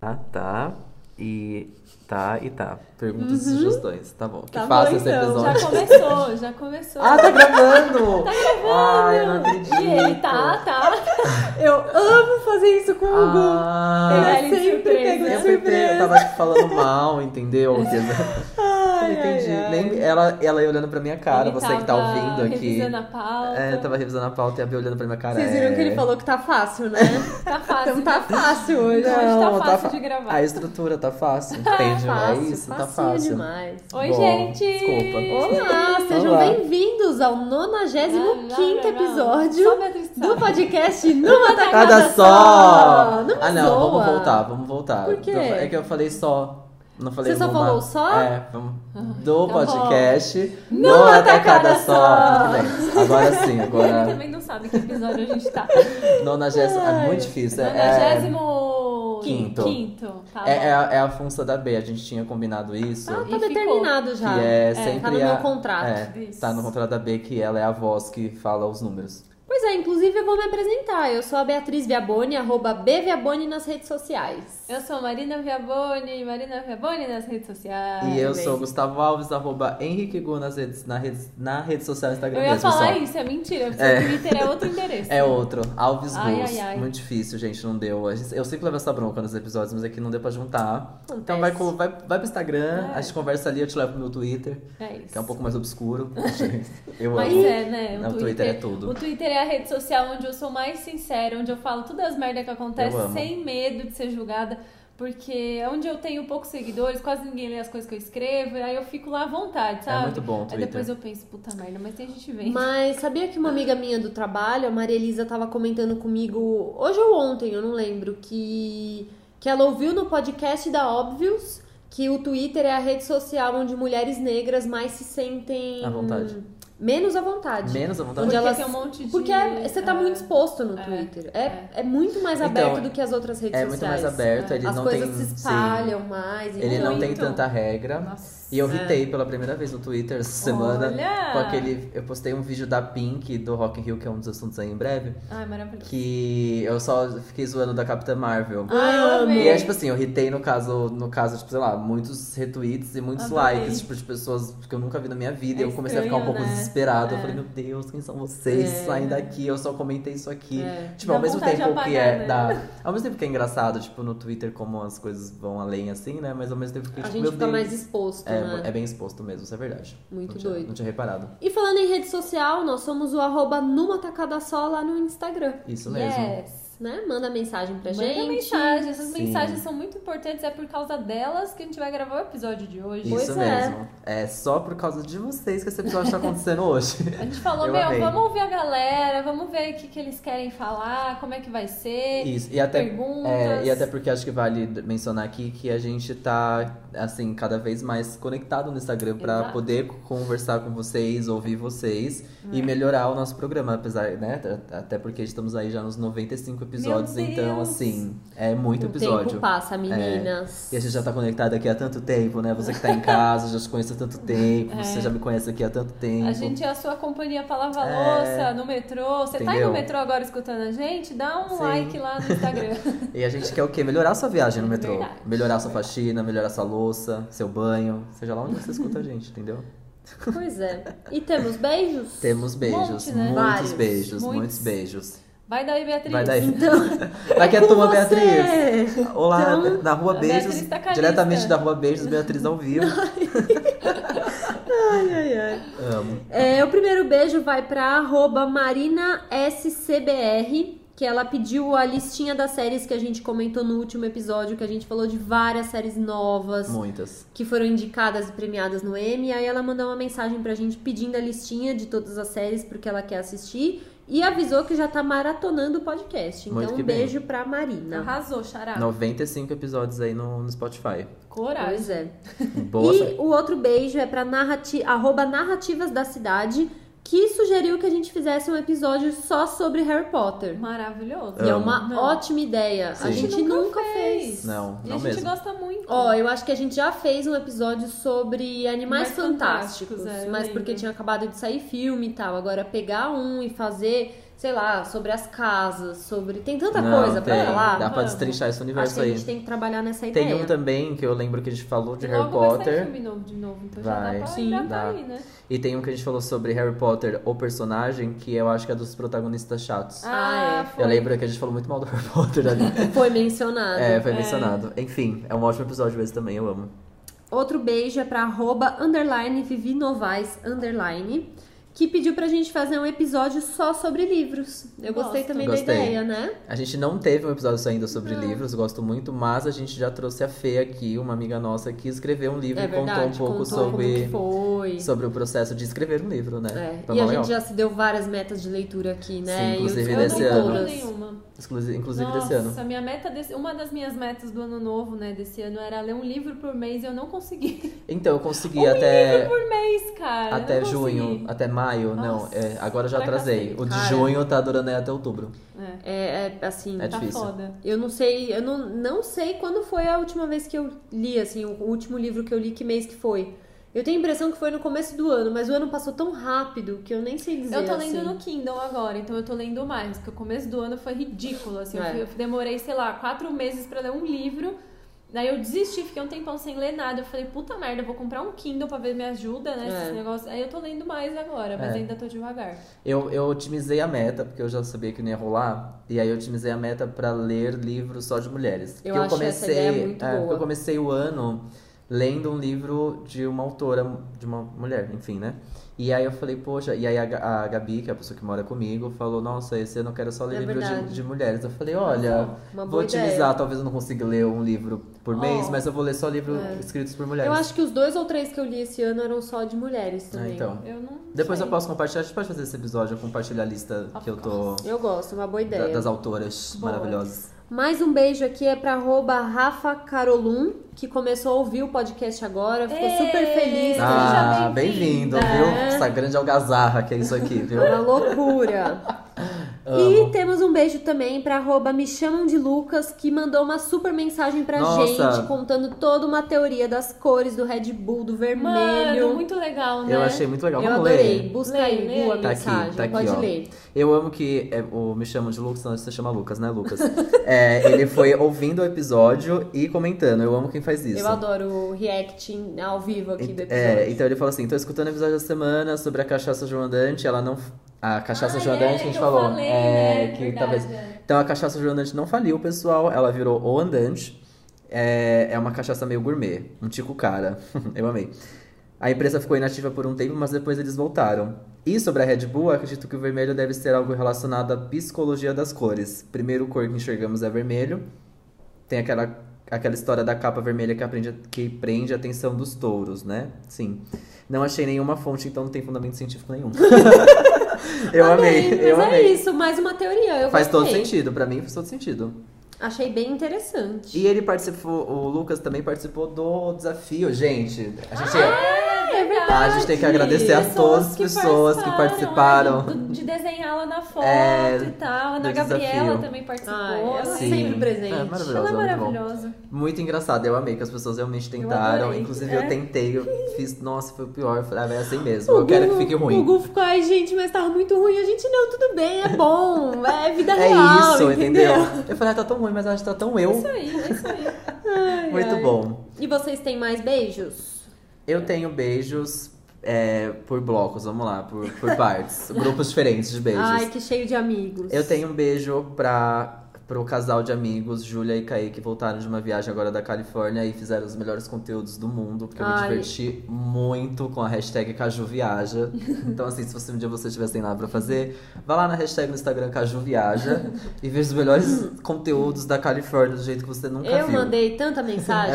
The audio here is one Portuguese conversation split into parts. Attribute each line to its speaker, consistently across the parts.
Speaker 1: tá, tá e tá e tá. Perguntas e
Speaker 2: Uhum.
Speaker 1: sugestões. Tá bom. Que
Speaker 2: Tá bom,
Speaker 1: faça esse
Speaker 2: então.
Speaker 1: episódio.
Speaker 3: Já começou, já começou.
Speaker 1: Ah, tá gravando!
Speaker 3: Tá gravando!
Speaker 1: Ah, eu não acredito.
Speaker 3: E ele tá, tá.
Speaker 2: Eu amo fazer isso com o Hugo.
Speaker 1: Ah,
Speaker 3: Ele é de
Speaker 2: sempre
Speaker 3: surpresa.
Speaker 2: pega de
Speaker 1: eu tentei, eu
Speaker 2: surpresa.
Speaker 1: tava te falando mal, entendeu? Eu não
Speaker 2: Ai, ai,
Speaker 1: entendi.
Speaker 2: ai.
Speaker 1: Nem ela, ela ia olhando pra minha cara,
Speaker 3: Ele
Speaker 1: você que tá
Speaker 3: tava
Speaker 1: ouvindo aqui.
Speaker 3: revisando a pauta.
Speaker 1: É, eu tava revisando a pauta e a Bia olhando pra minha cara.
Speaker 2: Vocês viram
Speaker 1: é...
Speaker 2: que ele falou que tá fácil, né?
Speaker 3: Tá fácil.
Speaker 2: Então tá
Speaker 3: né?
Speaker 2: fácil hoje.
Speaker 3: Não, Hoje tá fácil
Speaker 1: fa-
Speaker 3: de gravar.
Speaker 1: A estrutura tá fácil. Entende?
Speaker 2: Fácil,
Speaker 1: é isso, tá
Speaker 2: facinho
Speaker 1: fácil.
Speaker 2: demais.
Speaker 3: Oi,
Speaker 1: Bom,
Speaker 3: gente!
Speaker 1: desculpa.
Speaker 2: Olá, sejam
Speaker 1: Olá.
Speaker 2: bem-vindos ao
Speaker 3: Não,
Speaker 2: 95
Speaker 3: não, não, não. Só
Speaker 2: um episódio
Speaker 3: minha tristeza.
Speaker 2: do podcast Numa Tacada
Speaker 1: Cada só!
Speaker 2: Não me
Speaker 1: ah, não, vamos
Speaker 2: zoa.
Speaker 1: voltar, vamos voltar.
Speaker 2: Por quê?
Speaker 1: É que eu falei só. Não falei
Speaker 2: Você só
Speaker 1: numa-
Speaker 2: falou só? Ah, então
Speaker 1: É, vamos. Do
Speaker 3: tá
Speaker 1: podcast.
Speaker 2: Numa
Speaker 1: numa
Speaker 2: tacada
Speaker 1: tacada
Speaker 2: só.
Speaker 1: só! Tudo bem, Agora sim,
Speaker 3: Ele
Speaker 1: agora.
Speaker 3: também não sabe que episódio a gente tá.
Speaker 1: Nonagésimo. É
Speaker 2: Ai.
Speaker 1: muito difícil. É,
Speaker 3: Nonagésimo...
Speaker 1: Quinto.
Speaker 3: Quinto, tá
Speaker 1: é, é
Speaker 3: bom.
Speaker 1: a, é a função da B, a gente tinha combinado isso.
Speaker 2: Ah,
Speaker 3: E
Speaker 2: tá
Speaker 3: ficou.
Speaker 2: determinado já.
Speaker 1: Que é sempre
Speaker 2: tá no
Speaker 1: a-
Speaker 2: meu contrato.
Speaker 1: É,
Speaker 3: Isso.
Speaker 1: tá no contrato da B que ela é a voz que fala os números.
Speaker 2: Pois é, inclusive eu vou me apresentar. Eu sou a Beatriz Viaboni, arroba bviaboni nas redes sociais.
Speaker 3: Eu sou Marina Viaboni, Marina Viaboni nas redes sociais.
Speaker 1: E eu
Speaker 3: Bem.
Speaker 1: sou o Gustavo Alves, arroba Henrique Gu nas redes, na, redes, na rede social Instagram
Speaker 3: Eu ia
Speaker 1: mesmo,
Speaker 3: falar
Speaker 1: só.
Speaker 3: isso, é mentira, porque
Speaker 1: É.
Speaker 3: o Twitter é outro endereço.
Speaker 1: É outro, Alves
Speaker 3: Ai,
Speaker 1: Gus.
Speaker 3: ai, ai.
Speaker 1: Muito difícil, gente, não deu. A gente- Eu sempre levo essa bronca nos episódios, mas aqui não deu pra juntar. Então vai, com- vai, vai pro Instagram,
Speaker 3: É.
Speaker 1: a gente conversa ali, eu te levo pro meu Twitter,
Speaker 3: É isso.
Speaker 1: que é um pouco mais obscuro. Eu
Speaker 3: Mas
Speaker 1: amo.
Speaker 3: é, né?
Speaker 1: Não, o Twitter é tudo.
Speaker 3: O Twitter é a rede social onde eu sou mais sincera, onde eu falo todas as merdas que
Speaker 1: Eu
Speaker 3: acontecem
Speaker 1: amo.
Speaker 3: sem medo de ser julgada. Porque é onde eu tenho poucos seguidores, quase ninguém lê as coisas que eu escrevo, aí eu fico lá à vontade, sabe?
Speaker 1: É muito bom o
Speaker 3: Aí depois
Speaker 1: Twitter.
Speaker 3: eu penso, puta merda, mas tem gente vendo.
Speaker 2: Mas sabia que uma amiga minha do trabalho, a Maria Elisa, tava comentando comigo hoje ou ontem, eu não lembro, que, que ela ouviu no podcast da Óbvios que o Twitter é a rede social onde mulheres negras mais se sentem.
Speaker 1: À vontade.
Speaker 2: Menos à vontade.
Speaker 1: Menos à vontade.
Speaker 2: Onde
Speaker 3: Porque
Speaker 2: elas-
Speaker 3: tem um monte de...
Speaker 2: Porque é- você tá
Speaker 3: é,
Speaker 2: muito exposto no
Speaker 3: é,
Speaker 2: Twitter.
Speaker 3: é.
Speaker 2: É, é muito mais
Speaker 1: Então,
Speaker 2: aberto do que as outras redes
Speaker 1: É muito
Speaker 2: sociais.
Speaker 1: mais aberto,
Speaker 3: é.
Speaker 1: ele
Speaker 2: As
Speaker 1: não
Speaker 2: coisas
Speaker 1: tem.
Speaker 2: se
Speaker 1: sim.
Speaker 2: espalham mais. então
Speaker 1: Ele não tem
Speaker 3: assim, Muito.
Speaker 1: tanta regra.
Speaker 3: Nossa.
Speaker 1: E eu ritei pela primeira vez no Twitter essa semana
Speaker 3: Olha!
Speaker 1: com aquele. Eu postei um vídeo da Pink do Rock in Rio, que é um dos assuntos aí em breve,
Speaker 3: Ai, maravilhoso.
Speaker 1: que eu só fiquei zoando da Capitã Marvel.
Speaker 3: Ai, Ah, eu
Speaker 2: Amo.
Speaker 3: amei.
Speaker 1: E é tipo assim, eu ritei no caso, no caso, tipo, sei lá, muitos retweets e muitos
Speaker 3: Adorei.
Speaker 1: likes, tipo, de pessoas que eu nunca vi na minha vida.
Speaker 3: É
Speaker 1: e eu comecei a ficar um
Speaker 3: estranho,
Speaker 1: pouco
Speaker 3: né?
Speaker 1: desesperado.
Speaker 3: É.
Speaker 1: Eu falei, meu Deus, quem são vocês?
Speaker 2: É.
Speaker 1: Saem daqui, eu só comentei isso aqui.
Speaker 2: É.
Speaker 1: Tipo,
Speaker 3: Dá
Speaker 1: ao mesmo
Speaker 3: vontade
Speaker 1: tempo
Speaker 3: de
Speaker 1: que
Speaker 3: apagar,
Speaker 1: é.
Speaker 3: né?
Speaker 1: dá- Ao mesmo tempo que é engraçado, tipo, no Twitter, como as coisas vão além assim, né? Mas ao mesmo tempo que,
Speaker 2: A
Speaker 1: tipo,
Speaker 2: gente
Speaker 1: meu
Speaker 2: fica
Speaker 1: Deus.
Speaker 2: mais exposto, né?
Speaker 1: É, é bem exposto mesmo, isso é verdade.
Speaker 2: Muito
Speaker 1: não tinha-
Speaker 2: doido.
Speaker 1: Não tinha reparado.
Speaker 2: E falando em rede social, nós somos o arroba numa tacada só lá no Instagram,
Speaker 1: Isso mesmo.
Speaker 3: Yes.
Speaker 2: né? Manda mensagem pra
Speaker 3: Manda
Speaker 2: gente.
Speaker 3: mensagem, essas
Speaker 1: Sim.
Speaker 3: mensagens são muito importantes, é por causa delas que a gente vai gravar o episódio de hoje.
Speaker 1: Isso
Speaker 2: Pois é.
Speaker 1: mesmo. É. só por causa de vocês que esse episódio tá acontecendo hoje.
Speaker 3: A gente falou,
Speaker 1: Eu
Speaker 3: meu,
Speaker 1: amei.
Speaker 3: vamos ouvir a galera, vamos ver o que, que eles querem falar, como é que vai ser,
Speaker 1: Isso. E até
Speaker 3: perguntas.
Speaker 1: É, e até porque acho que vale mencionar aqui que a gente tá, assim, cada vez mais conectado no Instagram pra
Speaker 3: Exato.
Speaker 1: poder conversar com vocês, ouvir vocês
Speaker 3: É.
Speaker 1: e melhorar o nosso programa, apesar, né? Até porque estamos aí já nos 95 episódios,
Speaker 3: Meu
Speaker 1: então,
Speaker 3: Deus!
Speaker 1: assim, é muito
Speaker 2: o
Speaker 1: episódio. É.
Speaker 2: tempo passa, meninas.
Speaker 1: E a gente já tá conectado aqui há tanto tempo, né? Você que tá em casa, já te conheço há tanto tempo, você já me conhece aqui há tanto tempo.
Speaker 3: É. A gente é a sua companhia pra lavar
Speaker 1: É.
Speaker 3: louça, no metrô. Você tá aí
Speaker 1: Entendeu?
Speaker 3: no metrô agora escutando a gente? Dá um
Speaker 1: Sim.
Speaker 3: like lá no Instagram.
Speaker 1: E a gente quer o quê? Melhorar sua viagem no metrô.
Speaker 3: É Verdade.
Speaker 1: Melhorar sua faxina, melhorar sua louça, seu banho, seja lá onde você escuta a gente, entendeu?
Speaker 2: Pois é. E temos beijos? Um
Speaker 1: Temos beijos,
Speaker 3: monte, né?
Speaker 1: muitos
Speaker 2: Vários,
Speaker 1: beijos,
Speaker 3: muitos.
Speaker 1: muitos, beijos.
Speaker 3: Vai daí, Beatriz.
Speaker 1: Vai daí.
Speaker 2: Então,
Speaker 1: Vai que é
Speaker 2: com
Speaker 1: tua,
Speaker 2: você!
Speaker 1: Beatriz. Olá,
Speaker 2: Então,
Speaker 1: da Rua
Speaker 3: a
Speaker 1: Beijos,
Speaker 3: Beatriz tá com a
Speaker 1: diretamente
Speaker 3: lista.
Speaker 1: da Rua Beijos, Beatriz ao vivo.
Speaker 2: Ai, ai, ai.
Speaker 1: Amo.
Speaker 2: É, o primeiro beijo vai pra arroba marinascbr, que ela pediu a listinha das séries que a gente comentou no último episódio, que a gente falou de várias séries novas.
Speaker 1: Muitas.
Speaker 2: que foram indicadas e premiadas no Emmy. E aí ela mandou uma mensagem pra gente pedindo a listinha de todas as séries porque ela quer assistir e avisou que já tá maratonando o podcast. Então,
Speaker 1: Muito
Speaker 2: um
Speaker 1: que bem.
Speaker 2: beijo pra Marina.
Speaker 3: Arrasou, Xará.
Speaker 2: Tá.
Speaker 1: 95 episódios aí no, no Spotify.
Speaker 3: Coragem.
Speaker 2: Pois é.
Speaker 1: Boa.
Speaker 2: E o outro beijo é pra narrati arroba narrativas da cidade, que sugeriu que a gente fizesse um episódio só sobre Harry Potter.
Speaker 3: Maravilhoso.
Speaker 2: E é
Speaker 1: Amo.
Speaker 2: uma
Speaker 3: Não.
Speaker 2: ótima ideia. A
Speaker 1: Sim.
Speaker 2: gente, nunca fez.
Speaker 1: Não,
Speaker 3: e
Speaker 1: não
Speaker 3: a gente
Speaker 1: mesmo.
Speaker 3: gosta muito.
Speaker 2: Ó, eu acho que a gente já fez um episódio sobre animais
Speaker 3: Animais
Speaker 2: fantásticos,
Speaker 3: Fantásticos, é, eu
Speaker 2: mas
Speaker 3: lembro.
Speaker 2: porque tinha acabado de sair filme e tal. Agora pegar um e fazer sei lá, sobre as casas, sobre. Tem tanta
Speaker 1: Não,
Speaker 2: coisa
Speaker 1: tem.
Speaker 2: pra lá.
Speaker 1: Dá pra
Speaker 3: Vamos.
Speaker 1: destrinchar esse
Speaker 2: Acho que
Speaker 1: universo
Speaker 2: a
Speaker 1: aí.
Speaker 2: gente tem que trabalhar nessa ideia.
Speaker 1: Tem um também que eu lembro que a gente falou de Harry
Speaker 3: Logo vai sair
Speaker 1: Potter.
Speaker 3: filme novo de novo, então já
Speaker 1: Vai.
Speaker 3: dá pra
Speaker 2: Sim.
Speaker 3: engatar
Speaker 1: Dá.
Speaker 3: aí, né?
Speaker 1: E tem um que a gente falou sobre Harry Potter, o personagem, que eu acho que é dos protagonistas chatos.
Speaker 2: Ah, é.
Speaker 3: foi.
Speaker 1: eu lembro que a gente falou muito mal do Harry Potter ali.
Speaker 2: Foi mencionado.
Speaker 1: é, foi mencionado. Enfim, é um ótimo episódio esse também, eu amo.
Speaker 2: Outro beijo é pra arroba underline Vivi Novaes underline, que pediu pra gente fazer um episódio só sobre livros. Eu gostei
Speaker 3: Gosto.
Speaker 2: também da
Speaker 1: Gostei.
Speaker 2: ideia, né?
Speaker 1: A gente não teve um episódio ainda sobre livros, gosto muito, mas a gente já trouxe a Fê aqui, uma amiga nossa, que escreveu um livro
Speaker 2: é
Speaker 1: e contou
Speaker 2: verdade.
Speaker 1: um pouco
Speaker 2: contou
Speaker 1: sobre,
Speaker 2: como que foi.
Speaker 1: sobre o processo de escrever um livro, né?
Speaker 2: É,
Speaker 1: Foi
Speaker 2: E a
Speaker 1: mó legal.
Speaker 2: gente já se deu várias metas de leitura aqui, né?
Speaker 1: Sim, inclusive
Speaker 2: e
Speaker 3: Eu
Speaker 2: eu
Speaker 3: não
Speaker 1: desse
Speaker 2: descobri
Speaker 1: ano.
Speaker 3: lembro
Speaker 2: todas.
Speaker 3: nenhuma.
Speaker 1: Exclusi- Inclusive
Speaker 3: Nossa,
Speaker 1: desse ano.
Speaker 3: minha meta desse, uma das minhas metas do ano novo, né, desse ano era ler um livro por mês e eu não consegui.
Speaker 1: Então, eu consegui
Speaker 3: um
Speaker 1: até.
Speaker 3: livro por mês, cara. eu
Speaker 1: Até
Speaker 3: não
Speaker 1: junho,
Speaker 3: consegui.
Speaker 1: até maio, não, é, agora já
Speaker 3: pra
Speaker 1: atrasei.
Speaker 3: cacete.
Speaker 1: O de
Speaker 2: Cara.
Speaker 1: junho tá durando aí até outubro.
Speaker 3: É,
Speaker 2: É, é, assim,
Speaker 1: É
Speaker 3: tá
Speaker 1: difícil.
Speaker 3: foda.
Speaker 2: eu não sei, eu não, não sei quando foi a última vez que eu li, assim, o último livro que eu li, que mês que foi. Eu tenho a impressão que foi no começo do ano, mas o ano passou tão rápido que eu nem sei dizer.
Speaker 3: Eu tô
Speaker 2: assim.
Speaker 3: lendo no Kindle agora, então eu tô lendo mais, porque o começo do ano foi ridículo, assim, eu
Speaker 2: É.
Speaker 3: fui- eu demorei, sei lá, quatro meses pra ler um livro, daí eu desisti, fiquei um tempão sem ler nada, eu falei, puta merda, eu vou comprar um Kindle pra ver me ajuda, né,
Speaker 2: É.
Speaker 3: esse negócio, aí eu tô lendo mais agora, mas
Speaker 1: É.
Speaker 3: ainda tô devagar.
Speaker 1: Eu, eu otimizei a meta, porque eu já sabia que não ia rolar. E aí eu otimizei a meta pra ler livros só de mulheres.
Speaker 2: Eu
Speaker 1: Porque
Speaker 2: acho essa ideia muito
Speaker 1: é, porque
Speaker 2: boa.
Speaker 1: eu comecei o ano lendo um livro de uma autora, de uma mulher, enfim, né? E aí eu falei, poxa, e aí a, Ga- a Gabi, que é a pessoa que mora comigo, falou, nossa, esse ano eu quero só ler
Speaker 2: É
Speaker 1: livro de,
Speaker 2: verdade.
Speaker 1: de mulheres. Eu falei, olha,
Speaker 2: uma
Speaker 1: vou
Speaker 2: boa ideia. Oh.
Speaker 1: otimizar, talvez eu não consiga ler um livro por mês, mas eu vou ler só livros escritos por mulheres.
Speaker 2: É. Eu acho que os dois ou três que eu li esse ano eram só de mulheres
Speaker 1: Ah,
Speaker 2: também.
Speaker 1: então.
Speaker 3: Eu não
Speaker 1: Depois
Speaker 3: sei.
Speaker 1: eu posso compartilhar, a gente pode fazer esse episódio, eu compartilho a lista
Speaker 3: Of
Speaker 1: que eu tô.
Speaker 2: Eu gosto, uma boa
Speaker 1: da-
Speaker 2: ideia.
Speaker 1: das autoras
Speaker 3: Boa.
Speaker 1: maravilhosas.
Speaker 2: Mais um beijo aqui é pra arroba Rafa Carolum, que começou a ouvir o podcast agora, ficou
Speaker 3: Ei!
Speaker 2: super feliz.
Speaker 3: Seja
Speaker 1: Ah, bem-vindo,
Speaker 3: bem-vinda.
Speaker 1: viu? Essa grande algazarra que é isso aqui, viu?
Speaker 2: É Uma loucura. E
Speaker 1: Amo.
Speaker 2: temos um beijo também pra arroba Me Chamam de Lucas, que mandou uma super mensagem pra
Speaker 1: Nossa.
Speaker 2: gente, contando toda uma teoria das cores do Red Bull, do vermelho.
Speaker 3: Mano, muito legal, né?
Speaker 1: Eu achei muito legal.
Speaker 2: Eu
Speaker 1: Vamos
Speaker 2: adorei.
Speaker 1: ler.
Speaker 2: Busca
Speaker 3: Lê,
Speaker 2: aí,
Speaker 3: lê
Speaker 2: Gu, a
Speaker 3: aí.
Speaker 1: um Tá aqui,
Speaker 2: mensagem.
Speaker 1: tá aqui,
Speaker 2: Pode
Speaker 1: ó.
Speaker 2: ler.
Speaker 1: Eu amo que é, o Me Chamam de Lucas, não, você chama Lucas, né, Lucas? É, ele foi ouvindo o episódio e comentando. Eu amo quem faz isso.
Speaker 2: Eu adoro o reacting ao vivo aqui do
Speaker 1: Ent-
Speaker 2: episódio.
Speaker 1: É, então ele falou assim: tô escutando o episódio da semana sobre a cachaça João Dante, ela não. A cachaça
Speaker 3: Ah,
Speaker 1: João
Speaker 3: é,
Speaker 1: Dante
Speaker 3: que
Speaker 1: a gente
Speaker 3: eu
Speaker 1: falou.
Speaker 3: falei,
Speaker 1: é,
Speaker 3: né?
Speaker 1: que
Speaker 3: Verdade,
Speaker 1: talvez.
Speaker 3: é.
Speaker 1: Então a cachaça João Dante não faliu, pessoal. Ela virou o andante. É, é uma cachaça meio gourmet, um tico cara. Eu amei. A empresa ficou inativa por um tempo, mas depois eles voltaram. E sobre a Red Bull, acredito que o vermelho deve ser algo relacionado à psicologia das cores. Primeiro cor que enxergamos é vermelho. Tem aquela, aquela história da capa vermelha que, aprende, que prende a atenção dos touros, né? Sim. Não achei nenhuma fonte, então não tem fundamento científico nenhum. eu amei,
Speaker 2: Mas
Speaker 1: eu
Speaker 2: é
Speaker 1: amei.
Speaker 2: isso, mais uma teoria. Eu
Speaker 1: Faz todo
Speaker 2: gostei.
Speaker 1: sentido, pra mim faz todo sentido.
Speaker 2: Achei bem interessante.
Speaker 1: E ele participou, o Lucas também participou do desafio, gente. A gente,
Speaker 3: Ah, é verdade.
Speaker 1: a gente tem que agradecer a todas as pessoas que participaram.
Speaker 3: né, do- de desenhar lá na foto
Speaker 1: É,
Speaker 3: e tal. A Ana
Speaker 1: do
Speaker 3: Gabriela
Speaker 1: desafio.
Speaker 3: também participou.
Speaker 2: Ai, ela é
Speaker 3: né?
Speaker 1: Sim.
Speaker 2: sempre presente.
Speaker 1: É,
Speaker 3: Ela é
Speaker 1: maravilhosa, muito bom.
Speaker 3: maravilhosa.
Speaker 1: Muito engraçado, eu amei que as pessoas realmente tentaram.
Speaker 3: adorei.
Speaker 1: Inclusive,
Speaker 3: É.
Speaker 1: eu tentei, eu fiz, nossa, foi o pior. Eu falei, ah, vai assim mesmo,
Speaker 2: O
Speaker 1: eu quero
Speaker 2: Gu-
Speaker 1: que fique
Speaker 2: O
Speaker 1: ruim.
Speaker 2: Gu ficou, ai gente, mas tava muito ruim. A gente, não, tudo bem, é bom, é vida
Speaker 1: É
Speaker 2: real,
Speaker 1: isso, entendeu? Eu falei, ah, tá tão ruim, mas acho que tá tão eu.
Speaker 3: Isso aí, é isso aí.
Speaker 2: Ai,
Speaker 1: Muito
Speaker 2: ai.
Speaker 1: bom.
Speaker 2: E vocês têm mais beijos?
Speaker 1: Eu tenho beijos é, por blocos, vamos lá, por, por partes. grupos diferentes de beijos.
Speaker 2: Ai, que cheio de amigos.
Speaker 1: Eu tenho um beijo pra, pro casal de amigos, Júlia e Kaique, que voltaram de uma viagem agora da Califórnia e fizeram os melhores conteúdos do mundo, porque eu me
Speaker 2: Ai.
Speaker 1: diverti muito com a hashtag CajuViaja. Então, assim, se você, um dia vocês tiverem nada pra fazer, vá lá na hashtag no Instagram CajuViaja e veja os melhores conteúdos da Califórnia do jeito que você nunca
Speaker 2: Eu
Speaker 1: viu.
Speaker 2: mandei tanta mensagem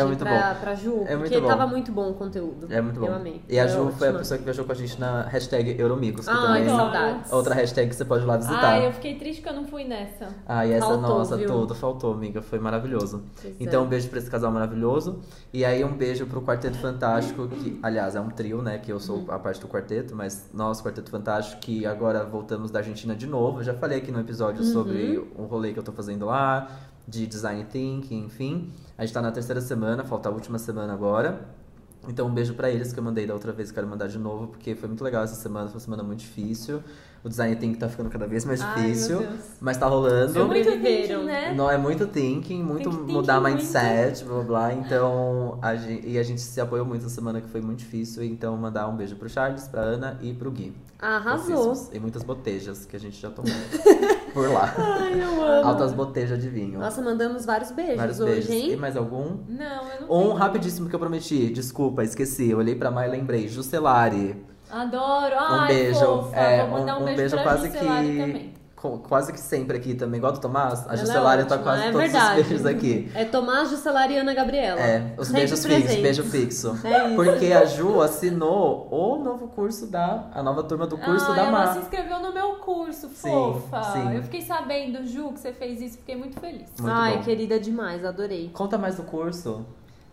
Speaker 1: É muito
Speaker 2: pra, pra Ju,
Speaker 1: É muito
Speaker 2: porque
Speaker 1: bom.
Speaker 2: tava muito bom o conteúdo.
Speaker 1: É muito bom.
Speaker 2: Eu amei.
Speaker 1: E a
Speaker 2: Foi
Speaker 1: Ju foi a
Speaker 2: ótima.
Speaker 1: pessoa que viajou com a gente na hashtag Euromicos, que
Speaker 2: Ai,
Speaker 1: também
Speaker 2: que
Speaker 1: é
Speaker 2: saudades.
Speaker 1: outra hashtag que você tá pode ir lá visitar.
Speaker 3: Ai, eu fiquei triste que eu não fui nessa.
Speaker 1: Ah, e essa
Speaker 2: Faltou,
Speaker 1: nossa,
Speaker 2: viu?
Speaker 1: tudo faltou, amiga. Foi maravilhoso.
Speaker 2: Pois
Speaker 1: então,
Speaker 2: é.
Speaker 1: um beijo pra esse casal maravilhoso. E aí, um beijo pro Quarteto Fantástico, que, aliás, é um trio, né? Que eu sou a parte do quarteto, mas nós, Quarteto Fantástico, que agora voltamos da Argentina de novo. Eu já falei aqui no episódio
Speaker 3: Uhum.
Speaker 1: sobre o rolê que eu tô fazendo lá, de design thinking, enfim. A gente tá na terceira semana, falta a última semana agora. Então, um beijo pra eles que eu mandei da outra vez, quero mandar de novo, porque foi muito legal essa semana, foi uma semana muito difícil. O design thinking tá ficando cada vez mais
Speaker 3: Ai,
Speaker 1: difícil,
Speaker 3: meu Deus.
Speaker 1: mas tá rolando.
Speaker 3: É muito
Speaker 2: Sobreviveram.
Speaker 3: thinking, né?
Speaker 1: Não, é muito thinking, muito
Speaker 3: Think- thinking
Speaker 1: mudar
Speaker 3: muito.
Speaker 1: mindset, blá blá. blá. Então, a gente, e a gente se apoiou muito essa semana que foi muito difícil. Então, mandar um beijo pro Charles, pra Ana e pro Gui.
Speaker 2: Arrasou.
Speaker 1: Profícios. E muitas botejas que a gente já tomou por lá.
Speaker 3: Ai, eu amo.
Speaker 1: Altas botejas de vinho.
Speaker 2: Nossa, mandamos vários beijos
Speaker 1: Vários
Speaker 2: hoje,
Speaker 1: beijos. E
Speaker 2: hein?
Speaker 1: mais algum?
Speaker 3: Não, eu não
Speaker 1: Um
Speaker 3: tenho.
Speaker 1: rapidíssimo que eu prometi. Desculpa, esqueci. Eu olhei pra Mai e lembrei. Juscelari.
Speaker 3: Adoro.
Speaker 1: Um
Speaker 3: Ai,
Speaker 1: beijo.
Speaker 3: fofa.
Speaker 1: É,
Speaker 3: Vou mandar um, beijo, pra
Speaker 1: quase
Speaker 3: Juscelari
Speaker 1: que.
Speaker 3: também.
Speaker 1: co- Quase que sempre aqui também, igual do Tomás, a
Speaker 2: Ela é
Speaker 1: Juscelari tá
Speaker 2: ótima,
Speaker 1: quase
Speaker 2: é
Speaker 1: todos
Speaker 2: verdade.
Speaker 1: os beijos aqui.
Speaker 2: É Tomás, Juscelar e Ana Gabriela.
Speaker 1: É, os
Speaker 2: Sempre
Speaker 1: beijos fixos,
Speaker 2: presentes.
Speaker 1: beijo fixo.
Speaker 2: É isso.
Speaker 1: Porque a Ju assinou o novo curso da. A nova turma do curso
Speaker 2: Ah,
Speaker 3: Ai,
Speaker 1: da
Speaker 3: ela
Speaker 1: Mar.
Speaker 3: se inscreveu no meu curso,
Speaker 1: Sim,
Speaker 3: fofa.
Speaker 1: sim.
Speaker 3: Eu fiquei sabendo, Ju, que você fez isso, fiquei muito feliz.
Speaker 1: Muito
Speaker 2: Ai,
Speaker 1: bom.
Speaker 2: querida demais, adorei.
Speaker 1: Conta mais do curso.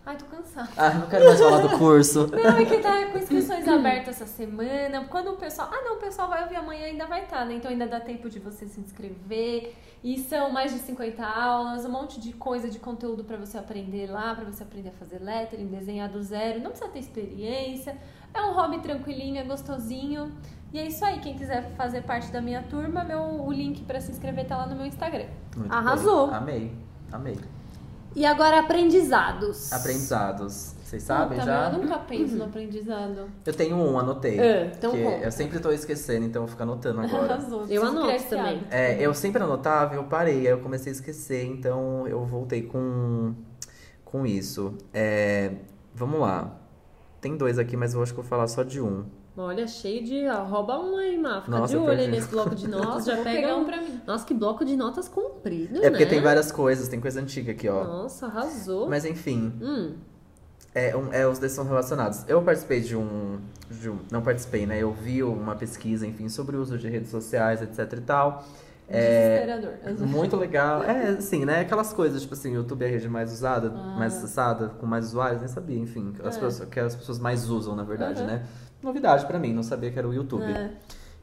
Speaker 3: Ai, tô cansada.
Speaker 1: Ah, não quero mais falar do curso.
Speaker 3: Não, é que tá com inscrições
Speaker 2: Uhum.
Speaker 3: abertas essa semana. Quando o pessoal. Ah, não, o pessoal vai ouvir amanhã, ainda vai estar, né? Então ainda dá tempo de você se inscrever. E são mais de 50 aulas, um monte de coisa, de conteúdo pra você aprender lá, pra você aprender a fazer lettering, desenhar do zero. Não precisa ter experiência. É um hobby tranquilinho, é gostosinho. E é isso aí. Quem quiser fazer parte da minha turma, meu, o link pra se inscrever tá lá no meu Instagram.
Speaker 1: Muito
Speaker 2: Arrasou.
Speaker 1: bem. Amei, amei.
Speaker 2: E agora, aprendizados.
Speaker 1: Aprendizados. Vocês sabem
Speaker 3: Puta,
Speaker 1: já?
Speaker 3: mas Eu nunca penso no aprendizado.
Speaker 1: Eu tenho um, anotei.
Speaker 2: Ah, então
Speaker 1: que
Speaker 2: conta.
Speaker 1: eu sempre tô esquecendo, então eu fico anotando agora.
Speaker 3: Arrasou,
Speaker 2: Eu
Speaker 3: preciso
Speaker 2: anoto
Speaker 3: criar esse
Speaker 2: também.
Speaker 3: hábito.
Speaker 1: É, eu sempre anotava e eu parei, aí eu comecei a esquecer, então eu voltei com, com isso. É, vamos lá. Tem dois aqui, mas eu acho que eu vou falar só de um.
Speaker 2: Olha, cheio de. ó, Rouba um aí, Má. Fica
Speaker 1: Nossa,
Speaker 2: de
Speaker 1: eu
Speaker 2: olho aí
Speaker 1: perdi.
Speaker 2: nesse bloco de notas.
Speaker 3: Nossa,
Speaker 2: já
Speaker 3: vou
Speaker 2: pega
Speaker 3: pegar
Speaker 2: um.
Speaker 3: um pra mim.
Speaker 2: Nossa, que bloco de notas comprido, né?
Speaker 1: É porque tem várias coisas, tem coisa antiga aqui, ó.
Speaker 2: Nossa, arrasou.
Speaker 1: Mas enfim,
Speaker 2: Hum,
Speaker 1: É, um- é, os dois são relacionados. Eu participei de um, de um- Não participei, né? Eu vi uma pesquisa, enfim, sobre o uso de redes sociais, etc e tal. É,
Speaker 3: Desesperador.
Speaker 1: muito legal. É, assim, né? Aquelas coisas, tipo assim, o YouTube é a rede mais usada,
Speaker 3: Ah.
Speaker 1: mais acessada, com mais usuários, nem sabia, enfim. As
Speaker 3: É.
Speaker 1: pessoas, que as pessoas mais usam, na verdade,
Speaker 3: Uhum.
Speaker 1: né? Novidade pra mim, não sabia que era o YouTube.
Speaker 3: É.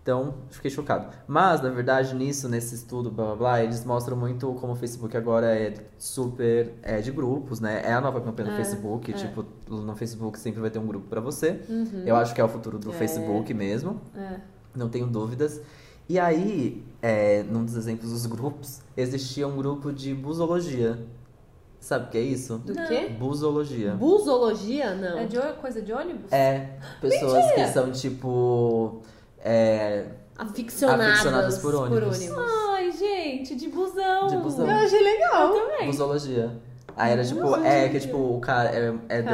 Speaker 1: Então, fiquei chocado. Mas, na verdade, nisso, nesse estudo, blá blá blá, eles mostram muito como o Facebook agora é super. É de grupos, né? É a nova campanha do
Speaker 3: É,
Speaker 1: Facebook.
Speaker 3: é.
Speaker 1: Tipo, no Facebook sempre vai ter um grupo pra você.
Speaker 2: uhum.
Speaker 1: Eu acho que é o futuro do
Speaker 2: É.
Speaker 1: Facebook mesmo,
Speaker 3: É.
Speaker 1: não tenho dúvidas. E aí, é, num dos exemplos dos grupos, existia um grupo de busologia. Sabe o que é isso?
Speaker 2: Do
Speaker 3: Não.
Speaker 2: quê?
Speaker 1: Busologia.
Speaker 2: Busologia? Não.
Speaker 3: É de ô- coisa de ônibus?
Speaker 1: É, pessoas que são tipo. É,
Speaker 2: Aficionadas,
Speaker 1: Aficionadas por ônibus.
Speaker 3: Ai, gente, de busão.
Speaker 1: De busão.
Speaker 2: Eu achei legal.
Speaker 3: Também.
Speaker 1: Busologia. Aí era tipo,
Speaker 3: Busologia.
Speaker 1: é que tipo, o cara é, é
Speaker 2: Cara, é o nicho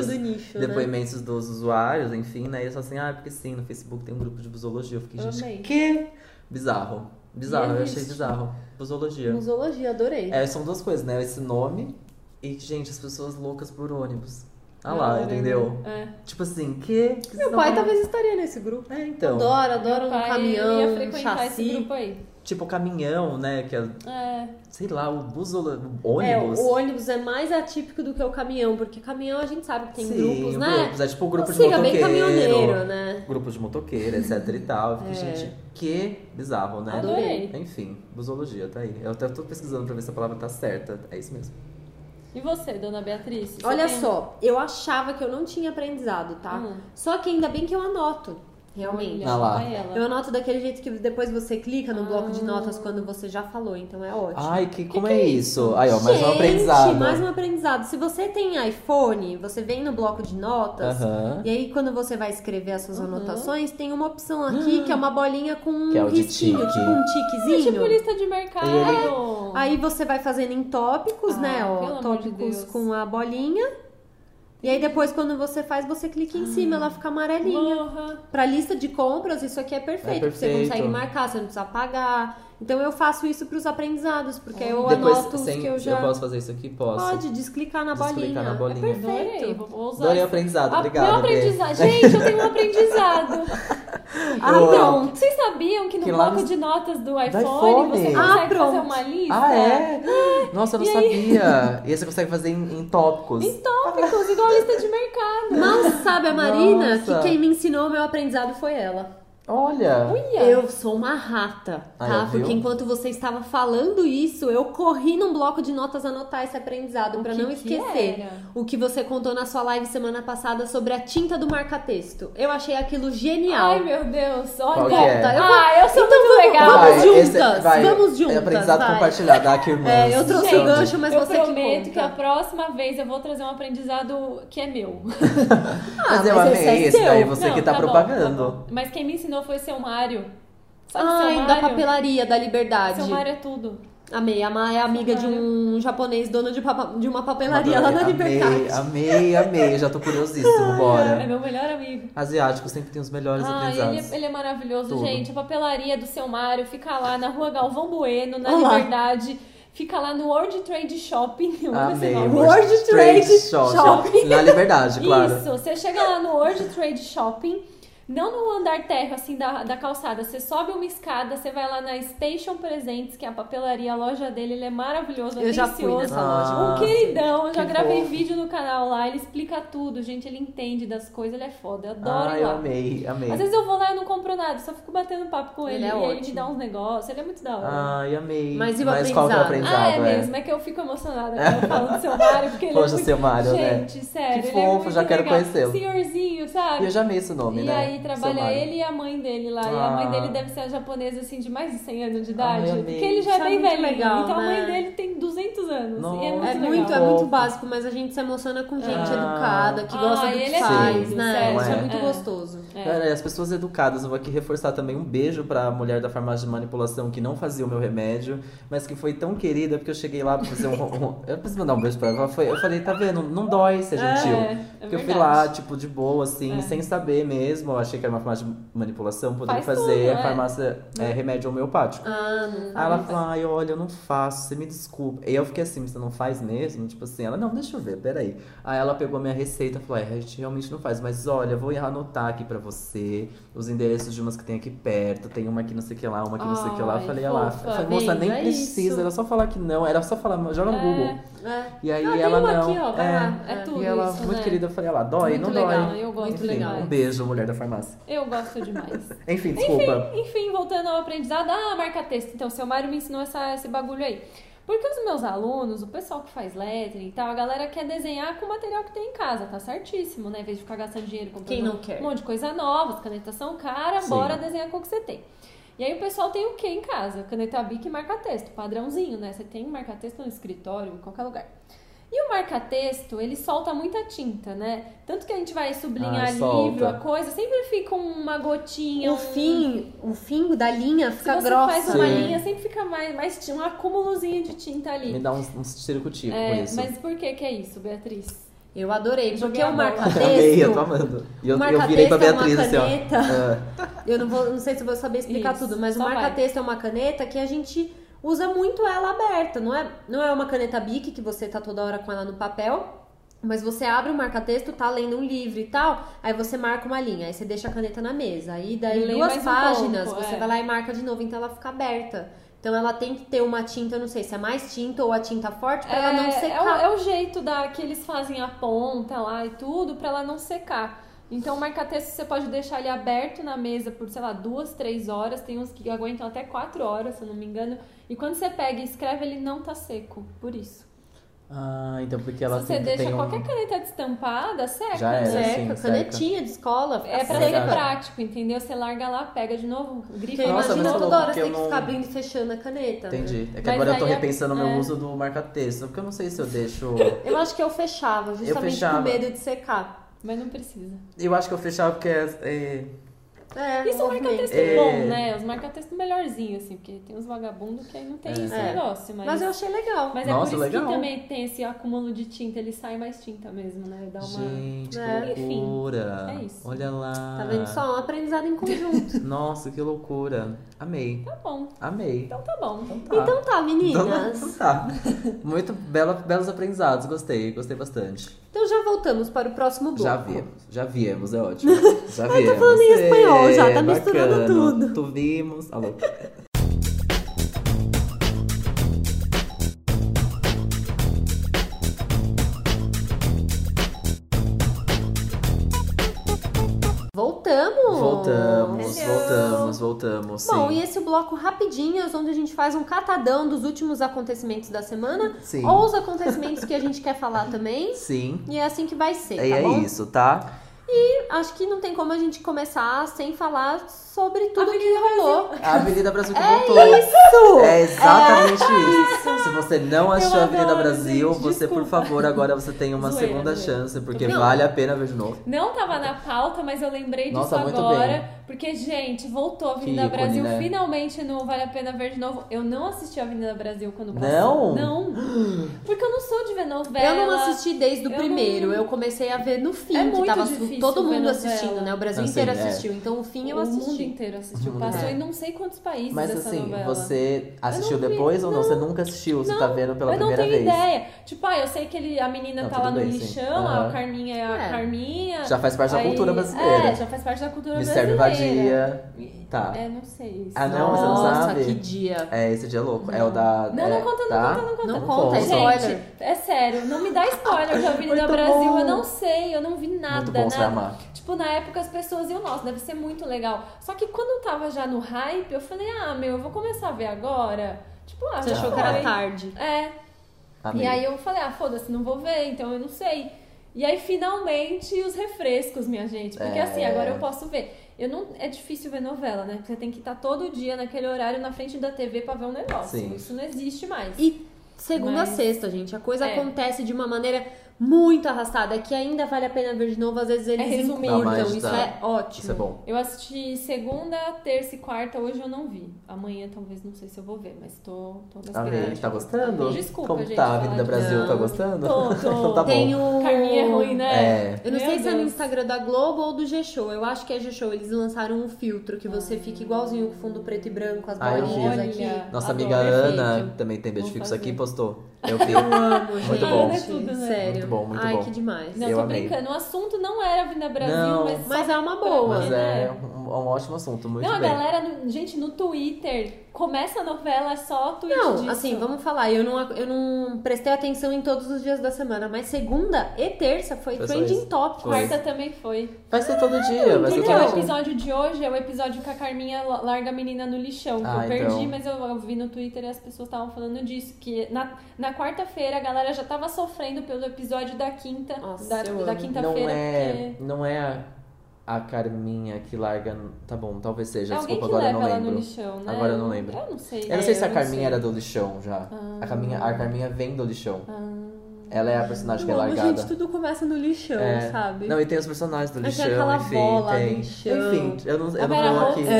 Speaker 1: depoimentos.
Speaker 2: do nicho, né?
Speaker 1: Depoimentos dos usuários, enfim, né? E eles falam assim, ah, porque sim, no Facebook tem um grupo de busologia. Eu fiquei,
Speaker 3: Eu
Speaker 1: gente,
Speaker 3: amei.
Speaker 1: que bizarro. Bizarro, eu achei
Speaker 3: existe.
Speaker 1: bizarro. Busologia.
Speaker 2: Musologia, adorei.
Speaker 1: É, são duas coisas, né? Esse nome e, gente, as pessoas loucas por ônibus. Ah
Speaker 3: Eu
Speaker 1: lá,
Speaker 3: lembro.
Speaker 1: entendeu?
Speaker 3: É.
Speaker 1: Tipo assim, que. que
Speaker 2: né? Meu
Speaker 1: vocês
Speaker 2: pai
Speaker 1: não-
Speaker 2: talvez estaria nesse grupo.
Speaker 1: É, então.
Speaker 2: Adora, adora um
Speaker 3: Meu pai
Speaker 2: caminhão,
Speaker 3: ia
Speaker 2: um
Speaker 3: frequentar esse
Speaker 2: chassi.
Speaker 3: grupo aí.
Speaker 1: Tipo caminhão, né? Que é,
Speaker 3: É.
Speaker 1: sei lá, o busola.
Speaker 2: É,
Speaker 1: Ônibus.
Speaker 2: o ônibus é mais atípico do que o caminhão, porque caminhão a gente sabe que tem
Speaker 1: Sim,
Speaker 2: grupos, né?
Speaker 1: grupos. É tipo o grupo de
Speaker 2: Siga
Speaker 1: motoqueiro.
Speaker 2: bem caminhoneiro, né?
Speaker 1: grupos de motoqueiro, etc e tal. Eu fiquei,
Speaker 2: É.
Speaker 1: gente, que bizarro, né?
Speaker 3: Adorei.
Speaker 1: Enfim, busologia, tá aí. Eu até tô pesquisando pra ver se a palavra tá certa. É isso mesmo.
Speaker 3: E você, dona Beatriz? Você
Speaker 2: Olha
Speaker 3: tem- um
Speaker 2: só, eu achava que eu não tinha aprendizado, tá?
Speaker 3: Hum.
Speaker 2: Só que ainda bem que eu anoto, realmente.
Speaker 1: Ah lá.
Speaker 3: Olha ela.
Speaker 2: Eu anoto daquele jeito que depois você clica no bloco de
Speaker 3: Ah.
Speaker 2: notas quando você já falou, então é ótimo.
Speaker 1: Ai, que, como
Speaker 3: que
Speaker 1: é,
Speaker 3: é
Speaker 1: isso? Aí, ó, mais um
Speaker 2: Gente,
Speaker 1: aprendizado.
Speaker 2: Mais um aprendizado. Se você tem iPhone, você vem no bloco de notas.
Speaker 1: Aham.
Speaker 2: E aí, quando você vai escrever as suas
Speaker 3: Aham.
Speaker 2: anotações, tem uma opção aqui que é uma bolinha com um
Speaker 1: Hum. Que é o de
Speaker 2: risquinho,
Speaker 1: tique.
Speaker 2: tipo um
Speaker 3: É
Speaker 2: tiquezinho.
Speaker 3: tipo lista de mercado.
Speaker 2: É. Aí você vai fazendo em tópicos,
Speaker 3: Ah,
Speaker 2: né?
Speaker 3: pelo
Speaker 2: Ó,
Speaker 3: amor de
Speaker 2: tópicos
Speaker 3: Deus.
Speaker 2: com a bolinha. E aí depois, quando você faz, você clica
Speaker 3: Ah.
Speaker 2: em cima, ela fica amarelinha.
Speaker 3: Morra.
Speaker 2: Pra lista de compras, isso aqui é perfeito,
Speaker 1: É
Speaker 2: porque você
Speaker 1: perfeito.
Speaker 2: consegue marcar, você não precisa pagar. Então eu faço isso pros aprendizados, porque
Speaker 3: Ah.
Speaker 2: eu
Speaker 1: Depois,
Speaker 2: anoto os
Speaker 1: sem,
Speaker 2: que eu já.
Speaker 1: posso fazer isso aqui? Posso.
Speaker 2: Pode desclicar na bolinha.
Speaker 1: Desclicar na bolinha.
Speaker 2: É
Speaker 3: Adorei.
Speaker 2: perfeito.
Speaker 3: Vou vou usar.
Speaker 1: Adorei o
Speaker 3: esse-
Speaker 1: aprendizado,
Speaker 3: Ah,
Speaker 1: obrigado.
Speaker 3: Meu
Speaker 1: Bê.
Speaker 3: aprendizado. Gente, eu tenho um aprendizado.
Speaker 2: Ah,
Speaker 1: Eu
Speaker 2: pronto.
Speaker 1: amo.
Speaker 3: Vocês sabiam que no
Speaker 1: Que lá
Speaker 3: bloco
Speaker 1: no-
Speaker 3: de notas do iPhone,
Speaker 1: iPhone.
Speaker 3: você consegue
Speaker 2: Ah, pronto.
Speaker 3: fazer uma lista?
Speaker 1: Ah, é? Nossa, eu não
Speaker 3: E
Speaker 1: sabia. E aí você consegue fazer em, em tópicos.
Speaker 3: Em tópicos, igual a é lista de mercado.
Speaker 2: Mal sabe a Marina
Speaker 1: Nossa.
Speaker 2: que quem me ensinou o meu aprendizado foi ela.
Speaker 1: Olha!
Speaker 3: Uia!
Speaker 2: Eu sou uma rata,
Speaker 1: Ah,
Speaker 2: tá?
Speaker 1: é, viu?
Speaker 2: Porque enquanto você estava falando isso, eu corri num bloco de notas anotar esse aprendizado
Speaker 3: O
Speaker 2: pra
Speaker 3: que
Speaker 2: não
Speaker 3: que
Speaker 2: esquecer.
Speaker 3: era?
Speaker 2: o que você contou na sua live semana passada sobre a tinta do marca-texto. Eu achei aquilo genial.
Speaker 3: Ai, meu Deus, olha.
Speaker 1: Qual que é?
Speaker 2: Conta, eu vou-
Speaker 3: Ah, eu sou
Speaker 2: Então
Speaker 3: muito
Speaker 2: vamos-
Speaker 3: legal.
Speaker 2: vamos- juntas,
Speaker 1: vai,
Speaker 2: vamos juntas,
Speaker 1: É aprendizado
Speaker 2: vai.
Speaker 1: compartilhado, dá aqui, irmãs.
Speaker 2: É, eu trouxe o
Speaker 1: Gente,
Speaker 2: gancho, mas
Speaker 3: eu
Speaker 2: você que
Speaker 3: prometo que,
Speaker 2: conta.
Speaker 3: a próxima vez eu vou trazer um aprendizado que é meu.
Speaker 1: Mas eu
Speaker 2: mas esse é
Speaker 1: amei esse,
Speaker 2: seu.
Speaker 1: daí você
Speaker 3: Não,
Speaker 1: que tá,
Speaker 3: bom,
Speaker 1: propagando.
Speaker 3: tá bom. Mas quem me ensinou foi seu Mário. Sabe o seu
Speaker 2: Ai,
Speaker 3: Mário?
Speaker 2: da papelaria, da liberdade.
Speaker 3: Seu Mário é tudo.
Speaker 2: Amei, a Ma é amiga de
Speaker 3: Seu
Speaker 2: um japonês dono de, papa- de uma papelaria lá
Speaker 1: Adorei,
Speaker 2: na Liberdade.
Speaker 1: Amei, amei, amei. Já tô curiosíssimo,
Speaker 3: É
Speaker 1: bora.
Speaker 3: meu melhor amigo.
Speaker 1: Asiáticos sempre tem os melhores
Speaker 3: Ah, ele,
Speaker 1: aprendizados.
Speaker 3: é- ele é maravilhoso,
Speaker 1: Tudo.
Speaker 3: gente. A papelaria do seu Mário fica lá na rua Galvão Bueno, na
Speaker 2: Olá.
Speaker 3: Liberdade. Fica lá no World Trade Shopping. Eu amo esse
Speaker 1: Amei.
Speaker 3: nome.
Speaker 2: é World Trade Shopping.
Speaker 1: Na liberdade, É claro.
Speaker 3: Isso, você chega lá no World Trade Shopping, não no andar térreo, assim, da, da calçada. Você sobe uma escada, você vai lá na Station Presentes, que é a papelaria, a loja dele, ele é maravilhoso,
Speaker 2: Eu já fui
Speaker 3: atencioso.
Speaker 2: nessa
Speaker 1: Ah,
Speaker 3: Um queridão, eu já
Speaker 1: que
Speaker 3: gravei
Speaker 1: fofo.
Speaker 3: vídeo no canal lá, ele explica tudo, gente, ele entende das coisas, ele é foda, eu adoro
Speaker 1: Ah,
Speaker 3: ir
Speaker 1: eu
Speaker 3: lá.
Speaker 1: amei, amei.
Speaker 3: Às vezes eu vou lá e não compro nada, só fico batendo papo com
Speaker 2: Ele
Speaker 3: ele,
Speaker 2: é
Speaker 3: e ele me
Speaker 2: ótimo.
Speaker 3: dá uns negócios, ele é muito da hora.
Speaker 1: Ai, amei.
Speaker 2: Mas e o
Speaker 1: qual que é o
Speaker 2: aprendizado?
Speaker 1: aprendizado?
Speaker 3: Ah, é mesmo, é que eu fico emocionada quando eu falo do seu Mário, porque ele
Speaker 1: Poxa,
Speaker 3: é muito...
Speaker 1: seu Mário, né?
Speaker 3: Gente, sério,
Speaker 1: Que
Speaker 3: ele é
Speaker 1: fofo,
Speaker 3: muito
Speaker 1: já quero
Speaker 3: legal.
Speaker 1: conhecê-lo.
Speaker 3: Senhorzinho,
Speaker 1: E
Speaker 3: sabe?
Speaker 1: eu já amei esse nome,
Speaker 3: e
Speaker 1: né?
Speaker 3: aí trabalha
Speaker 1: Somari.
Speaker 3: ele e a mãe dele lá. E a
Speaker 1: Ah.
Speaker 3: mãe dele deve ser a japonesa, assim, de mais de 100 anos de idade.
Speaker 1: Ai, amei.
Speaker 3: porque ele já
Speaker 2: Isso
Speaker 3: é
Speaker 2: é
Speaker 3: bem
Speaker 2: muito
Speaker 3: velhinho.
Speaker 2: legal,
Speaker 3: então a mãe
Speaker 2: né?
Speaker 3: dele tem 200 anos. E é
Speaker 1: Nossa.
Speaker 3: muito
Speaker 2: É
Speaker 3: legal.
Speaker 2: muito, é
Speaker 1: legal.
Speaker 2: muito básico, mas a gente se emociona com gente
Speaker 1: Ah.
Speaker 2: educada, que
Speaker 3: Ah,
Speaker 2: gosta do
Speaker 3: e
Speaker 2: que
Speaker 3: ele é
Speaker 2: faz,
Speaker 1: tudo,
Speaker 2: né?
Speaker 1: sério,
Speaker 2: Isso é
Speaker 1: é.
Speaker 2: muito
Speaker 3: É.
Speaker 2: gostoso.
Speaker 3: É.
Speaker 1: Cara, e as pessoas educadas, eu vou aqui reforçar também um beijo pra mulher da farmácia de manipulação que não fazia o meu remédio, mas que foi tão querida porque eu cheguei lá pra fazer um. um- eu preciso mandar um beijo pra ela. ela. Foi, eu falei, tá vendo? Não dói ser gentil.
Speaker 3: É, é
Speaker 1: porque eu fui
Speaker 3: verdade.
Speaker 1: lá, tipo, de boa, assim,
Speaker 3: É.
Speaker 1: sem saber mesmo. Eu achei que era uma farmácia de manipulação, poderia
Speaker 3: Faz
Speaker 1: fazer
Speaker 3: tudo,
Speaker 1: a
Speaker 3: é.
Speaker 1: farmácia é, remédio homeopático.
Speaker 2: Ah, não.
Speaker 1: Aí ela falou, ai, olha, eu não faço, você me desculpa. E eu fiquei assim, você não faz mesmo? Tipo assim, ela, não, deixa eu ver, peraí. Aí ela pegou minha receita e falou, é, a gente realmente não faz, mas olha, vou anotar aqui pra você os endereços de umas que tem aqui perto, tem uma aqui não sei o que lá, uma aqui não sei o que lá.
Speaker 3: Ai,
Speaker 1: Eu falei, olha lá, eu
Speaker 3: fofa,
Speaker 1: falei, moça,
Speaker 2: bem,
Speaker 1: nem
Speaker 2: é
Speaker 1: precisa,
Speaker 2: isso.
Speaker 1: era só falar que não, era só falar, joga no
Speaker 3: É.
Speaker 1: Google.
Speaker 2: É.
Speaker 1: E aí
Speaker 2: Ah, tem
Speaker 1: ela
Speaker 2: uma
Speaker 1: não.
Speaker 2: aqui, ó, vai
Speaker 1: é.
Speaker 2: lá. É.
Speaker 3: É tudo
Speaker 1: E ela,
Speaker 3: isso,
Speaker 1: muito
Speaker 3: né?
Speaker 1: querida, eu falei, olha lá, dói,
Speaker 3: Muito
Speaker 1: não
Speaker 3: legal,
Speaker 1: dói.
Speaker 3: eu gosto,
Speaker 1: Enfim,
Speaker 3: legal.
Speaker 1: Um beijo, mulher da farmácia.
Speaker 3: Eu gosto demais.
Speaker 1: Enfim, desculpa.
Speaker 3: Enfim, voltando ao aprendizado, ah, marca texto. Então, seu Mário me ensinou essa, esse bagulho aí. Porque os meus alunos, o pessoal que faz lettering e tal, a galera quer desenhar com o material que tem em casa, tá certíssimo, né? Em vez de ficar gastando dinheiro comprando
Speaker 2: Quem não quer?
Speaker 3: um monte de coisa nova, as canetas são caras,
Speaker 1: Sim.
Speaker 3: bora desenhar com o que você tem. E aí o pessoal tem o que em casa? Caneta Bic e marca-texto, padrãozinho, né? Você tem marca-texto no escritório, em qualquer lugar. E o marca-texto, ele solta muita tinta, né? Tanto que a gente vai sublinhar
Speaker 1: Ah,
Speaker 3: livro,
Speaker 1: solta.
Speaker 3: a coisa, sempre fica uma gotinha,
Speaker 2: O
Speaker 3: um-
Speaker 2: fim, o fim da linha
Speaker 3: se
Speaker 2: fica
Speaker 3: você
Speaker 2: grossa.
Speaker 3: faz uma
Speaker 1: Sim.
Speaker 3: linha, sempre fica mais, mais ti- um acúmulozinho de tinta
Speaker 1: Me
Speaker 3: ali.
Speaker 1: dá uns, uns tiro-cutico com
Speaker 3: É,
Speaker 1: isso.
Speaker 3: mas por que que é isso, Beatriz?
Speaker 2: Eu adorei, porque
Speaker 3: Joguei a
Speaker 2: o
Speaker 3: bola.
Speaker 1: Amei, eu tô
Speaker 2: marca-texto.
Speaker 1: amando. E eu,
Speaker 2: O
Speaker 1: eu virei pra
Speaker 2: marca-texto é uma
Speaker 1: Beatriz assim, ó.
Speaker 2: caneta.
Speaker 1: Ah,
Speaker 2: Eu não, vou, não sei se eu vou saber explicar
Speaker 3: Isso,
Speaker 2: tudo, mas o
Speaker 3: só vai.
Speaker 2: marca-texto é uma caneta que a gente usa muito ela aberta. Não é, não é uma caneta bic que você tá toda hora com ela no papel. Mas você abre o marca-texto, tá lendo um livro e tal, aí você marca uma linha, aí você deixa a caneta na mesa. Aí daí
Speaker 3: E lê
Speaker 2: duas
Speaker 3: mais um
Speaker 2: páginas,
Speaker 3: pouco,
Speaker 2: você
Speaker 3: é.
Speaker 2: vai lá e marca de novo, então ela fica aberta. Então ela tem que ter uma tinta, eu não sei se é mais tinta ou a tinta forte pra ela não
Speaker 3: é, o,
Speaker 2: secar.
Speaker 3: é o jeito da, que eles fazem a ponta lá e tudo pra ela não secar. Então o marca-texto você pode deixar ele aberto na mesa por, sei lá, duas, três horas. Tem uns que aguentam até quatro horas, se eu não me engano. E quando você pega e escreve, ele não tá seco, por isso.
Speaker 1: ah, então porque ela
Speaker 3: se você
Speaker 1: sempre
Speaker 3: deixa
Speaker 1: tem um...
Speaker 3: qualquer caneta destampada, seca.
Speaker 1: Já era, assim.
Speaker 3: né?
Speaker 1: É, sim,
Speaker 2: Seca,
Speaker 1: seca.
Speaker 2: canetinha de escola, fica
Speaker 3: É pra
Speaker 1: Verdade.
Speaker 3: ser
Speaker 2: seca.
Speaker 3: prático, entendeu? Você larga lá, pega de novo, grifa.
Speaker 2: Porque
Speaker 1: Nossa, mas
Speaker 2: Então, imagina
Speaker 1: falou
Speaker 2: toda hora
Speaker 1: que
Speaker 2: você
Speaker 1: eu
Speaker 2: tem que
Speaker 1: não-
Speaker 2: ficar abrindo e fechando a caneta. né?
Speaker 1: Entendi. É que
Speaker 3: Mas
Speaker 1: agora eu tô
Speaker 3: aí é-
Speaker 1: repensando o meu
Speaker 3: é.
Speaker 1: uso do marca-texto, porque eu não sei se eu deixo...
Speaker 2: Eu acho que eu fechava, justamente
Speaker 1: fechava.
Speaker 2: com medo de secar.
Speaker 3: Mas não precisa.
Speaker 1: Eu acho que eu fechava porque é... é-
Speaker 2: É,
Speaker 3: Isso é um
Speaker 2: movimento.
Speaker 3: marca-texto
Speaker 1: É.
Speaker 3: bom, né? Os marca-texto melhorzinhos, assim, porque tem uns vagabundos que aí não tem
Speaker 1: É.
Speaker 3: esse
Speaker 2: É.
Speaker 3: negócio, mas.
Speaker 2: Mas eu achei legal.
Speaker 3: mas
Speaker 1: Nossa,
Speaker 3: é por isso
Speaker 1: legal.
Speaker 3: que também tem esse acúmulo de tinta, ele sai mais tinta mesmo, né? Dá uma.
Speaker 1: Gente, que
Speaker 2: É.
Speaker 3: Enfim,
Speaker 1: loucura.
Speaker 3: é isso.
Speaker 1: Olha lá.
Speaker 2: Tá vendo só? Um aprendizado em conjunto.
Speaker 1: Nossa, que loucura. Amei,
Speaker 3: Tá bom.
Speaker 1: amei.
Speaker 3: Então tá bom.
Speaker 1: Tá.
Speaker 2: Então tá,
Speaker 1: Então
Speaker 2: meninas.
Speaker 1: tá. Muito bela, belos aprendizados, gostei, gostei bastante.
Speaker 2: Então já voltamos para o próximo bloco.
Speaker 1: Já viemos, já viemos, é ótimo. Já viemos.
Speaker 2: falando em espanhol já, tá
Speaker 1: É,
Speaker 2: misturando
Speaker 1: bacana.
Speaker 2: tudo.
Speaker 1: Tu vimos. Alô.
Speaker 2: Voltamos!
Speaker 1: Voltamos. Voltamos, voltamos, voltamos.
Speaker 2: é Bom,
Speaker 1: sim.
Speaker 2: e esse bloco rapidinhos, onde a gente faz um catadão dos últimos acontecimentos da semana,
Speaker 1: Sim.
Speaker 2: ou os acontecimentos que a gente quer falar também.
Speaker 1: Sim.
Speaker 2: E é assim que vai ser,
Speaker 1: e
Speaker 2: tá
Speaker 1: é
Speaker 2: bom?
Speaker 1: isso, tá?
Speaker 2: Acho que não tem como a gente começar sem falar sobre tudo que
Speaker 3: Avenida Brasil.
Speaker 2: rolou.
Speaker 1: A Avenida Brasil
Speaker 3: É
Speaker 1: que voltou.
Speaker 2: Isso!
Speaker 1: É exatamente isso. Se você não achou a Avenida
Speaker 3: adoro,
Speaker 1: Brasil,
Speaker 3: gente,
Speaker 1: você, por
Speaker 3: desculpa.
Speaker 1: favor, agora você tem uma
Speaker 3: Zoeira,
Speaker 1: segunda
Speaker 3: zoeira.
Speaker 1: chance, porque
Speaker 2: Não.
Speaker 1: vale a pena ver de novo.
Speaker 3: Não tava na pauta, mas eu lembrei disso
Speaker 1: Nossa, muito
Speaker 3: agora.
Speaker 1: bem.
Speaker 3: Porque, gente, voltou a Avenida
Speaker 1: Que ícone,
Speaker 3: Brasil.
Speaker 1: né?
Speaker 3: Finalmente não vale a pena ver de novo. Eu não assisti a Avenida Brasil quando
Speaker 1: Não?
Speaker 3: passou. Não. Porque eu não sou de ver novela.
Speaker 2: Eu não assisti desde o
Speaker 3: Eu
Speaker 2: primeiro,
Speaker 3: não-
Speaker 2: eu comecei a ver no fim,
Speaker 3: É
Speaker 2: que
Speaker 3: muito
Speaker 2: tava
Speaker 3: difícil
Speaker 2: todo
Speaker 3: ver
Speaker 2: mundo
Speaker 3: novela.
Speaker 2: assistindo, né? O Brasil
Speaker 1: Assim,
Speaker 2: inteiro
Speaker 1: é.
Speaker 2: assistiu, então o fim eu
Speaker 3: O mundo
Speaker 2: assisti.
Speaker 3: inteiro
Speaker 1: O
Speaker 3: assistiu.
Speaker 1: mundo
Speaker 3: Passou
Speaker 2: inteiro.
Speaker 3: em não sei quantos países
Speaker 1: Mas
Speaker 3: essa
Speaker 1: assim,
Speaker 3: novela.
Speaker 1: você assistiu
Speaker 3: Eu não vi,
Speaker 1: depois ou não?
Speaker 3: não.
Speaker 1: Você nunca assistiu, você tá vendo pela
Speaker 3: eu não
Speaker 1: primeira
Speaker 3: tenho
Speaker 1: vez.
Speaker 3: ideia. Tipo, ah, eu sei que ele, a menina
Speaker 1: Não,
Speaker 3: tá
Speaker 1: tudo
Speaker 3: lá no
Speaker 1: bem, sim.
Speaker 3: lixão,
Speaker 1: Aham.
Speaker 3: a Carminha é a
Speaker 2: É.
Speaker 3: Carminha.
Speaker 1: Já faz parte da
Speaker 3: Aí-
Speaker 1: cultura brasileira.
Speaker 3: É, já faz parte da cultura
Speaker 1: Me serve
Speaker 3: brasileira.
Speaker 1: vadia. Tá.
Speaker 3: É, não sei isso.
Speaker 1: Ah, não, você não
Speaker 2: Nossa,
Speaker 1: sabe?
Speaker 2: que dia.
Speaker 1: É, esse dia é louco. É o da.
Speaker 3: Não,
Speaker 1: é,
Speaker 3: não conta, não
Speaker 1: tá?
Speaker 3: conta, não conta.
Speaker 2: Não conta, é
Speaker 1: conta.
Speaker 2: spoiler.
Speaker 3: Gente, é sério, não me dá spoiler da Avenida
Speaker 1: Muito
Speaker 3: Brasil.
Speaker 1: bom.
Speaker 3: Eu não sei, eu não vi nada.
Speaker 1: Muito bom, você vai
Speaker 3: nada.
Speaker 1: amar.
Speaker 3: Tipo, na época as pessoas iam, nossa, deve ser muito legal. Só que quando eu tava já no hype, eu falei, ah, meu, eu vou começar a ver agora. Tipo, ah,
Speaker 2: Você
Speaker 3: já
Speaker 2: achou que
Speaker 3: foi.
Speaker 2: era tarde.
Speaker 3: É,
Speaker 1: Amei.
Speaker 3: e aí eu falei, ah, foda-se, não vou ver, então eu não sei. E aí, finalmente, os refrescos, minha gente. Porque
Speaker 1: É.
Speaker 3: assim, agora eu posso ver. Eu não, é difícil ver novela, né? Porque você tem que estar todo dia naquele horário na frente da TV pra ver um negócio.
Speaker 1: Sim.
Speaker 3: Isso não existe mais.
Speaker 2: E segunda
Speaker 3: Mas-
Speaker 2: a sexta, gente, a coisa
Speaker 3: É.
Speaker 2: acontece de uma maneira muito arrastada, que ainda vale a pena ver de novo, às vezes eles
Speaker 3: resumido.
Speaker 2: encurtam,
Speaker 1: Não, mas
Speaker 2: isso
Speaker 1: tá.
Speaker 2: é ótimo.
Speaker 1: Isso é bom.
Speaker 3: Eu assisti segunda, terça e quarta, hoje eu não vi. Amanhã talvez não sei se eu vou ver, mas tô, tô na
Speaker 1: Amei. A gente tá
Speaker 3: esperança.
Speaker 1: gostando?
Speaker 3: Desculpa,
Speaker 1: Como
Speaker 3: gente,
Speaker 1: tá a
Speaker 3: falar
Speaker 1: Avenida
Speaker 3: de-
Speaker 1: Brasil? Tá
Speaker 2: Não.
Speaker 1: gostando?
Speaker 3: Tô, tô.
Speaker 1: então tá bom.
Speaker 2: Tem o...
Speaker 3: Carminha é ruim, né?
Speaker 1: É.
Speaker 2: Eu não
Speaker 3: Meu
Speaker 2: sei se é no
Speaker 3: Deus.
Speaker 2: Instagram da Globo ou do G-Show. Eu acho que é G-Show. Eles lançaram um filtro que você fica igualzinho com fundo preto e branco, as
Speaker 1: Ah, eu vi.
Speaker 2: bolinhas aqui.
Speaker 3: Olha.
Speaker 1: Nossa
Speaker 3: Adoro,
Speaker 1: amiga
Speaker 2: perfeito.
Speaker 1: Ana, que também tem Beijo
Speaker 3: Vou
Speaker 1: Fixo
Speaker 3: fazer.
Speaker 1: aqui, postou. Eu vi.
Speaker 2: Eu amo,
Speaker 1: Muito
Speaker 2: gente.
Speaker 1: bom.
Speaker 3: É tudo, né?
Speaker 2: Sério.
Speaker 1: Muito bom, muito
Speaker 2: Ai,
Speaker 1: bom.
Speaker 2: que demais.
Speaker 3: Não,
Speaker 1: Eu
Speaker 3: tô
Speaker 1: amei.
Speaker 3: brincando. O assunto não era Avenida Brasil,
Speaker 1: Não.
Speaker 3: mas. só
Speaker 2: Mas é uma boa.
Speaker 1: Mas
Speaker 3: né?
Speaker 1: é um, um ótimo assunto, muito
Speaker 3: não, a
Speaker 1: bem.
Speaker 3: galera, no- gente, no Twitter, começa a novela, é só tweet
Speaker 2: Não,
Speaker 3: disso.
Speaker 2: assim, vamos falar. Eu não, eu não prestei atenção em todos os dias da semana, mas segunda e terça foi
Speaker 1: Foi só
Speaker 2: trending
Speaker 1: isso.
Speaker 2: top.
Speaker 1: Foi.
Speaker 3: Quarta também foi.
Speaker 1: Vai ser todo dia, vai ser
Speaker 3: Porque o
Speaker 1: todo dia.
Speaker 3: um episódio de hoje é o episódio que a Carminha la- larga a menina no lixão. Que
Speaker 1: Ah,
Speaker 3: eu perdi,
Speaker 1: então.
Speaker 3: mas eu, eu vi no Twitter e as pessoas estavam falando disso. Que na, na quarta-feira a galera já tava sofrendo pelo episódio da quinta.
Speaker 2: Nossa,
Speaker 3: da
Speaker 2: eu
Speaker 3: da
Speaker 2: amo.
Speaker 1: Não
Speaker 3: quinta-feira.
Speaker 1: é,
Speaker 3: porque-
Speaker 1: não é a, a Carminha que larga. no- Tá bom, talvez seja.
Speaker 3: Alguém
Speaker 1: Desculpa,
Speaker 3: que
Speaker 1: agora eu
Speaker 3: leva
Speaker 1: não
Speaker 3: ela no
Speaker 1: lembro.
Speaker 3: lixão, né?
Speaker 1: Agora eu não lembro.
Speaker 3: Eu não sei.
Speaker 1: Eu não sei
Speaker 3: É,
Speaker 1: se a
Speaker 3: não
Speaker 1: Carminha
Speaker 3: sei. Ah.
Speaker 1: era do lixão já. A, Carminha, a Carminha vem do lixão. Ela é a personagem que é
Speaker 2: Eu amo,
Speaker 1: largada.
Speaker 2: gente, tudo começa no lixão,
Speaker 1: É.
Speaker 2: sabe?
Speaker 1: Não, e tem os personagens do
Speaker 2: Aí tem
Speaker 1: lixão,
Speaker 2: aquela
Speaker 1: enfim.
Speaker 2: bola
Speaker 1: tem...
Speaker 2: do lixão.
Speaker 1: Enfim, eu não,
Speaker 3: A
Speaker 1: eu não
Speaker 3: Vera
Speaker 1: vou
Speaker 3: Holtz,
Speaker 1: aqui.
Speaker 3: né?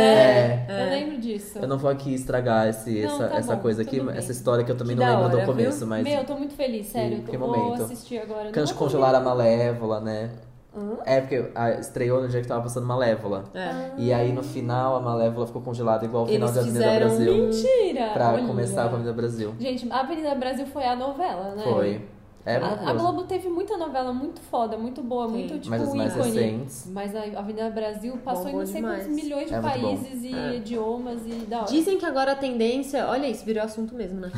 Speaker 1: é,
Speaker 3: Eu lembro disso.
Speaker 1: Eu não vou aqui estragar esse,
Speaker 3: Não,
Speaker 1: essa,
Speaker 3: tá
Speaker 1: essa
Speaker 3: bom,
Speaker 1: coisa aqui,
Speaker 3: tudo bem.
Speaker 1: essa história que eu também
Speaker 2: Que
Speaker 1: não
Speaker 2: da
Speaker 1: lembro
Speaker 2: hora,
Speaker 1: do começo,
Speaker 2: viu?
Speaker 1: mas.
Speaker 3: Meu, eu tô muito feliz, sério.
Speaker 1: que
Speaker 3: eu vou
Speaker 1: momento.
Speaker 3: assistir agora.
Speaker 1: Cantos
Speaker 3: Não vou
Speaker 1: congelar a Malévola, né?
Speaker 3: Hã?
Speaker 1: É, porque ah, estreou no dia que tava passando Malévola.
Speaker 2: É.
Speaker 1: E aí no final a Malévola ficou congelada igual o final
Speaker 2: Eles
Speaker 1: de Avenida
Speaker 2: fizeram
Speaker 3: comer.
Speaker 1: Brasil.
Speaker 3: Mentira!
Speaker 1: Pra
Speaker 3: Olha.
Speaker 1: começar com a Avenida Brasil.
Speaker 3: Gente, a Avenida Brasil foi a novela, né?
Speaker 1: Foi. É
Speaker 3: A, a
Speaker 1: maravilhoso.
Speaker 3: Globo teve muita novela muito foda, muito boa,
Speaker 2: Sim.
Speaker 3: muito tipo
Speaker 1: Mas as mais
Speaker 3: ícone.
Speaker 1: recentes.
Speaker 3: Mas a Avenida Brasil passou em
Speaker 2: Bombou
Speaker 3: não sei quantos
Speaker 2: demais.
Speaker 3: milhões de
Speaker 1: É muito bom.
Speaker 3: países e
Speaker 1: É.
Speaker 3: idiomas e da hora.
Speaker 2: Dizem que agora a tendência. Olha isso, virou assunto mesmo, né?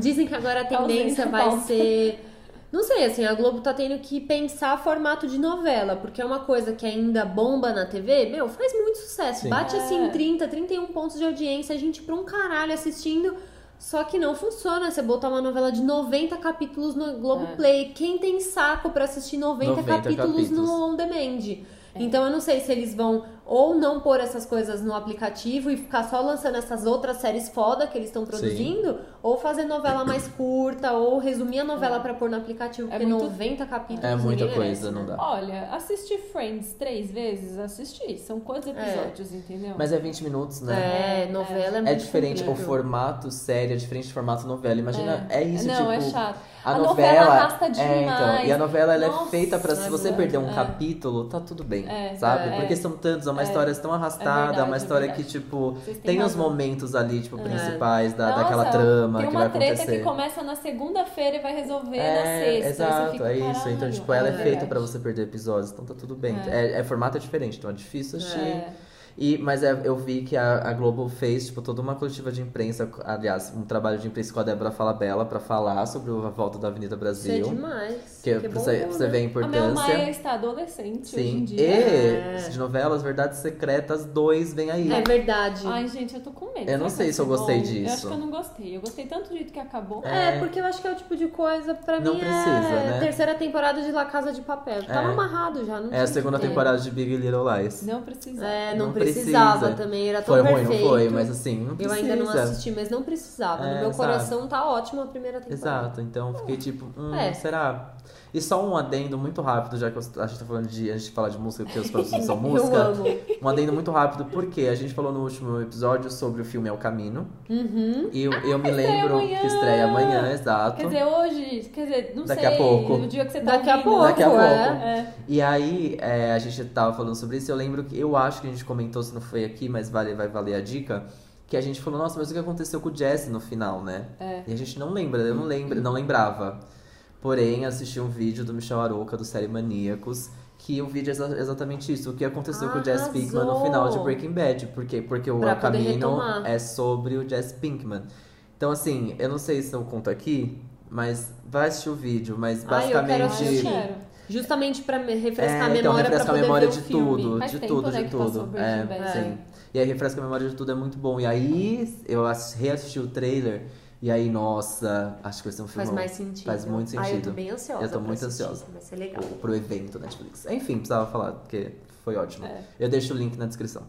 Speaker 2: Dizem que agora a tendência
Speaker 3: Ausência
Speaker 2: vai
Speaker 3: falsa.
Speaker 2: ser. Não sei, assim, a Globo tá tendo que pensar formato de novela, porque é uma coisa que ainda bomba na TV, meu, faz muito sucesso.
Speaker 1: Sim.
Speaker 2: Bate
Speaker 3: É.
Speaker 2: assim 30, 31 pontos de audiência, a gente pra um caralho assistindo. Só que não funciona você botar uma novela de 90 capítulos no
Speaker 3: É.
Speaker 2: Globoplay. Quem tem saco pra assistir 90,
Speaker 1: 90
Speaker 2: capítulos
Speaker 1: capítulos.
Speaker 2: no on demand. Então eu não sei se eles vão ou não pôr essas coisas no aplicativo e ficar só lançando essas outras séries foda que eles estão produzindo, ou fazer novela mais curta, ou resumir a novela pra pôr no aplicativo,
Speaker 3: É
Speaker 2: porque
Speaker 3: muito-
Speaker 2: 90 capítulos
Speaker 1: É muita
Speaker 2: ninguém merece,
Speaker 1: coisa,
Speaker 2: né?
Speaker 1: não dá.
Speaker 3: Olha, assisti Friends três vezes, assisti. São quantos episódios, entendeu?
Speaker 1: Mas é 20 minutos, né?
Speaker 2: É, novela é,
Speaker 1: É,
Speaker 2: muito
Speaker 1: diferente, o
Speaker 2: comprido.
Speaker 1: formato série é diferente do formato novela. Imagina, é, isso,
Speaker 3: não,
Speaker 1: tipo...
Speaker 3: é chato.
Speaker 1: A,
Speaker 3: A
Speaker 1: novela,
Speaker 3: novela arrasta
Speaker 1: É, então, e a
Speaker 3: demais.
Speaker 1: novela ela é
Speaker 3: Nossa,
Speaker 1: feita pra se
Speaker 3: é
Speaker 1: você
Speaker 3: muito-
Speaker 1: perder um
Speaker 3: é.
Speaker 1: capítulo, tá tudo bem,
Speaker 3: É,
Speaker 1: sabe?
Speaker 3: é,
Speaker 1: Porque
Speaker 3: é.
Speaker 1: são tantos, é uma
Speaker 3: É.
Speaker 1: história tão arrastada,
Speaker 3: É verdade,
Speaker 1: uma
Speaker 3: é
Speaker 1: história que
Speaker 3: verdade.
Speaker 1: tipo
Speaker 3: Vocês
Speaker 1: tem
Speaker 3: têm
Speaker 1: os
Speaker 3: razão. É.
Speaker 1: momentos ali tipo principais da,
Speaker 3: Nossa,
Speaker 1: daquela trama
Speaker 3: tem
Speaker 1: que
Speaker 3: uma
Speaker 1: vai
Speaker 3: treta
Speaker 1: acontecer.
Speaker 3: que começa na segunda-feira e vai resolver na
Speaker 1: é,
Speaker 3: sexta. Aí você
Speaker 1: exato,
Speaker 3: fica,
Speaker 1: é isso.
Speaker 3: "Caralho".
Speaker 1: Então, tipo, ela é, feita
Speaker 3: verdade.
Speaker 1: pra você perder episódios, então tá tudo bem. É, é formato é diferente, então é difícil assistir.
Speaker 3: É.
Speaker 1: E, mas é- eu vi que a, a Globo fez, tipo, toda uma coletiva de imprensa, aliás, um trabalho de imprensa com a Débora Falabella pra falar sobre a volta da Avenida
Speaker 2: Isso é
Speaker 1: Brasil.
Speaker 2: demais. é
Speaker 1: que é pra você, pra você
Speaker 2: né?
Speaker 1: ver a
Speaker 3: A Mel Maia
Speaker 1: importância.
Speaker 3: está adolescente hoje
Speaker 1: Sim.
Speaker 3: em
Speaker 1: E
Speaker 3: dia.
Speaker 2: É.
Speaker 1: de novelas Verdades Secretas 2 vem aí.
Speaker 2: É verdade.
Speaker 3: Ai, gente, eu tô com medo.
Speaker 1: Eu não
Speaker 3: Será que
Speaker 1: sei
Speaker 3: vai
Speaker 1: se eu
Speaker 3: ser
Speaker 1: gostei
Speaker 3: bom? Eu
Speaker 1: disso.
Speaker 3: acho que eu não gostei. Eu gostei tanto do jeito que acabou.
Speaker 2: É,
Speaker 1: É.
Speaker 2: porque eu acho que é o tipo de coisa, pra
Speaker 1: Não
Speaker 2: mim,
Speaker 1: precisa,
Speaker 2: é
Speaker 1: né?
Speaker 2: terceira temporada de La Casa de Papel. Tá Tava
Speaker 1: É.
Speaker 2: amarrado já,
Speaker 1: É
Speaker 2: não
Speaker 1: a
Speaker 2: tinha
Speaker 1: segunda
Speaker 2: que ter.
Speaker 1: temporada de Big Little Lies.
Speaker 3: Não precisa.
Speaker 2: É, não,
Speaker 1: Não
Speaker 2: precisava
Speaker 1: precisa.
Speaker 2: também, era tão
Speaker 1: Foi ruim,
Speaker 2: perfeito.
Speaker 1: não foi, mas assim, não
Speaker 2: Eu
Speaker 1: precisa.
Speaker 2: ainda não assisti, mas não precisava.
Speaker 1: É,
Speaker 2: no meu
Speaker 1: exato.
Speaker 2: coração tá ótimo a primeira temporada.
Speaker 1: Exato, então eu fiquei tipo, hum,
Speaker 2: É.
Speaker 1: será? E só um adendo muito rápido, já que eu- a gente tá falando de. A gente fala de música porque os produtos são
Speaker 2: Eu
Speaker 1: música.
Speaker 2: amo.
Speaker 1: Um adendo muito rápido, porque a gente falou no último episódio sobre o filme É o Caminho.
Speaker 2: Uhum.
Speaker 1: E eu, eu me
Speaker 3: estreia
Speaker 1: lembro
Speaker 3: amanhã!
Speaker 1: que estreia amanhã, exato.
Speaker 3: Quer dizer, hoje, quer dizer, não
Speaker 1: Daqui
Speaker 3: sei.
Speaker 1: a pouco.
Speaker 3: O dia que você tá
Speaker 2: Daqui a
Speaker 3: ouvindo.
Speaker 2: pouco,
Speaker 1: Daqui a né, pouco.
Speaker 3: É.
Speaker 1: E aí, é, a gente tava falando sobre isso, eu lembro que eu acho que a gente comentou, se não foi aqui, mas vale, vai valer a dica, que a gente falou, nossa, mas o que aconteceu com o Jesse no final, né?
Speaker 3: É.
Speaker 1: E a gente não lembra, eu não lembro, não lembrava. Porém, assisti um vídeo do Michel Arouca, do Série Maníacos, que o vídeo é exa- exatamente isso, o que aconteceu com o Jesse
Speaker 2: Arrasou!
Speaker 1: Pinkman no final de Breaking Bad. Por quê? Porque o
Speaker 2: Pra
Speaker 1: El
Speaker 2: poder
Speaker 1: Camino
Speaker 2: retomar.
Speaker 1: é sobre o Jesse Pinkman. Então, assim, eu não sei se eu conto aqui, mas vai assistir o vídeo, mas
Speaker 2: Ai, eu quero
Speaker 1: basicamente...
Speaker 2: assistir.
Speaker 3: Ah, eu quero.
Speaker 2: Justamente pra me- refrescar a
Speaker 1: É,
Speaker 2: memória
Speaker 1: então refresca
Speaker 2: pra
Speaker 1: a
Speaker 2: poder
Speaker 1: memória
Speaker 2: ver o
Speaker 1: de
Speaker 2: filme.
Speaker 1: tudo,
Speaker 3: Faz
Speaker 1: de
Speaker 3: tempo,
Speaker 1: tudo,
Speaker 3: né,
Speaker 1: de
Speaker 3: que passou
Speaker 1: tudo.
Speaker 3: Breaking
Speaker 1: É,
Speaker 3: Bad.
Speaker 1: sim. E aí refresca a memória de tudo é muito bom. E aí eu ass- reassisti o trailer e aí, nossa, acho que vai ser um filme.
Speaker 2: Faz mais sentido.
Speaker 1: Faz muito
Speaker 2: Ai, eu tô
Speaker 1: sentido.
Speaker 2: bem ansiosa.
Speaker 1: Eu tô
Speaker 2: pra
Speaker 1: muito
Speaker 2: assistir,
Speaker 1: ansiosa.
Speaker 2: Vai ser legal.
Speaker 1: Ou pro evento Netflix. Enfim, precisava falar, porque foi ótimo.
Speaker 3: É.
Speaker 1: Eu deixo o link na descrição,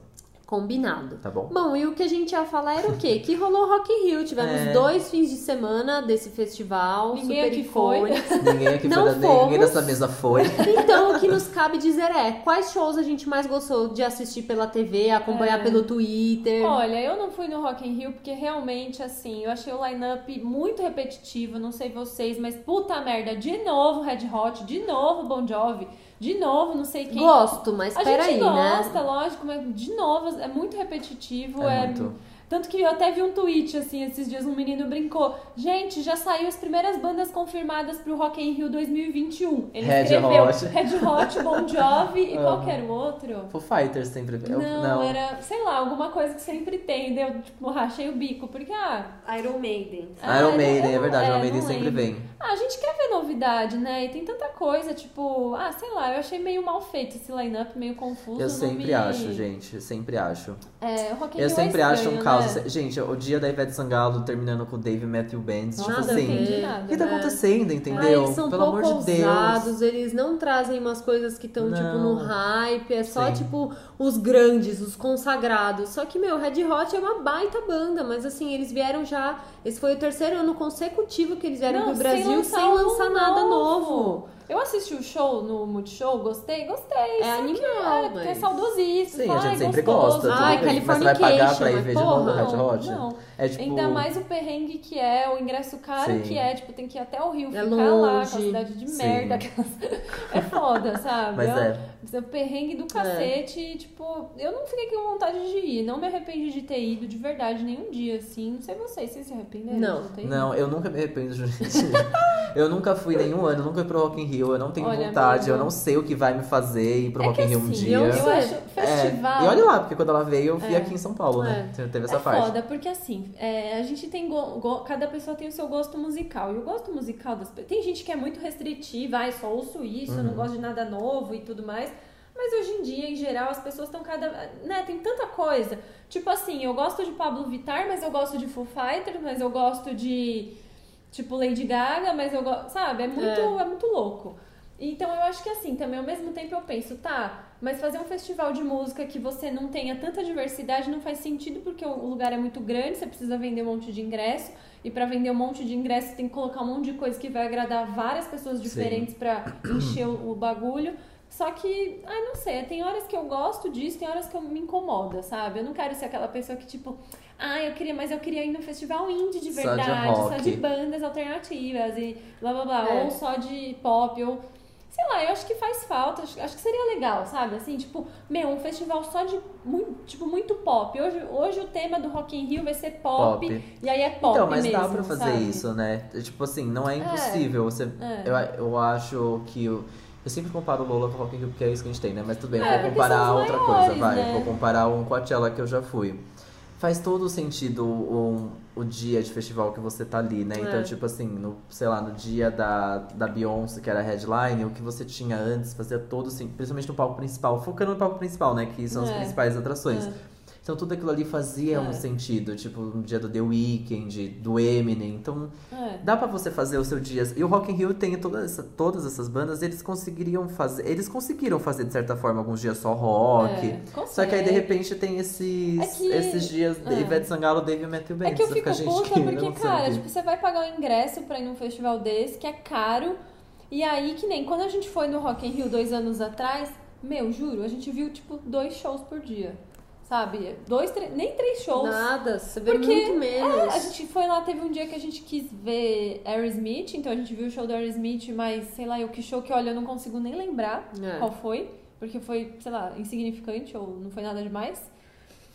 Speaker 2: Combinado.
Speaker 1: tá bom?
Speaker 2: Bom, e o que a gente ia falar era o quê? Que rolou Rock in Rio. Tivemos
Speaker 1: É.
Speaker 2: dois fins de semana desse festival.
Speaker 3: Ninguém
Speaker 2: super
Speaker 3: aqui foi.
Speaker 2: icônicos.
Speaker 1: Ninguém aqui
Speaker 2: Não
Speaker 1: foi da, ninguém
Speaker 2: fomos.
Speaker 1: dessa mesa foi.
Speaker 2: Então, o que nos cabe dizer é quais shows a gente mais gostou de assistir pela TV, acompanhar
Speaker 3: É.
Speaker 2: pelo Twitter.
Speaker 3: Olha, eu não fui no Rock in Rio porque realmente, assim, eu achei o line-up muito repetitivo, não sei vocês, mas puta merda, de novo Red Hot, de novo Bon Jovi, de novo não sei quem.
Speaker 2: Gosto, mas
Speaker 3: A gente
Speaker 2: peraí, né?
Speaker 3: gosta, lógico, mas de novo, é muito repetitivo,
Speaker 1: É
Speaker 3: é...
Speaker 1: muito.
Speaker 3: Tanto que eu até vi um tweet, assim, esses dias um menino brincou. Gente, já saiu as primeiras bandas confirmadas pro Rock in Rio 2021. Ele
Speaker 1: Red
Speaker 3: escreveu
Speaker 1: Hot.
Speaker 3: Red Hot, Bon Jovi e
Speaker 1: Amo.
Speaker 3: qualquer outro.
Speaker 1: Foo Fighters sempre. eu-
Speaker 3: Não, era, sei lá, alguma coisa que sempre tem, daí eu tipo, rachei o bico, porque ah,
Speaker 2: Iron Maiden.
Speaker 3: Ah,
Speaker 1: Iron
Speaker 3: eu-
Speaker 1: Maiden,
Speaker 3: eu-
Speaker 1: é verdade.
Speaker 3: é,
Speaker 1: Iron Maiden
Speaker 3: não
Speaker 1: sempre
Speaker 3: lembro.
Speaker 1: vem.
Speaker 3: ah, a gente quer ver novidade, né? E tem tanta coisa, tipo, ah, sei lá, eu achei meio mal feito esse line-up, meio confuso.
Speaker 1: Eu
Speaker 3: não
Speaker 1: sempre
Speaker 3: me-
Speaker 1: acho, gente. Eu sempre acho.
Speaker 3: É, o Rock in
Speaker 1: Eu
Speaker 3: Rio é
Speaker 1: sempre
Speaker 3: estranho,
Speaker 1: acho um
Speaker 3: né?
Speaker 1: caos. Gente, o dia da Ivete Sangalo terminando com o Dave Matthew Bands,
Speaker 3: Nossa,
Speaker 1: tipo
Speaker 2: Nada a
Speaker 3: eu
Speaker 1: assim.
Speaker 2: ver.
Speaker 3: entendi
Speaker 1: O
Speaker 3: nada.
Speaker 1: que tá
Speaker 2: É.
Speaker 1: acontecendo, entendeu?
Speaker 2: Ah, eles são
Speaker 1: Pelo
Speaker 2: pouco
Speaker 1: amor de Deus.
Speaker 2: ousados, eles não trazem umas coisas que estão, tipo,
Speaker 1: Não.
Speaker 2: no hype, é só,
Speaker 1: Sim.
Speaker 2: tipo, os grandes, os consagrados. Só que, meu, Red Hot é uma baita banda, mas, assim, eles vieram já... Esse foi o terceiro ano consecutivo que eles vieram
Speaker 3: Não, um
Speaker 2: pro Brasil sem lançar,
Speaker 3: álbum
Speaker 2: nada novo.
Speaker 3: Eu assisti o show no Multishow, gostei, gostei.
Speaker 2: É
Speaker 3: só
Speaker 2: animal,
Speaker 3: que, ah, porque é
Speaker 2: mas-
Speaker 3: saudosista.
Speaker 1: Sim, a
Speaker 3: fala,
Speaker 1: gente
Speaker 3: "Ai,
Speaker 1: sempre
Speaker 3: gostoso".
Speaker 1: gosta. tudo
Speaker 2: Ai,
Speaker 1: bem, mas você vai pagar pra ir
Speaker 2: Californication,
Speaker 1: ver de
Speaker 2: mas
Speaker 1: novo o
Speaker 2: porra,
Speaker 1: Red Hot?
Speaker 3: Não,
Speaker 1: É tipo.
Speaker 3: Ainda mais o perrengue que é, o ingresso caro
Speaker 1: Sim.
Speaker 3: que é, tipo, tem que ir até o Rio
Speaker 2: É
Speaker 3: ficar lá,
Speaker 2: longe.
Speaker 3: aquela cidade de
Speaker 1: Sim.
Speaker 3: merda. aquelas- É foda, sabe?
Speaker 1: Mas
Speaker 3: é.
Speaker 1: é.
Speaker 3: um perrengue do cacete, tipo, eu não fiquei com vontade de ir, não me arrependi de ter ido de verdade nenhum dia, assim. Não sei vocês, vocês se arrependeram
Speaker 2: Não.
Speaker 3: de ter ido?
Speaker 1: Não, eu nunca me arrependo, gente. eu nunca fui nenhum ano, eu nunca fui pro Rock in Rio, eu não tenho
Speaker 3: Olha,
Speaker 1: vontade,
Speaker 3: amigo.
Speaker 1: eu não sei o que vai me fazer ir pro
Speaker 3: É
Speaker 1: Rock
Speaker 3: que
Speaker 1: in Rio um
Speaker 3: assim,
Speaker 1: dia.
Speaker 3: Eu,
Speaker 2: eu sei.
Speaker 3: acho festival.
Speaker 1: É, E olha lá, porque quando ela veio, eu vi
Speaker 3: É.
Speaker 1: aqui em São Paulo, né? Teve essa
Speaker 3: é
Speaker 1: parte.
Speaker 3: foda, porque assim, é, a gente tem. go- go- cada pessoa tem o seu gosto musical. E o gosto musical das pessoas. Tem gente que é muito restritiva, ai, só ouço isso, eu não
Speaker 1: Uhum.
Speaker 3: gosto de nada novo e tudo mais. Mas hoje em dia, em geral, as pessoas estão cada. né, tem tanta coisa. Tipo assim, eu gosto de Pablo Vittar, mas eu gosto de Foo Fighters, mas eu gosto de. Tipo Lady Gaga, mas eu gosto. Sabe? É muito, é. muito louco. Então eu acho que assim, também ao mesmo tempo eu penso, tá, mas fazer um festival de música que você não tenha tanta diversidade não faz sentido porque o lugar é muito grande, você precisa vender um monte de ingresso e pra vender um monte de ingresso tem que colocar um monte de coisa que vai agradar várias pessoas diferentes pra encher o, o bagulho. Só que, ai, não sei, tem horas que eu gosto disso, tem horas que eu me incomoda, sabe? Eu não quero ser aquela pessoa que tipo, ah, eu queria, mas eu queria ir num festival indie
Speaker 1: Só de
Speaker 3: de verdade, só
Speaker 1: rock.
Speaker 3: de bandas alternativas e blá blá blá,
Speaker 2: É.
Speaker 3: ou só de pop, ou sei lá, eu acho que faz falta, acho, acho que seria legal, sabe? Assim, tipo, meu, um festival só de muito, tipo muito pop. Hoje, hoje o tema do Rock in Rio vai ser pop,
Speaker 1: Pop.
Speaker 3: e aí é pop
Speaker 1: então, mas
Speaker 3: mesmo,
Speaker 1: dá pra fazer
Speaker 3: sabe?
Speaker 1: é isso, né? Tipo assim, não é impossível. Você,
Speaker 3: É.
Speaker 1: Eu, eu acho que o- Eu sempre comparo o Lola com o Rock in Rio, porque é isso que a gente tem, né? Mas tudo bem,
Speaker 3: É,
Speaker 1: vou
Speaker 3: porque
Speaker 1: comparar a
Speaker 3: são os
Speaker 1: outra
Speaker 3: maiores,
Speaker 1: coisa, vai.
Speaker 3: né?
Speaker 1: Vou comparar um Coachella que eu já fui. Faz todo sentido um- o dia de festival que você tá ali, né? Então,
Speaker 2: É.
Speaker 1: tipo assim, no, sei lá, no dia da, da Beyoncé, que era a headline, o que você tinha antes fazia todo sentido, principalmente no palco principal, focando no palco principal, né? Que são as
Speaker 3: É.
Speaker 1: principais atrações.
Speaker 3: É.
Speaker 1: Então tudo aquilo ali fazia um
Speaker 3: É.
Speaker 1: sentido, tipo, no dia do The Weeknd, do Eminem, então
Speaker 3: É.
Speaker 1: Dá pra você fazer o seu dia. E o Rock in Rio tem toda essa- todas essas bandas, eles conseguiriam fazer. Eles conseguiram fazer, de certa forma, alguns dias só rock.
Speaker 3: É, consegue.
Speaker 1: Só que aí, de repente, tem esses,
Speaker 3: É que-
Speaker 1: esses dias de
Speaker 3: é.
Speaker 1: Ivete Sangalo, Dave e Matthew Banks.
Speaker 3: É que eu
Speaker 1: Você
Speaker 3: fico
Speaker 1: fica, gente,
Speaker 3: puta
Speaker 1: que
Speaker 3: porque,
Speaker 1: negócio
Speaker 3: cara,
Speaker 1: aqui.
Speaker 3: tipo, você vai pagar o ingresso pra ir num festival desse, que é caro. E aí, que nem quando a gente foi no Rock in Rio dois anos atrás, meu, juro, a gente viu, tipo, dois shows por dia. Sabe? Dois, três, nem três shows.
Speaker 2: Nada, você vê
Speaker 3: Porque-
Speaker 2: muito menos.
Speaker 3: A gente foi lá, teve um dia que a gente quis ver Aerosmith, então a gente viu o show do Aerosmith, mas sei lá, eu que show que olha, eu não consigo nem lembrar
Speaker 2: É.
Speaker 3: qual foi, porque foi, sei lá, insignificante ou não foi nada demais.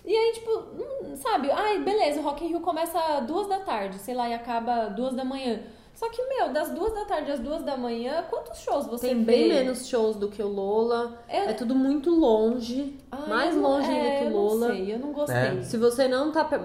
Speaker 3: E aí, tipo, hum, sabe, ai, beleza, o Rock in Rio começa duas da tarde, sei lá, e acaba duas da manhã. Só que, meu, das duas da tarde às duas da manhã, quantos shows você
Speaker 2: Tem
Speaker 3: vê?
Speaker 2: bem menos shows do que o Lola.
Speaker 3: É-
Speaker 2: É, tudo muito longe.
Speaker 3: Ai,
Speaker 2: mais
Speaker 3: eu não-
Speaker 2: longe ainda
Speaker 3: é,
Speaker 2: que
Speaker 3: eu
Speaker 2: o
Speaker 3: não
Speaker 2: Lola.
Speaker 3: sei, eu não gostei.
Speaker 1: É.
Speaker 2: Se você não tá pe-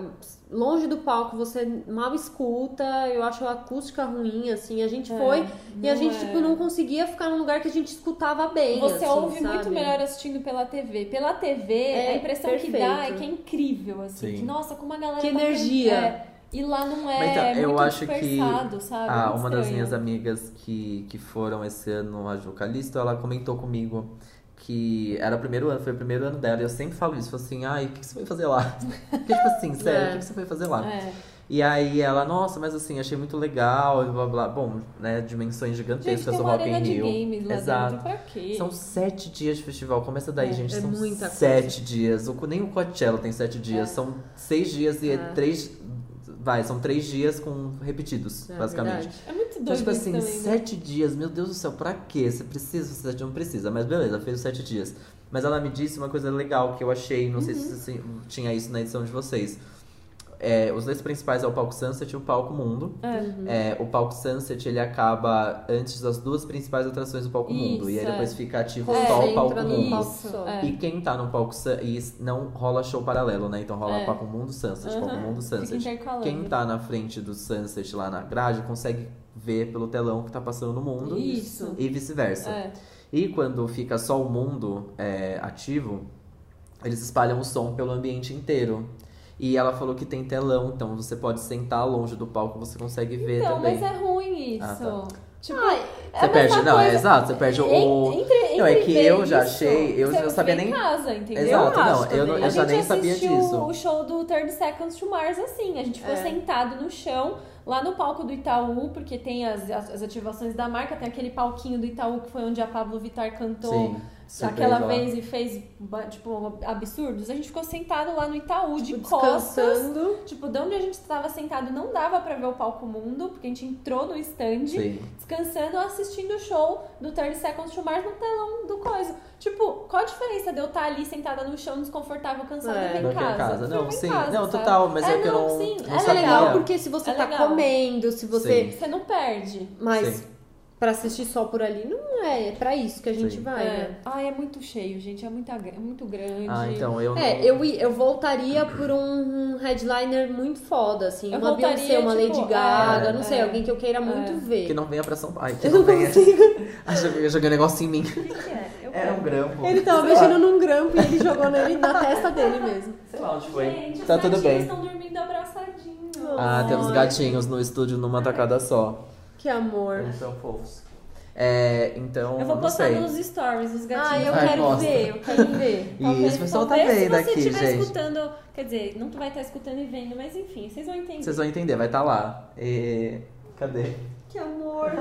Speaker 2: longe do palco, você mal escuta, eu acho a acústica ruim, assim. A gente
Speaker 3: É,
Speaker 2: foi e a
Speaker 3: não
Speaker 2: gente,
Speaker 3: é.
Speaker 2: tipo, não conseguia ficar num lugar que a gente escutava bem. assim,
Speaker 3: Você ouve
Speaker 2: sabe?
Speaker 3: muito melhor assistindo pela TV. Pela TV,
Speaker 2: É,
Speaker 3: a impressão que
Speaker 2: perfeito.
Speaker 3: dá é que é incrível, assim.
Speaker 1: Sim.
Speaker 3: Que, nossa, como a galera.
Speaker 2: Que
Speaker 3: tá
Speaker 2: energia.
Speaker 3: can- é. E lá não é.
Speaker 1: Mas então,
Speaker 3: é
Speaker 1: eu
Speaker 3: muito
Speaker 1: acho que
Speaker 3: dispersado, sabe? É
Speaker 1: Ah,
Speaker 3: Muito
Speaker 1: uma das
Speaker 3: estranho.
Speaker 1: minhas amigas que, que foram esse ano a Jucalisto, ela comentou comigo que era o primeiro ano, foi o primeiro ano dela. E eu sempre falo isso, falo assim, ai, o que, que você foi fazer lá? Porque, tipo assim, sério, o
Speaker 2: É.
Speaker 1: que, que você foi fazer lá?
Speaker 3: É.
Speaker 1: E aí ela, nossa, mas assim, achei muito legal, e blá blá. Bom, né, dimensões
Speaker 3: Gente,
Speaker 1: gigantescas
Speaker 3: tem
Speaker 1: do
Speaker 3: uma
Speaker 1: Rock in
Speaker 3: arena de
Speaker 1: Rio.
Speaker 3: games lá
Speaker 1: Exato.
Speaker 3: dentro. Pra quê?
Speaker 1: São sete dias de festival, começa daí,
Speaker 3: É,
Speaker 1: gente.
Speaker 2: é
Speaker 1: são
Speaker 2: muita coisa.
Speaker 1: sete dias. O, nem o Coachella tem sete dias.
Speaker 3: É.
Speaker 1: São seis dias e
Speaker 2: É.
Speaker 1: três. Vai, são três dias com repetidos,
Speaker 2: É
Speaker 1: basicamente.
Speaker 2: verdade.
Speaker 3: É muito doido
Speaker 1: Então, tipo
Speaker 3: isso
Speaker 1: assim,
Speaker 3: também, né?
Speaker 1: sete dias, meu Deus do céu, pra quê? Você precisa, você não precisa, mas beleza, fez os sete dias. Mas ela me disse uma coisa legal que eu achei, não sei
Speaker 3: Uhum.
Speaker 1: se se tinha isso na edição de vocês. É, os dois principais é o palco Sunset e o palco Mundo.
Speaker 3: É.
Speaker 1: É, o palco Sunset ele acaba antes das duas principais atrações do palco Mundo. E aí
Speaker 3: Isso, é.
Speaker 1: depois fica ativo
Speaker 2: Você
Speaker 1: só
Speaker 2: entra
Speaker 1: o palco
Speaker 2: num
Speaker 1: Mundo.
Speaker 2: palco
Speaker 3: Isso,
Speaker 2: só.
Speaker 3: é.
Speaker 1: E quem tá no palco Sun- e não rola show paralelo, né? Então rola
Speaker 3: É.
Speaker 1: palco Mundo Sunset, palco
Speaker 3: Aham.
Speaker 1: Mundo
Speaker 3: Fica
Speaker 1: Sunset.
Speaker 3: intercalando.
Speaker 1: Quem tá na frente do Sunset lá na grade consegue ver pelo telão que tá passando no mundo
Speaker 3: Isso.
Speaker 1: e vice-versa.
Speaker 3: É.
Speaker 1: E quando fica só o mundo é, ativo, eles espalham o som pelo ambiente inteiro. E ela falou que tem telão, então você pode sentar longe do palco, você consegue ver
Speaker 3: Então,
Speaker 1: também.
Speaker 3: mas é ruim isso.
Speaker 1: Ah, tá.
Speaker 3: Tipo,
Speaker 2: Ai,
Speaker 3: é
Speaker 1: Você
Speaker 3: a
Speaker 1: perde,
Speaker 3: mesma
Speaker 1: não, é
Speaker 3: coisa.
Speaker 1: exato, você perde o.
Speaker 3: Entre,
Speaker 1: Não, é
Speaker 3: entre
Speaker 1: que
Speaker 3: ver
Speaker 1: eu já
Speaker 3: isso,
Speaker 1: achei- eu
Speaker 3: você
Speaker 1: já sabia
Speaker 3: fica em
Speaker 1: nem-
Speaker 3: casa, entendeu?
Speaker 1: Exato,
Speaker 2: Eu
Speaker 1: não,
Speaker 2: acho
Speaker 1: eu, não-
Speaker 2: também.
Speaker 1: eu
Speaker 3: a
Speaker 1: já
Speaker 3: gente
Speaker 1: nem sabia
Speaker 3: assistiu
Speaker 1: disso.
Speaker 3: o show do 30 Seconds to Mars assim. A gente ficou
Speaker 2: É.
Speaker 3: sentado no chão, lá no palco do Itaú, porque tem as, as, as ativações da marca, tem aquele palquinho do Itaú que foi onde a Pablo Vittar cantou
Speaker 1: Sim, surpresa
Speaker 3: aquela
Speaker 1: lá.
Speaker 3: vez e fez, ba- tipo, absurdos. A gente ficou sentado lá no Itaú, de costas.
Speaker 2: Tipo, descansando.
Speaker 3: Tipo, de onde a gente estava sentado não dava pra ver o palco mundo, porque a gente entrou no stand
Speaker 1: Sim.
Speaker 3: descansando, assistindo o show do 30 Seconds to Mars no telão do coisa. Tipo, qual a diferença de eu estar ali sentada no chão, desconfortável, cansada,
Speaker 2: É.
Speaker 3: e vir
Speaker 1: Do
Speaker 3: em
Speaker 1: que em
Speaker 3: casa?
Speaker 1: casa.
Speaker 3: Eu
Speaker 1: Não,
Speaker 3: vim em
Speaker 1: sim.
Speaker 3: casa,
Speaker 1: Não,
Speaker 3: sabe?
Speaker 1: total, mas é que eu não-
Speaker 3: Sim,
Speaker 1: não
Speaker 2: É
Speaker 3: é
Speaker 2: legal
Speaker 1: sabia.
Speaker 3: legal.
Speaker 1: por-
Speaker 2: porque se você
Speaker 3: É
Speaker 2: tá
Speaker 3: legal.
Speaker 2: comendo, se você.
Speaker 3: Você não perde.
Speaker 2: Mas
Speaker 1: Sim.
Speaker 2: pra assistir só por ali, não é. É pra isso que a gente
Speaker 1: Sim.
Speaker 2: vai, né?
Speaker 3: É. Ai, é muito cheio, gente. É, muita, gra- é muito grande.
Speaker 1: Ah, então eu não.
Speaker 2: É, eu, i- eu voltaria por um headliner muito foda, assim.
Speaker 3: Eu
Speaker 2: uma
Speaker 3: voltaria,
Speaker 2: Beyoncé, uma
Speaker 3: tipo,
Speaker 2: Lady Gaga,
Speaker 1: é,
Speaker 2: não sei,
Speaker 3: é.
Speaker 2: alguém que eu queira muito
Speaker 3: É.
Speaker 2: ver.
Speaker 1: Que não venha pra São Paulo. Ai, que
Speaker 2: Eu
Speaker 1: não
Speaker 2: não
Speaker 1: venha.
Speaker 2: consigo.
Speaker 1: Ai, joguei, eu joguei um negócio em mim.
Speaker 3: O que, que é? Eu
Speaker 1: Era um grampo.
Speaker 2: Ele tava
Speaker 1: Sei lá.
Speaker 2: mexendo num grampo e ele jogou nele na testa dele mesmo.
Speaker 1: Sei lá onde foi.
Speaker 3: Gente,
Speaker 1: tá
Speaker 3: os
Speaker 1: tudo
Speaker 3: gatinhos
Speaker 1: bem.
Speaker 3: estão dormindo abraçadinhos.
Speaker 1: Ah, temos
Speaker 2: Ai.
Speaker 1: gatinhos no estúdio numa tacada só.
Speaker 2: Que amor.
Speaker 1: Eles são fofos. É, então,
Speaker 3: Eu vou
Speaker 1: não
Speaker 3: postar
Speaker 1: sei.
Speaker 3: nos stories os gatinhos.
Speaker 2: Ah, eu
Speaker 1: Ai,
Speaker 2: quero
Speaker 1: bosta.
Speaker 2: ver, eu quero ver.
Speaker 1: Isso, o pessoal tá
Speaker 3: talvez
Speaker 1: vendo
Speaker 3: se você
Speaker 1: aqui,
Speaker 3: estiver
Speaker 1: gente.
Speaker 3: escutando, quer dizer, não tu vai estar escutando e vendo, mas enfim, vocês vão entender.
Speaker 1: Vocês vão entender, vai estar tá lá. É, cadê?
Speaker 3: Que amor.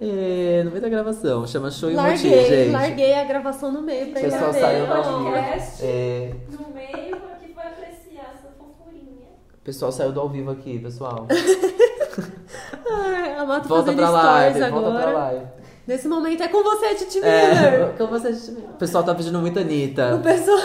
Speaker 1: É, no meio da gravação, chama Show e Moti,
Speaker 2: Larguei,
Speaker 1: gente.
Speaker 2: larguei a gravação no meio pra
Speaker 1: O
Speaker 2: ir
Speaker 1: pessoal
Speaker 2: ver.
Speaker 1: saiu da
Speaker 3: Não.
Speaker 1: vivo. É,
Speaker 3: no meio, porque vai apreciar essa fofurinha.
Speaker 1: o pessoal saiu do ao vivo aqui, pessoal.
Speaker 3: Tá
Speaker 2: Ai, a Mato
Speaker 1: Volta
Speaker 2: fazendo
Speaker 1: pra
Speaker 2: stories
Speaker 1: live,
Speaker 2: agora.
Speaker 1: volta pra live.
Speaker 2: Nesse momento é com você, Titi Miller.
Speaker 1: É, como vocês... O pessoal tá pedindo muito
Speaker 2: O
Speaker 1: Anitta.
Speaker 2: pessoal...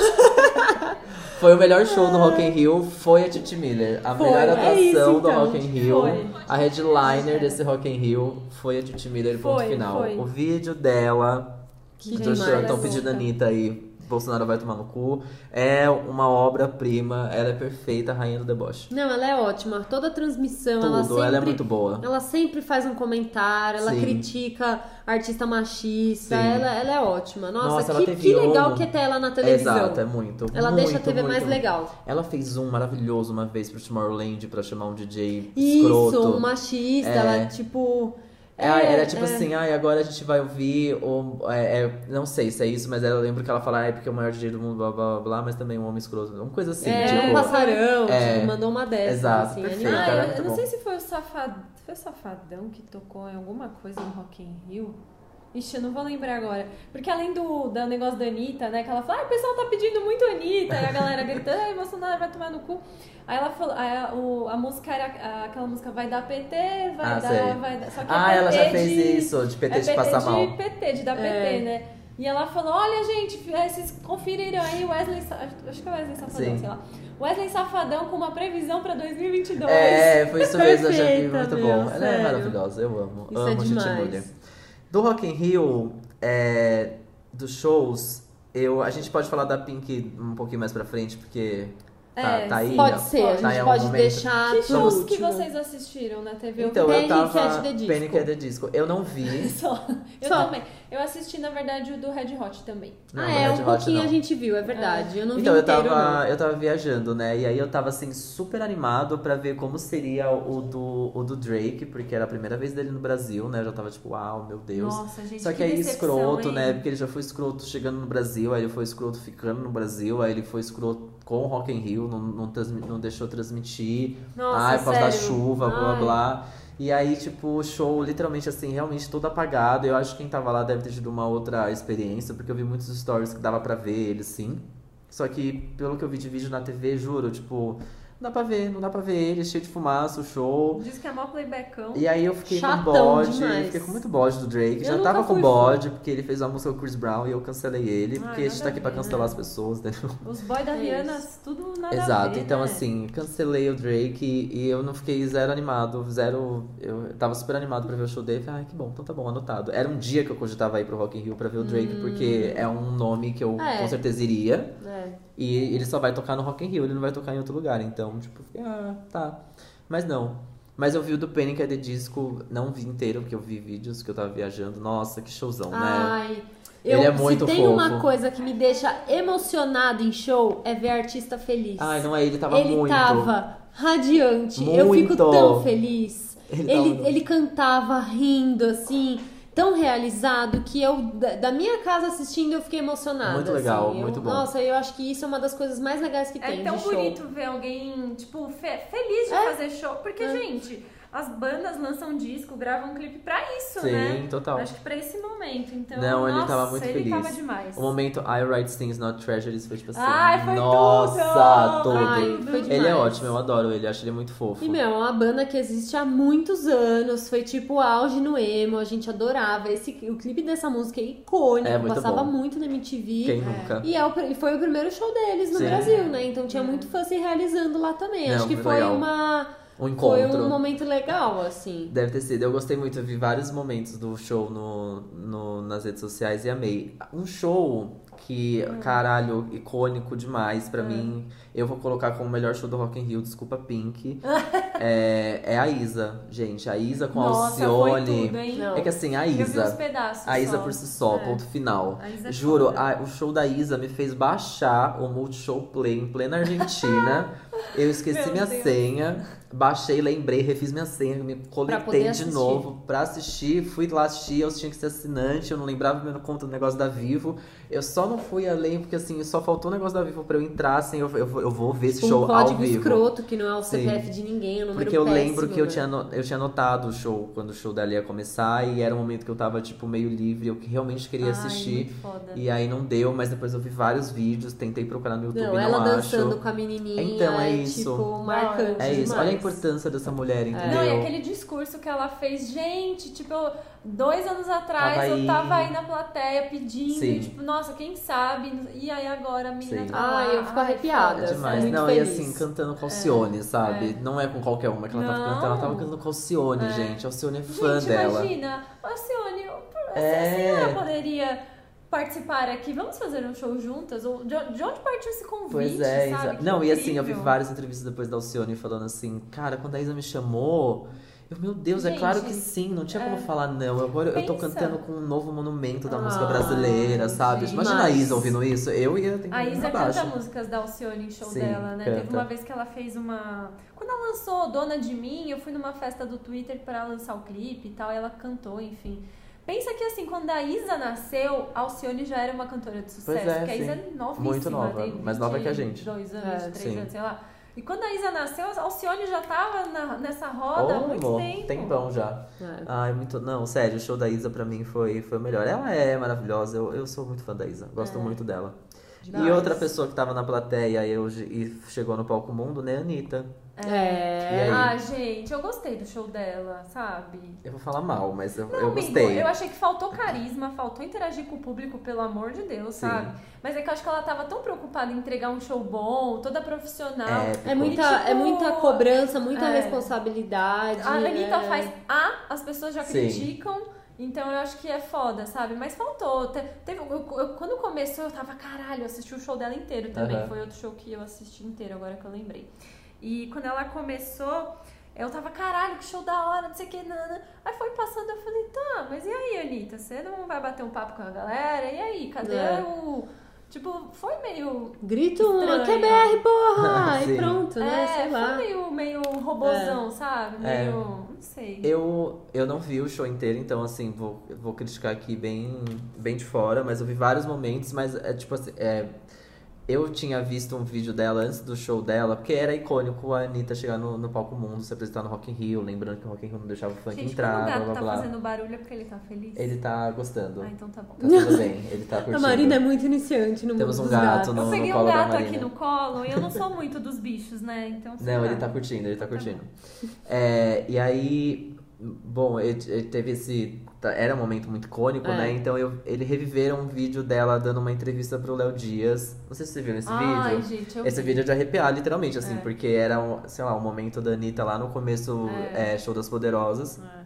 Speaker 1: Foi o melhor show do Rock in Rio, foi a Titi Miller. A
Speaker 2: Foi,
Speaker 1: melhor
Speaker 2: é
Speaker 1: atuação
Speaker 2: isso,
Speaker 1: do
Speaker 2: então,
Speaker 1: Rock in Rio,
Speaker 2: foi.
Speaker 1: a headliner desse Rock in Rio foi a Titi Miller, ponto
Speaker 3: Foi,
Speaker 1: final.
Speaker 3: foi.
Speaker 1: O vídeo dela,
Speaker 2: Que
Speaker 1: que
Speaker 2: demais,
Speaker 1: estão pedindo a
Speaker 3: louca.
Speaker 1: Anitta aí, Bolsonaro vai tomar no cu, é uma obra-prima, ela é perfeita, a rainha do deboche.
Speaker 2: Não, ela é ótima. Toda a transmissão, Então ela
Speaker 1: Tudo,
Speaker 2: sempre.
Speaker 1: ela é muito boa.
Speaker 2: Ela sempre faz um comentário, ela
Speaker 1: Sim.
Speaker 2: critica artista machista,
Speaker 1: Sim.
Speaker 2: ela, ela é ótima. Nossa,
Speaker 1: Nossa, ela
Speaker 2: que,
Speaker 1: teve
Speaker 2: que legal
Speaker 1: um-
Speaker 2: que é ter ela na televisão.
Speaker 1: Exato, é muito.
Speaker 2: Ela
Speaker 1: muito,
Speaker 2: deixa a TV
Speaker 1: muito,
Speaker 2: mais
Speaker 1: muito.
Speaker 2: legal.
Speaker 1: Ela fez um maravilhoso uma vez pro Tomorrowland pra chamar um DJ
Speaker 2: Isso,
Speaker 1: escroto.
Speaker 2: um machista,
Speaker 1: É.
Speaker 2: ela tipo.
Speaker 1: É,
Speaker 2: é,
Speaker 1: era tipo
Speaker 2: é.
Speaker 1: assim, ai, agora a gente vai ouvir. Ou, é, é, não sei se é isso, mas eu lembro que ela fala, ah, é porque é o maior DJ do mundo, blá blá blá, blá, mas também um homem escroto. Uma coisa assim,
Speaker 2: é,
Speaker 1: tipo.
Speaker 2: um passarão,
Speaker 1: é.
Speaker 2: tipo, mandou uma dessa.
Speaker 1: Exato,
Speaker 2: assim,
Speaker 1: perfeito.
Speaker 2: animal.
Speaker 1: cara,
Speaker 3: Ah, eu,
Speaker 1: muito
Speaker 3: eu não
Speaker 1: bom.
Speaker 3: sei se foi o Safadão. Foi o Safadão que tocou em alguma coisa no Rock in Rio? Ixi, eu não vou lembrar agora. Porque além do, do negócio da Anitta, né? Que ela fala, ah, o pessoal tá pedindo muito Anitta. E a galera gritando, ai, Bolsonaro vai tomar no cu. Aí ela falou, aí a, o- a música era a- aquela música vai dar PT, vai
Speaker 1: Ah,
Speaker 3: dar,
Speaker 1: sei.
Speaker 3: vai dar. Só que
Speaker 1: Ah,
Speaker 3: é
Speaker 1: ela
Speaker 3: PT
Speaker 1: já fez
Speaker 3: de-
Speaker 1: isso, de PT
Speaker 3: é
Speaker 1: de passar
Speaker 3: de
Speaker 1: mal.
Speaker 3: PT, de dar PT, né? E ela falou, olha gente, é, vocês conferiram aí Wesley, Sa- acho que é Wesley Safadão,
Speaker 1: Sim.
Speaker 3: sei lá. Wesley Safadão com uma previsão pra 2022.
Speaker 1: É, foi isso mesmo, eu já vi,
Speaker 2: Perfeita,
Speaker 1: muito
Speaker 2: meu,
Speaker 1: bom. Ela
Speaker 2: sério.
Speaker 1: é maravilhosa, eu amo.
Speaker 2: Isso é
Speaker 1: amo Titi
Speaker 2: demais.
Speaker 1: Miller. Do Rock in Rio, é, dos shows, eu, a gente pode falar da Pink um pouquinho mais pra frente, porque tá,
Speaker 3: É,
Speaker 1: tá aí.
Speaker 3: sim.
Speaker 1: ó,
Speaker 2: Pode ser, a
Speaker 1: tá aí
Speaker 2: gente
Speaker 1: um
Speaker 2: pode
Speaker 1: momento.
Speaker 2: deixar.
Speaker 3: Que
Speaker 2: pro
Speaker 3: shows que
Speaker 2: último.
Speaker 3: vocês assistiram na TV? Eu
Speaker 1: Então, eu
Speaker 2: Panic!
Speaker 1: tava...
Speaker 2: At the Disco.
Speaker 1: Panic! At the Disco. Eu não vi.
Speaker 3: Só. Eu
Speaker 2: Só.
Speaker 3: também. Eu assisti, na verdade, o do Red Hot também.
Speaker 1: Não,
Speaker 2: ah,
Speaker 1: na
Speaker 2: é,
Speaker 1: Red
Speaker 2: um
Speaker 1: Hot,
Speaker 2: pouquinho
Speaker 1: não.
Speaker 2: a gente viu, é verdade. Eu não
Speaker 1: Então,
Speaker 2: vi
Speaker 1: eu
Speaker 2: inteiro,
Speaker 1: tava,
Speaker 2: não.
Speaker 1: eu tava viajando, né? E aí eu tava, assim, super animado pra ver como seria o do, o do Drake, porque era a primeira vez dele no Brasil, né? Eu já tava tipo, uau, meu Deus.
Speaker 3: Nossa, gente,
Speaker 1: Só que,
Speaker 3: que
Speaker 1: aí
Speaker 3: decepção,
Speaker 1: escroto,
Speaker 3: hein?
Speaker 1: né? Porque ele já foi escroto chegando no Brasil, aí ele foi escroto ficando no Brasil, aí ele foi escroto com o Rock in Rio, não, não, transmi- não deixou transmitir.
Speaker 3: Nossa,
Speaker 1: Ai, por causa da
Speaker 3: sério.
Speaker 1: chuva, blá
Speaker 2: Ai.
Speaker 1: blá. E aí, tipo, o show literalmente assim, realmente todo apagado. Eu acho que quem tava lá deve ter tido uma outra experiência, porque eu vi muitos stories que dava pra ver ele sim. Só que, pelo que eu vi de vídeo na TV, juro, tipo, não dá pra ver, não dá pra ver ele, cheio de fumaça, o show.
Speaker 3: Diz que é mó playbackão.
Speaker 1: E aí eu fiquei com
Speaker 2: Chatão
Speaker 1: bode,
Speaker 2: demais.
Speaker 1: fiquei com muito bode do Drake.
Speaker 3: Eu
Speaker 1: já
Speaker 3: nunca
Speaker 1: tava com
Speaker 3: fui Ah,
Speaker 1: bode, porque ele fez uma música com o Chris Brown e eu cancelei ele,
Speaker 3: Ai,
Speaker 1: porque a gente
Speaker 3: nada
Speaker 1: tá aqui
Speaker 3: a
Speaker 1: pra
Speaker 3: ver,
Speaker 1: cancelar
Speaker 3: né?
Speaker 1: as pessoas, né?
Speaker 3: Os boys da
Speaker 2: É
Speaker 3: Rihanna,
Speaker 2: isso.
Speaker 3: tudo nada a
Speaker 1: Exato,
Speaker 3: ver,
Speaker 1: então
Speaker 3: né?
Speaker 1: assim, cancelei o Drake e, e eu não fiquei zero animado, zero. Eu tava super animado pra ver o show dele. Falei, ai, que bom, então tá bom, anotado. Era um dia que eu cogitava ir pro Rock in Rio pra ver o Drake,
Speaker 3: Hum.
Speaker 1: porque é um nome que eu
Speaker 2: É.
Speaker 1: com certeza iria.
Speaker 2: É.
Speaker 1: E ele só vai tocar no Rock in Rio, ele não vai tocar em outro lugar. Então, tipo, fiquei, ah, tá. Mas não. Mas eu vi o do Panic! at the Disco, não vi inteiro, porque eu vi vídeos que eu tava viajando. Nossa, que showzão,
Speaker 3: Ah,
Speaker 1: né?
Speaker 2: Ai.
Speaker 1: Ele
Speaker 2: eu-
Speaker 1: é muito
Speaker 2: se tem
Speaker 1: fofo.
Speaker 2: uma coisa que me deixa emocionada em show é ver artista feliz.
Speaker 1: Ai, não é, ele tava
Speaker 2: ele
Speaker 1: muito.
Speaker 2: tava radiante. Eu
Speaker 1: Muito.
Speaker 2: fico tão feliz.
Speaker 1: Ele
Speaker 2: Ele,
Speaker 1: tava
Speaker 2: ele,
Speaker 1: muito-
Speaker 2: cantava rindo, assim, tão realizado que eu, da, da minha casa assistindo, eu fiquei emocionada.
Speaker 1: Muito legal,
Speaker 2: assim. Eu-
Speaker 1: muito bom.
Speaker 2: Nossa, eu acho que isso é uma das coisas mais legais que tem.
Speaker 3: É tão
Speaker 2: de show.
Speaker 3: bonito ver alguém, tipo, fe- feliz de
Speaker 1: É.
Speaker 3: fazer show. Porque, gente, as bandas lançam disco, gravam um clipe pra isso,
Speaker 1: Sim,
Speaker 3: né?
Speaker 1: total.
Speaker 3: Acho que pra esse momento. Então,
Speaker 1: Não,
Speaker 3: nossa,
Speaker 1: ele tava muito
Speaker 3: ele
Speaker 1: feliz.
Speaker 3: tava demais.
Speaker 1: O momento I Write Things Not Treasures foi tipo assim.
Speaker 3: Ai, foi
Speaker 1: nossa,
Speaker 3: tudo!
Speaker 2: Ai, foi
Speaker 1: Ele é
Speaker 2: demais.
Speaker 1: ótimo, eu adoro ele, acho ele muito fofo.
Speaker 2: E, meu, é uma banda que existe há muitos anos, foi tipo auge no emo, a gente adorava. Esse, o clipe dessa música é icônico,
Speaker 1: É, muito
Speaker 2: passava
Speaker 1: bom.
Speaker 2: muito na MTV.
Speaker 1: Quem nunca? Um
Speaker 2: E, é o pr- e foi o primeiro show deles no
Speaker 1: Sim.
Speaker 2: Brasil, né? Então tinha
Speaker 3: Uhum.
Speaker 2: muito fã se realizando lá também.
Speaker 1: Não,
Speaker 2: Acho que
Speaker 1: muito
Speaker 2: foi
Speaker 1: legal.
Speaker 2: uma.
Speaker 1: Um
Speaker 2: Foi
Speaker 1: encontro.
Speaker 2: um momento legal, assim.
Speaker 1: Deve ter sido. Eu gostei muito, eu vi vários momentos do show no, no- nas redes sociais e amei. Um show que,
Speaker 3: Hum.
Speaker 1: caralho, icônico demais pra mim. Eu vou colocar como o melhor show do Rock in Rio, desculpa Pink. é, é a Isa, gente. A Isa com a
Speaker 3: Nossa, foi
Speaker 1: Alcione.
Speaker 3: tudo, hein?
Speaker 2: Não.
Speaker 1: É que assim, a
Speaker 3: Eu vi uns
Speaker 1: Isa.
Speaker 3: pedaços
Speaker 1: A Isa
Speaker 3: só.
Speaker 1: por si só,
Speaker 3: É.
Speaker 1: ponto final.
Speaker 3: A Isa é
Speaker 1: Juro,
Speaker 3: foda.
Speaker 1: a- o show da Isa me fez baixar o Multishow Play em plena Argentina. Eu esqueci
Speaker 3: Meu
Speaker 1: minha
Speaker 3: Deus.
Speaker 1: senha, baixei, lembrei, refiz minha senha, me conectei
Speaker 2: poder
Speaker 1: de
Speaker 2: assistir.
Speaker 1: novo pra assistir. Fui lá assistir, eu tinha que ser assinante, eu não lembrava meu conta do negócio da Vivo. Eu só não fui além, porque assim, só faltou o negócio da Vivo pra eu entrar, assim, eu, eu vou- eu vou ver esse
Speaker 2: Um
Speaker 1: show ao
Speaker 2: código
Speaker 1: vivo.
Speaker 2: escroto que não é o
Speaker 1: Sim.
Speaker 2: CPF de ninguém, é um número
Speaker 1: Porque eu
Speaker 2: péssimo,
Speaker 1: lembro que eu
Speaker 2: né?
Speaker 1: tinha, ano- eu tinha anotado o show quando o show dela ia começar e era um momento que eu tava, tipo, meio livre, eu que realmente queria
Speaker 3: Ai,
Speaker 1: assistir.
Speaker 3: muito foda.
Speaker 1: E aí não deu, mas depois eu vi vários vídeos, tentei procurar no YouTube,
Speaker 2: Não,
Speaker 1: não,
Speaker 2: ela
Speaker 1: acho.
Speaker 2: dançando com a menininha.
Speaker 1: Então, é
Speaker 2: e,
Speaker 1: isso.
Speaker 2: Tipo, marcante.
Speaker 1: É isso,
Speaker 2: demais.
Speaker 1: olha a importância dessa mulher, entendeu?
Speaker 3: É. Não, e aquele discurso que ela fez, gente, tipo, eu- dois anos atrás
Speaker 1: Tava
Speaker 3: eu
Speaker 1: aí.
Speaker 3: tava aí na plateia pedindo,
Speaker 1: Sim.
Speaker 3: e, tipo, nossa, quem sabe? E aí agora a menina
Speaker 1: Sim.
Speaker 3: tá lá.
Speaker 2: Ai, eu fico
Speaker 3: Ai,
Speaker 1: É
Speaker 2: arrepiada.
Speaker 3: foda-se.
Speaker 1: demais.
Speaker 2: muito
Speaker 1: não,
Speaker 2: feliz.
Speaker 1: e assim, cantando Calcione, sabe? Não é com qualquer uma que ela tava
Speaker 3: É. Não.
Speaker 1: cantando. Ela tava cantando Calcione, gente. Alcione é fã
Speaker 3: Gente,
Speaker 1: dela.
Speaker 3: imagina, a Cione,
Speaker 1: É.
Speaker 3: a senhora assim, poderia participar aqui, vamos fazer um show juntas? Ou de, de onde partiu esse convite,
Speaker 1: Pois é,
Speaker 3: sabe?
Speaker 1: exato.
Speaker 3: Que
Speaker 1: Não, e assim, eu vi
Speaker 3: incrível.
Speaker 1: várias entrevistas depois da Alcione falando assim, cara, quando a Isa me chamou, eu, meu Deus, é
Speaker 3: Gente, é.
Speaker 1: claro que sim, não tinha como falar não. Agora eu tô
Speaker 3: Pensa.
Speaker 1: cantando com um novo monumento da música
Speaker 2: Ah,
Speaker 1: brasileira, sabe?
Speaker 2: gente.
Speaker 1: Imagina a Isa ouvindo isso, eu ia ter que
Speaker 3: A Isa
Speaker 1: abaixo.
Speaker 3: canta músicas da Alcione em show
Speaker 1: Sim,
Speaker 3: dela, né?
Speaker 1: canta.
Speaker 3: Teve uma vez que ela fez uma. Quando ela lançou Dona de Mim, eu fui numa festa do Twitter pra lançar o clipe e tal, e ela cantou, enfim. Pensa que assim, quando a Isa nasceu, a Alcione já era uma cantora de sucesso.
Speaker 1: é,
Speaker 3: porque a
Speaker 1: sim.
Speaker 3: Isa é novíssima,
Speaker 1: Muito nova,
Speaker 3: tem
Speaker 1: mais nova que a gente.
Speaker 3: Dois anos,
Speaker 2: É,
Speaker 3: três
Speaker 1: sim.
Speaker 3: anos, sei lá. E quando a Isa nasceu, a Alcione já tava na- nessa roda há
Speaker 1: Ô,
Speaker 3: muito
Speaker 1: amor,
Speaker 3: tempo.
Speaker 1: tempão já.
Speaker 2: É.
Speaker 1: Ai, muito. Não, sério, o show da Isa pra mim foi, foi o melhor. Ela é maravilhosa, eu, eu sou muito fã da Isa, gosto
Speaker 3: É.
Speaker 1: muito dela. E
Speaker 2: Demais.
Speaker 1: outra pessoa que tava na plateia e, hoje- e chegou no palco mundo, né, Anitta? E aí?
Speaker 2: É.
Speaker 3: Ah, gente, eu gostei do show dela, sabe?
Speaker 1: Eu vou falar mal, mas eu,
Speaker 3: Não,
Speaker 1: eu
Speaker 3: amigo,
Speaker 1: gostei. É,
Speaker 3: eu achei que faltou carisma, faltou interagir com o público, pelo amor de Deus,
Speaker 1: Sim.
Speaker 3: sabe? Mas é que eu acho que ela tava tão preocupada em entregar um show bom, toda profissional.
Speaker 1: É,
Speaker 2: É muita,
Speaker 3: E, tipo,
Speaker 2: é muita cobrança, muita
Speaker 3: é.
Speaker 2: responsabilidade.
Speaker 3: A Anitta
Speaker 2: é.
Speaker 3: faz A, as pessoas já
Speaker 1: Sim.
Speaker 3: criticam. Então eu acho que é foda, sabe? Mas faltou. Te- teve- eu- eu- quando começou, eu tava, caralho, eu assisti o show dela inteiro também.
Speaker 1: Aham.
Speaker 3: Foi outro show que eu assisti inteiro, agora que eu lembrei. E quando ela começou, eu tava, caralho, que show da hora, não sei o que, nana. Aí foi passando, eu falei, tá, mas e aí, Anitta? Você não vai bater um papo com a galera? E aí, cadê
Speaker 2: É.
Speaker 3: o. Tipo, foi meio.
Speaker 2: Grita uma,
Speaker 3: Estranho.
Speaker 2: que BR, porra!
Speaker 1: Sim.
Speaker 2: e pronto, né?
Speaker 3: é,
Speaker 2: Sei
Speaker 3: foi
Speaker 2: lá.
Speaker 3: meio, meio robozão, sabe?
Speaker 1: É.
Speaker 3: Meio. Não sei.
Speaker 1: Eu, eu não vi o show inteiro, então assim, vou, eu vou criticar aqui bem, bem de fora, mas eu vi vários momentos, mas é tipo assim. é, eu tinha visto um vídeo dela antes do show dela, porque era icônico a Anitta chegar no, no palco mundo, se apresentar no Rock in Rio, lembrando que o Rock in Rio não deixava o funk
Speaker 3: Gente,
Speaker 1: entrar,
Speaker 3: quando o gato
Speaker 1: blá blá
Speaker 3: tá
Speaker 1: blá.
Speaker 3: fazendo barulho é porque ele tá feliz.
Speaker 1: Ele tá gostando.
Speaker 3: Ah, então tá bom.
Speaker 1: Tá tudo bem, ele tá curtindo.
Speaker 2: A Marina é muito iniciante no
Speaker 1: Temos
Speaker 2: mundo
Speaker 1: um
Speaker 2: dos
Speaker 1: gato
Speaker 2: gatos.
Speaker 1: no-
Speaker 3: Eu peguei um
Speaker 1: colo da
Speaker 3: gato
Speaker 1: Marina.
Speaker 3: aqui no colo e eu não sou muito dos bichos, né? Então. sei
Speaker 1: Não,
Speaker 3: lá.
Speaker 1: ele tá curtindo, ele tá curtindo. É, e aí, bom, ele, ele teve esse. tá- Era um momento muito icônico,
Speaker 2: É.
Speaker 1: né? Então eu, ele reviveram um vídeo dela dando uma entrevista pro Léo Dias. Não sei se vocês viram esse
Speaker 3: Ai,
Speaker 1: vídeo.
Speaker 3: gente, eu
Speaker 1: Esse
Speaker 3: vi.
Speaker 1: vídeo é de arrepiar, literalmente, assim,
Speaker 3: É.
Speaker 1: porque era, um, sei lá, um momento da Anitta lá no começo, é, show das Poderosas.
Speaker 3: É.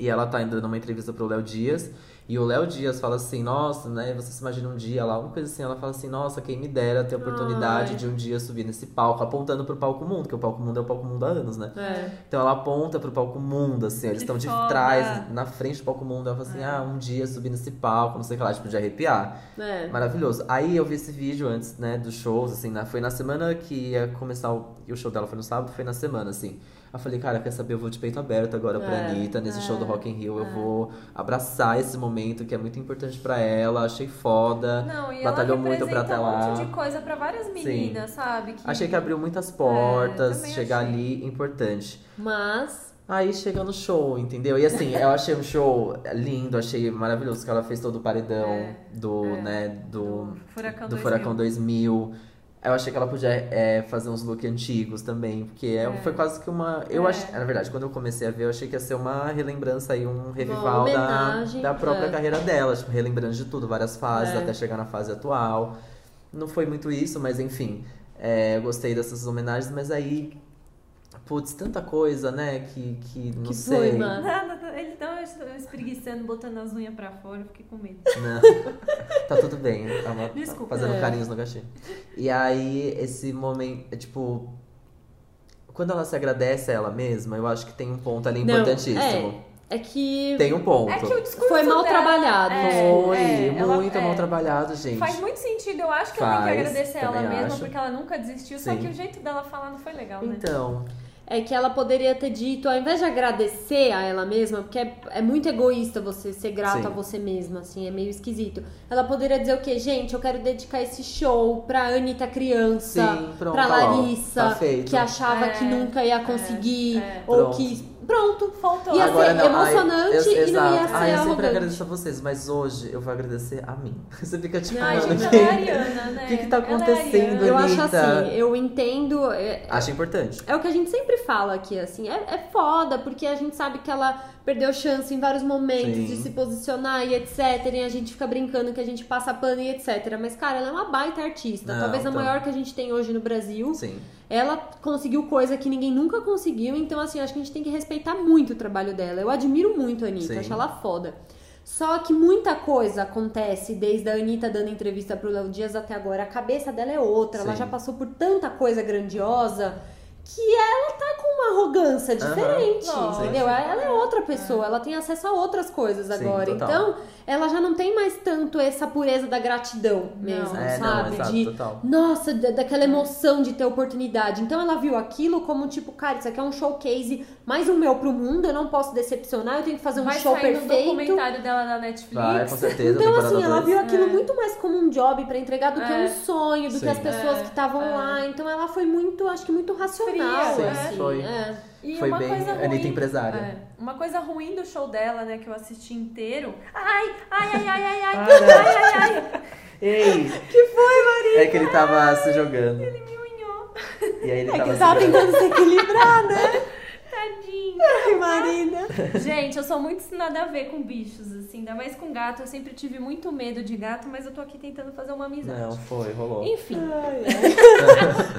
Speaker 1: E ela tá indo numa entrevista pro Léo Dias. E o Léo Dias fala assim, nossa, né? Você se imagina um dia lá, alguma coisa assim. Ela fala assim, nossa, quem me dera ter a oportunidade
Speaker 2: Ai.
Speaker 1: de um dia subir nesse palco. Apontando pro palco mundo, que o palco mundo é o palco mundo há anos, né?
Speaker 2: É.
Speaker 1: Então ela aponta pro palco mundo, assim. Eles
Speaker 3: Que
Speaker 1: estão de
Speaker 3: foda. É.
Speaker 1: trás, na frente do palco mundo. Ela fala assim, ah, um dia subir nesse palco, não sei o que lá. Tipo, de arrepiar.
Speaker 2: É.
Speaker 1: Maravilhoso. Aí eu vi esse vídeo antes, né, dos shows, assim, na- foi na semana que ia começar o, e o show dela foi no sábado, foi na semana, assim. Eu falei, cara, quer saber? Eu vou de peito aberto agora pra
Speaker 2: É,
Speaker 1: Anitta, nesse show do Rock in Rio. Eu vou abraçar esse momento que é muito importante pra ela, achei foda.
Speaker 3: Não, e
Speaker 1: é batalhou
Speaker 3: ela
Speaker 1: muito pra
Speaker 3: representa
Speaker 1: até lá.
Speaker 3: um monte de coisa pra várias meninas, sabe?
Speaker 1: Achei que abriu muitas portas,
Speaker 3: também
Speaker 1: chegar
Speaker 3: achei.
Speaker 1: ali, importante.
Speaker 2: Mas.
Speaker 1: Aí chega no show, entendeu? E assim, eu achei um show lindo, achei maravilhoso, que ela fez todo o paredão do, né, do,
Speaker 3: do Furacão
Speaker 1: do
Speaker 3: 2000.
Speaker 1: Furacão 2000. Eu achei que ela podia é, fazer uns looks antigos também, porque é- foi quase que uma. Eu
Speaker 3: É.
Speaker 1: achei, na verdade, quando eu comecei a ver, eu achei que ia ser uma relembrança aí, um revival da,
Speaker 2: homenagem,
Speaker 1: da própria
Speaker 2: é.
Speaker 1: carreira dela, tipo, relembrando de tudo, várias fases, até chegar na fase atual. Não foi muito isso, mas enfim, é, eu gostei dessas homenagens, mas aí. Putz, tanta coisa, né? Que, que não
Speaker 2: Que
Speaker 1: sei.
Speaker 2: foi, mano.
Speaker 3: Nada, ele tá tava espreguiçando, botando as unhas pra fora, eu fiquei com medo. É
Speaker 1: Não. tá tudo bem. Tava
Speaker 3: Desculpa.
Speaker 1: fazendo
Speaker 2: É.
Speaker 1: carinhos no cachê. E aí, esse momento, é, tipo. Quando ela se agradece a ela mesma, eu acho que tem um ponto ali importantíssimo.
Speaker 2: É, é que.
Speaker 1: Tem um ponto.
Speaker 3: É que o discurso
Speaker 2: Foi mal
Speaker 3: dela-
Speaker 2: trabalhado.
Speaker 3: É,
Speaker 1: Foi
Speaker 3: é, ela-
Speaker 1: muito mal
Speaker 3: é.
Speaker 1: trabalhado, gente.
Speaker 3: Faz muito sentido, eu acho que ela tem
Speaker 1: Faz,
Speaker 3: que agradecer ela
Speaker 1: também
Speaker 3: mesma,
Speaker 1: acho.
Speaker 3: porque ela nunca desistiu, só
Speaker 1: Sim.
Speaker 3: que o jeito dela falar não foi legal, né?
Speaker 1: Então,
Speaker 2: É que ela poderia ter dito, ao invés de agradecer a ela mesma, porque é, é muito egoísta você ser grato
Speaker 1: Sim.
Speaker 2: a você mesma, assim, é meio esquisito. Ela poderia dizer o quê? Gente, eu quero dedicar esse show pra Anitta criança,
Speaker 1: Sim, pronto,
Speaker 2: pra
Speaker 1: tá lá, ó.
Speaker 2: Larissa,
Speaker 1: Tá feito.
Speaker 2: que achava
Speaker 3: É,
Speaker 2: que nunca ia conseguir,
Speaker 3: é.
Speaker 2: ou
Speaker 1: Pronto.
Speaker 2: que Pronto.
Speaker 3: Faltou.
Speaker 2: E Ia assim, ser
Speaker 1: ai,
Speaker 2: emocionante
Speaker 1: eu-
Speaker 2: e não ia
Speaker 1: exato.
Speaker 2: ser
Speaker 1: Ai, eu sempre
Speaker 2: arrogante.
Speaker 1: agradeço a vocês, mas hoje eu vou agradecer a mim. Você fica tipo,
Speaker 3: Ai,
Speaker 1: mano,
Speaker 3: gente,
Speaker 1: que-
Speaker 3: ela é ariana, né?
Speaker 1: O que que tá
Speaker 3: Ela é
Speaker 1: acontecendo?
Speaker 3: ariana.
Speaker 2: Eu acho
Speaker 1: Bonita.
Speaker 2: assim, eu entendo. é-
Speaker 1: Acho importante.
Speaker 2: É o que a gente sempre fala aqui, assim, é, é foda, porque a gente sabe que ela perdeu chance em vários momentos
Speaker 1: Sim.
Speaker 2: de se posicionar e etc. E a gente fica brincando que a gente passa pano e etc. Mas, cara, ela é uma baita artista.
Speaker 1: Não,
Speaker 2: talvez a
Speaker 1: então.
Speaker 2: maior que a gente tem hoje no Brasil.
Speaker 1: Sim.
Speaker 2: Ela conseguiu coisa que ninguém nunca conseguiu, então assim, acho que a gente tem que respeitar muito o trabalho dela. Eu admiro muito a Anitta,
Speaker 1: Sim.
Speaker 2: acho ela foda. Só que muita coisa acontece desde a Anitta dando entrevista pro Léo Dias até agora. A cabeça dela é outra, ela
Speaker 1: Sim.
Speaker 2: já passou por tanta coisa grandiosa que ela tá com uma arrogância
Speaker 1: Aham.
Speaker 2: diferente,
Speaker 3: Lógico.
Speaker 2: entendeu? Ela é outra pessoa, ela tem acesso a outras coisas
Speaker 1: Sim,
Speaker 2: agora.
Speaker 1: total.
Speaker 2: Então, ela já não tem mais tanto essa pureza da gratidão
Speaker 3: Não.
Speaker 2: mesmo,
Speaker 1: É, não,
Speaker 2: sabe?
Speaker 1: exato,
Speaker 2: De-
Speaker 1: total.
Speaker 2: nossa, da- daquela emoção de ter oportunidade. Então ela viu aquilo como tipo, cara, isso aqui é um showcase, mais um meu pro mundo, eu não posso decepcionar, eu tenho que fazer um
Speaker 3: Vai
Speaker 2: show
Speaker 3: sair no
Speaker 2: perfeito.
Speaker 3: é documentário dela na Netflix.
Speaker 1: Vai, com certeza,
Speaker 2: Então,
Speaker 1: temporada
Speaker 2: assim, ela
Speaker 1: dois.
Speaker 2: viu aquilo
Speaker 3: É.
Speaker 2: muito mais como um job pra entregar do que
Speaker 3: É.
Speaker 2: um sonho, do
Speaker 1: Sim.
Speaker 2: que as pessoas
Speaker 3: É,
Speaker 2: que estavam
Speaker 3: é.
Speaker 2: lá. Então ela foi muito, acho que muito racional.
Speaker 3: Fria,
Speaker 2: assim,
Speaker 1: Sim, né? foi.
Speaker 2: é.
Speaker 3: E
Speaker 1: Foi
Speaker 3: uma
Speaker 1: bem
Speaker 3: coisa ruim,
Speaker 1: Anitta empresária.
Speaker 3: é, uma coisa ruim do show dela, né, que eu assisti inteiro. Ai, ai, ai, ai, ai, ai,
Speaker 1: Para.
Speaker 3: ai, ai, ai,
Speaker 1: Ei!
Speaker 3: que foi, Maria?
Speaker 1: É que ele tava se jogando.
Speaker 3: Ele me unhou.
Speaker 1: E aí ele
Speaker 2: É que
Speaker 1: tava
Speaker 2: ele
Speaker 1: se
Speaker 2: tava
Speaker 1: jogando.
Speaker 2: tentando se equilibrar, né,
Speaker 3: Tadinho.
Speaker 2: Marina?
Speaker 3: Gente, eu sou muito nada a ver com bichos, assim, ainda mais com gato. Eu sempre tive muito medo de gato, mas eu tô aqui tentando fazer uma amizade.
Speaker 1: Não, foi, rolou.
Speaker 3: Enfim.
Speaker 2: Ai,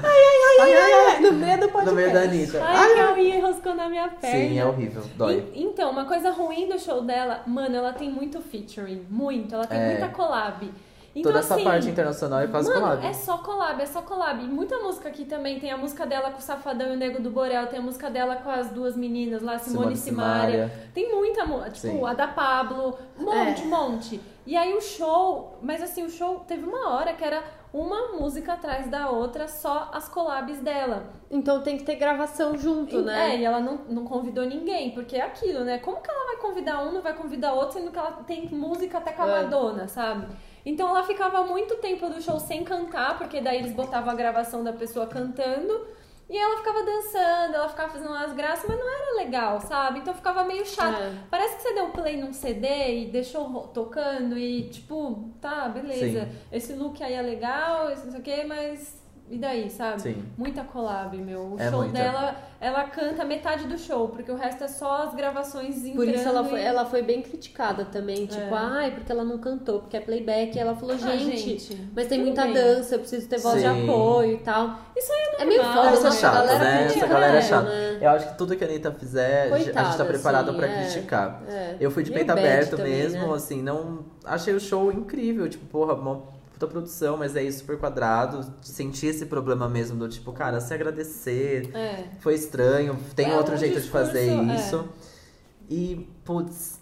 Speaker 2: ai, ai, ai, ai, no meio do podcast.
Speaker 1: No meio da Anitta.
Speaker 3: Ai, que eu ia enroscando a minha perna.
Speaker 1: Sim, é horrível. Dói.
Speaker 3: E- então, uma coisa ruim do show dela, mano, ela tem muito featuring, muito, ela tem
Speaker 1: É.
Speaker 3: muita collab. Então,
Speaker 1: Toda essa
Speaker 3: assim,
Speaker 1: parte internacional é quase
Speaker 3: mano,
Speaker 1: collab.
Speaker 3: é só collab, é só collab. E muita música aqui também, tem a música dela com o Safadão e o Nego do Borel, tem a música dela com as duas meninas lá,
Speaker 1: Simone
Speaker 3: Simone, e
Speaker 1: e
Speaker 3: Simaria. Tem muita, mu- tipo,
Speaker 1: Sim.
Speaker 3: a da Pablo, um monte, um monte. E aí o show, mas assim, o show teve uma hora que era uma música atrás da outra, só as collabs dela.
Speaker 2: Então tem que ter gravação junto, né?
Speaker 3: É, e ela não, não convidou ninguém, porque é aquilo, né? Como que ela vai convidar um, não vai convidar outro, sendo que ela tem música até com a
Speaker 2: É.
Speaker 3: Madonna, sabe? Então ela ficava muito tempo do show sem cantar, porque daí eles botavam a gravação da pessoa cantando. E ela ficava dançando, ela ficava fazendo umas graças, mas não era legal, sabe? Então ficava meio chato.
Speaker 2: É.
Speaker 3: Parece que você deu play num CD e deixou ro- tocando e tipo, tá, beleza.
Speaker 1: Sim.
Speaker 3: Esse look aí é legal, esse não sei o quê, mas e daí, sabe?
Speaker 1: Sim.
Speaker 3: Muita collab, meu. O
Speaker 1: É
Speaker 3: show
Speaker 1: muita.
Speaker 3: dela, ela canta metade do show, porque o resto é só as gravações entrando.
Speaker 2: Por isso ela foi,
Speaker 3: e-
Speaker 2: ela foi bem criticada também, tipo, ai, porque ela não cantou, porque é playback. E ela falou,
Speaker 3: Ah,
Speaker 2: gente,
Speaker 3: gente,
Speaker 2: mas tem
Speaker 3: tudo
Speaker 2: muita
Speaker 3: bem.
Speaker 2: dança, eu preciso ter voz de
Speaker 1: Sim.
Speaker 2: apoio e tal.
Speaker 3: Isso aí
Speaker 2: É meio
Speaker 3: normal,
Speaker 2: foda,
Speaker 1: Isso é
Speaker 2: né?
Speaker 1: chato,
Speaker 2: a galera
Speaker 1: né?
Speaker 2: critica
Speaker 1: Essa galera é
Speaker 2: muito,
Speaker 1: chata.
Speaker 2: né?
Speaker 1: Eu acho que tudo que a Anitta fizer, a gente
Speaker 2: Coitada,
Speaker 1: tá preparado
Speaker 2: assim,
Speaker 1: pra
Speaker 2: é.
Speaker 1: criticar.
Speaker 2: É.
Speaker 1: Eu fui de
Speaker 2: Meio
Speaker 1: peito
Speaker 2: bad
Speaker 1: aberto
Speaker 2: também,
Speaker 1: mesmo,
Speaker 2: né?
Speaker 1: assim, não. Achei o show incrível, tipo, porra, uma puta produção, mas é isso super quadrado. Senti esse problema mesmo do tipo, cara, se agradecer,
Speaker 3: É.
Speaker 1: foi estranho, tem
Speaker 3: É,
Speaker 1: outro
Speaker 3: um
Speaker 1: jeito
Speaker 3: discurso,
Speaker 1: de fazer
Speaker 3: é.
Speaker 1: isso. E, putz.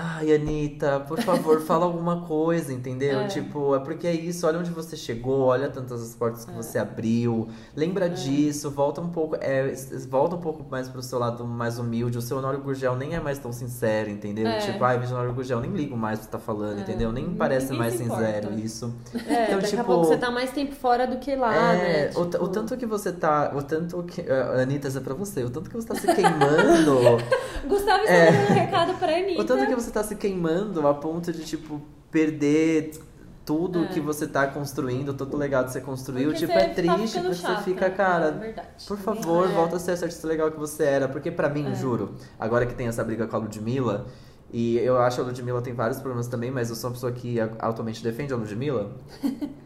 Speaker 1: Ai, Anitta, por favor, fala alguma coisa, entendeu?
Speaker 3: É.
Speaker 1: Tipo, é porque é isso, olha onde você chegou, olha tantas portas que
Speaker 3: É.
Speaker 1: você abriu, lembra disso, volta um pouco, é, s- s- volta um pouco mais pro seu lado mais humilde. O seu Honório Gurgel nem é mais tão sincero, entendeu?
Speaker 3: É.
Speaker 1: Tipo, ai, meu Honório Gurgel, nem ligo mais o que você tá falando,
Speaker 3: É.
Speaker 1: entendeu? Nem parece
Speaker 3: Ninguém
Speaker 1: mais
Speaker 3: se importa.
Speaker 1: sincero isso.
Speaker 2: É,
Speaker 1: Então,
Speaker 2: daqui a
Speaker 1: tipo,
Speaker 2: pouco você tá mais tempo fora do que lá,
Speaker 3: Ah,
Speaker 2: né?
Speaker 1: É, o, t-
Speaker 2: Tipo,
Speaker 1: o tanto que você tá. O tanto que. ah, Anitta, isso é pra você. O tanto que você tá se queimando.
Speaker 3: Gustavo está
Speaker 1: É.
Speaker 3: dando um recado pra Anitta.
Speaker 1: o tanto que você tá se queimando a ponto de, tipo, perder tudo
Speaker 3: É.
Speaker 1: que você tá construindo, todo o legado que você construiu.
Speaker 3: Porque
Speaker 1: tipo,
Speaker 3: você
Speaker 1: é
Speaker 3: tá
Speaker 1: triste
Speaker 3: ficando
Speaker 1: porque
Speaker 3: chata.
Speaker 1: você fica,
Speaker 3: É
Speaker 1: cara.
Speaker 3: verdade.
Speaker 1: Por favor,
Speaker 2: É.
Speaker 1: volta a ser essa artista legal que você era. Porque pra mim,
Speaker 3: É.
Speaker 1: juro, agora que tem essa briga com a Ludmilla, e eu acho que a Ludmilla tem vários problemas também, mas eu sou uma pessoa que a- altamente defende a Ludmilla.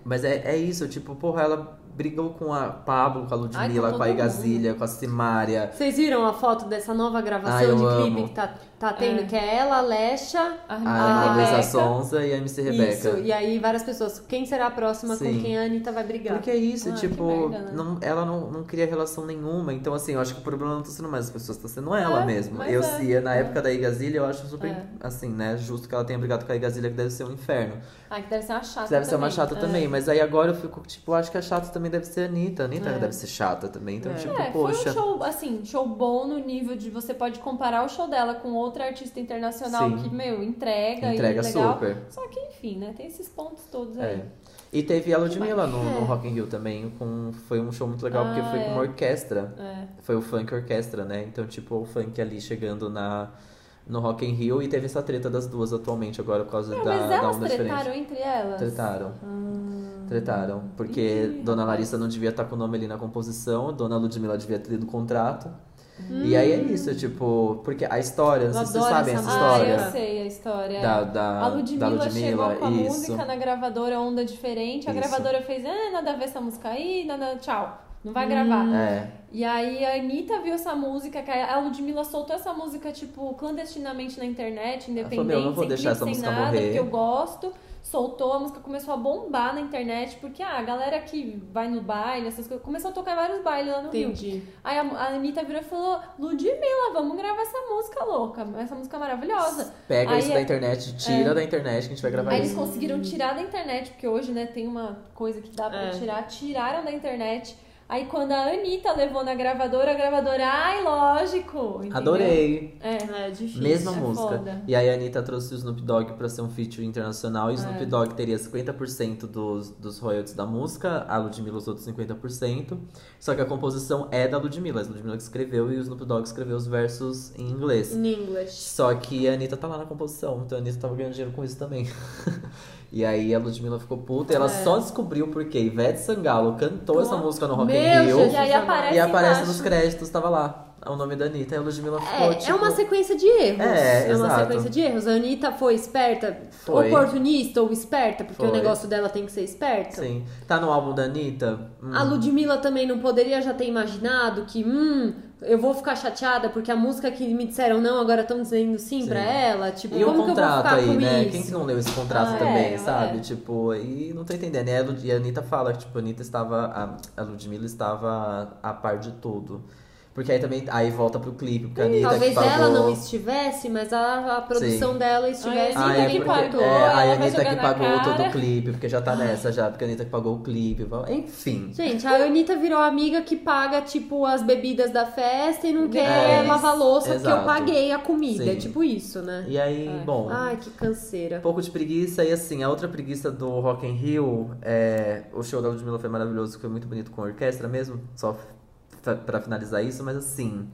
Speaker 1: mas é, é isso, tipo, porra, ela brigou com a Pablo, com a Ludmilla,
Speaker 3: com
Speaker 1: com a
Speaker 3: tá todo
Speaker 1: Igazilha, com a Simária.
Speaker 2: Vocês viram a foto dessa nova gravação
Speaker 1: Ai, eu
Speaker 2: de clipe
Speaker 1: amo.
Speaker 2: que tá, tá tendo?
Speaker 3: É.
Speaker 2: Que é ela, a Lesha,
Speaker 1: Ah,
Speaker 3: A
Speaker 1: A
Speaker 3: Rebeca.
Speaker 1: Luísa Sonza e a MC Rebeca.
Speaker 2: Isso, e aí várias pessoas, quem será a próxima
Speaker 1: Sim.
Speaker 2: com quem a Anitta vai brigar?
Speaker 1: Porque é isso,
Speaker 3: Ah,
Speaker 1: tipo,
Speaker 3: que merda, né?
Speaker 1: não- ela não, não cria relação nenhuma. Então, assim, eu acho que o problema não tá sendo mais as pessoas, tá sendo ela
Speaker 3: É,
Speaker 1: mesmo.
Speaker 3: mas
Speaker 1: Eu,
Speaker 3: é.
Speaker 1: se na época da Igazilha, eu acho super,
Speaker 3: É.
Speaker 1: assim, né, justo que ela tenha brigado com a Igazilha, que deve ser um inferno.
Speaker 3: Ai, Ah, que deve ser uma chata
Speaker 1: deve ser uma
Speaker 3: também.
Speaker 1: chata
Speaker 3: É.
Speaker 1: também. Mas aí agora eu fico, tipo, acho que a chata também deve ser a Anitta. A Anitta
Speaker 3: É.
Speaker 1: deve ser chata também. Então,
Speaker 2: É.
Speaker 1: tipo,
Speaker 3: É, foi
Speaker 1: poxa.
Speaker 3: um show, assim, show bom no nível de você pode comparar o show dela com outra artista internacional
Speaker 1: Sim.
Speaker 3: que, meu, entrega,
Speaker 1: Entrega
Speaker 3: e legal.
Speaker 1: super.
Speaker 3: Só que, enfim, né, tem esses pontos todos
Speaker 1: É.
Speaker 3: aí.
Speaker 1: E teve a Ludmilla no,
Speaker 2: É.
Speaker 1: no Rock in Rio também, com, foi um show muito legal, porque
Speaker 3: Ah,
Speaker 1: foi com uma
Speaker 3: é.
Speaker 1: orquestra.
Speaker 3: É.
Speaker 1: Foi o funk orquestra, né? Então, tipo, o funk ali chegando na, no Rock in Rio. E teve essa treta das duas atualmente agora, por causa
Speaker 3: Não,
Speaker 1: da,
Speaker 3: É, mas
Speaker 1: da
Speaker 3: elas
Speaker 1: onda
Speaker 3: tretaram
Speaker 1: diferente.
Speaker 3: entre elas.
Speaker 1: Tretaram.
Speaker 3: Ah.
Speaker 1: Tretaram. Porque
Speaker 3: Ih,
Speaker 1: Dona
Speaker 3: rapaz.
Speaker 1: Larissa não devia estar com o nome ali na composição, Dona Ludmilla devia ter lido o contrato.
Speaker 3: Hum.
Speaker 1: E aí é isso, tipo, porque a história, não sei
Speaker 2: Eu
Speaker 1: se vocês
Speaker 2: adoro
Speaker 1: sabem
Speaker 2: essa
Speaker 1: essa
Speaker 3: Ah,
Speaker 1: história.
Speaker 3: eu sei a história.
Speaker 1: Da, da,
Speaker 3: A Ludmilla,
Speaker 1: da Ludmilla
Speaker 3: chegou com a
Speaker 1: isso.
Speaker 3: música na gravadora Onda Diferente. A
Speaker 1: Isso.
Speaker 3: gravadora fez, ah, nada a ver essa música aí, nada, tchau. Não vai gravar.
Speaker 1: É,
Speaker 3: E aí a Anitta viu essa música, que a Ludmilla soltou essa música, tipo, clandestinamente na internet,
Speaker 1: falou,
Speaker 3: independente,
Speaker 1: "Meu, eu não vou
Speaker 3: sem
Speaker 1: deixar
Speaker 3: clipe,
Speaker 1: essa
Speaker 3: sem
Speaker 1: música
Speaker 3: nada,
Speaker 1: morrer."
Speaker 3: porque eu gosto. Soltou, a música começou a bombar na internet, porque ah, a galera que vai no baile, essas coisas, começou a tocar em vários bailes lá no Rio.
Speaker 2: Entendi.
Speaker 3: Aí a, a Anitta virou e falou, Ludmilla, vamos gravar essa música louca, essa música maravilhosa.
Speaker 1: pega
Speaker 3: Aí
Speaker 1: isso
Speaker 3: é-
Speaker 1: da internet, tira da internet que a gente vai gravar
Speaker 3: Aí
Speaker 1: isso.
Speaker 3: eles conseguiram tirar da internet, porque hoje, né, tem uma coisa que dá pra
Speaker 2: É.
Speaker 3: tirar, tiraram da internet. Aí quando a Anitta levou na gravadora, a gravadora, ai, lógico! entendeu?
Speaker 1: Adorei.
Speaker 3: É.
Speaker 2: É difícil.
Speaker 1: Mesma
Speaker 3: é
Speaker 1: música.
Speaker 3: foda.
Speaker 1: E aí a Anitta trouxe o Snoop Dogg pra ser um feature internacional. E o Snoop
Speaker 3: É.
Speaker 1: Dogg teria 50% dos, dos royalties da música, a Ludmilla os outros 50%. Só que a composição é da Ludmilla. A Ludmilla que escreveu e o Snoop Dogg escreveu os versos em inglês.
Speaker 2: In English.
Speaker 1: Só que a Anitta tá lá na composição, então a Anitta tava ganhando dinheiro com isso também. e aí a Ludmilla ficou puta e ela só descobriu porque Ivete Sangalo cantou essa
Speaker 3: É. Nossa.
Speaker 1: música no Rock in
Speaker 2: Meu
Speaker 1: Rio.
Speaker 2: Jesus
Speaker 3: E aí aparece,
Speaker 1: E aparece
Speaker 3: embaixo.
Speaker 1: nos créditos, tava lá É o nome da Anitta. E a Ludmilla ficou,
Speaker 2: É,
Speaker 1: tipo...
Speaker 2: é uma sequência de erros.
Speaker 1: É,
Speaker 2: uma
Speaker 1: exato.
Speaker 2: sequência de erros. A Anitta foi esperta,
Speaker 1: Foi.
Speaker 2: oportunista ou esperta, porque o
Speaker 1: Foi.
Speaker 2: negócio dela tem que ser esperto.
Speaker 1: Sim. Tá no álbum da Anitta? Hum,
Speaker 2: A Ludmilla também não poderia já ter imaginado que, hum, eu vou ficar chateada porque a música que me disseram não, agora estão dizendo sim,
Speaker 1: Sim.
Speaker 2: pra ela. Tipo,
Speaker 1: E o
Speaker 2: como que eu vou
Speaker 1: contrato
Speaker 2: ficar
Speaker 1: aí,
Speaker 2: com
Speaker 1: né?
Speaker 2: isso?
Speaker 1: Quem que não leu esse contrato
Speaker 3: Ah,
Speaker 1: também,
Speaker 3: é,
Speaker 1: sabe?
Speaker 3: é.
Speaker 1: Tipo, e não tô entendendo. E a Lu- E a Anitta fala que, tipo, a Anitta estava. a- A Ludmilla estava a par de tudo. Porque aí também. Aí volta pro clipe, porque a Anitta
Speaker 2: Hum, Talvez
Speaker 1: que pagou...
Speaker 2: ela não estivesse, mas a, a produção
Speaker 1: Sim.
Speaker 2: dela estivesse
Speaker 3: Ah,
Speaker 1: Ah,
Speaker 3: Anitta
Speaker 1: é,
Speaker 3: que
Speaker 1: porque,
Speaker 3: pagou,
Speaker 1: é,
Speaker 3: ela
Speaker 1: aí a
Speaker 3: vai
Speaker 1: Anitta
Speaker 3: jogar
Speaker 1: que
Speaker 3: na
Speaker 1: pagou
Speaker 3: cara.
Speaker 1: todo o clipe, porque já tá nessa já, porque a Anitta que pagou o clipe. blá- Enfim.
Speaker 2: Gente, a Anitta virou amiga que paga, tipo, as bebidas da festa e não quer
Speaker 1: É,
Speaker 2: lavar louça porque eu
Speaker 1: exato.
Speaker 2: paguei a comida.
Speaker 1: Sim.
Speaker 2: É tipo isso, né?
Speaker 1: E aí,
Speaker 3: É.
Speaker 1: bom.
Speaker 2: Ai, que canseira.
Speaker 1: Um pouco de preguiça, e assim, a outra preguiça do Rock in Rio, é, o show da Ludmilla foi maravilhoso, foi muito bonito com a orquestra mesmo, só f- fa- pra finalizar isso, mas assim,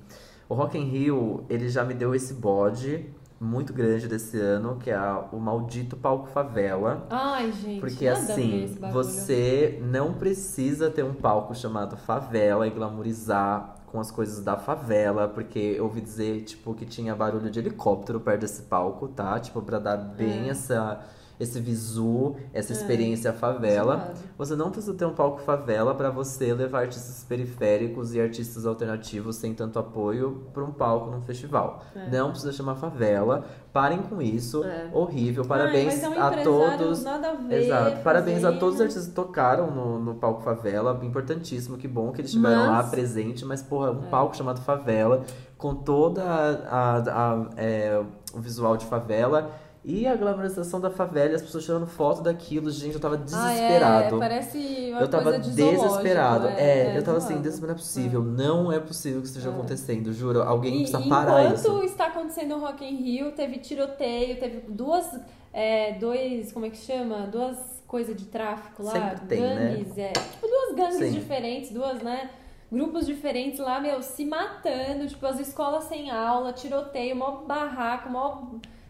Speaker 1: o Rock in Rio, ele já me deu esse bode muito grande desse ano, que é a- o maldito palco favela.
Speaker 3: Ai, gente,
Speaker 1: Porque
Speaker 3: nada a ver
Speaker 1: assim,
Speaker 3: esse bagulho.
Speaker 1: você não precisa ter um palco chamado favela e glamourizar com as coisas da favela, porque eu ouvi dizer, tipo, que tinha barulho de helicóptero perto desse palco, tá? Tipo, pra dar
Speaker 3: É.
Speaker 1: bem essa, esse visu, essa experiência favela.
Speaker 3: Suave.
Speaker 1: Você não precisa ter um palco favela pra você levar artistas periféricos e artistas alternativos sem tanto apoio pra um palco num festival.
Speaker 3: É.
Speaker 1: Não precisa chamar favela. Parem com isso.
Speaker 2: É.
Speaker 1: Horrível.
Speaker 3: Ai,
Speaker 1: Parabéns
Speaker 3: mas é um
Speaker 1: a
Speaker 3: empresário,
Speaker 1: todos.
Speaker 3: Nada a ver,
Speaker 1: Exato. Parabéns a
Speaker 3: fazendo.
Speaker 1: todos os artistas que tocaram no, no palco Favela. Importantíssimo, que bom que eles estiveram lá
Speaker 2: Mas-
Speaker 1: presente. Mas, porra,
Speaker 3: É.
Speaker 1: um palco chamado Favela, com toda a, a- a- é, o visual de favela e a glamorização da favela, e as pessoas tirando foto daquilo. Gente, eu tava
Speaker 3: Ah, é,
Speaker 1: desesperado.
Speaker 3: parece é uma
Speaker 1: Eu tava
Speaker 3: coisa de zoológico,
Speaker 1: desesperado. É, eu tava assim,
Speaker 3: zoado.
Speaker 1: desesperado. Não é possível. Não é possível que isso esteja
Speaker 3: É.
Speaker 1: acontecendo. Juro, alguém precisa
Speaker 3: e
Speaker 1: parar
Speaker 3: enquanto
Speaker 1: isso.
Speaker 3: está acontecendo o Rock in Rio, teve tiroteio, teve duas, é, dois, como é que chama? Duas coisas de tráfico lá.
Speaker 1: Sempre tem, né?
Speaker 3: gangues, é. Tipo, duas gangues
Speaker 1: Sim.
Speaker 3: diferentes, duas, né? Grupos diferentes lá, meu, se matando, tipo, as escolas sem aula, tiroteio, mó barraco, mó,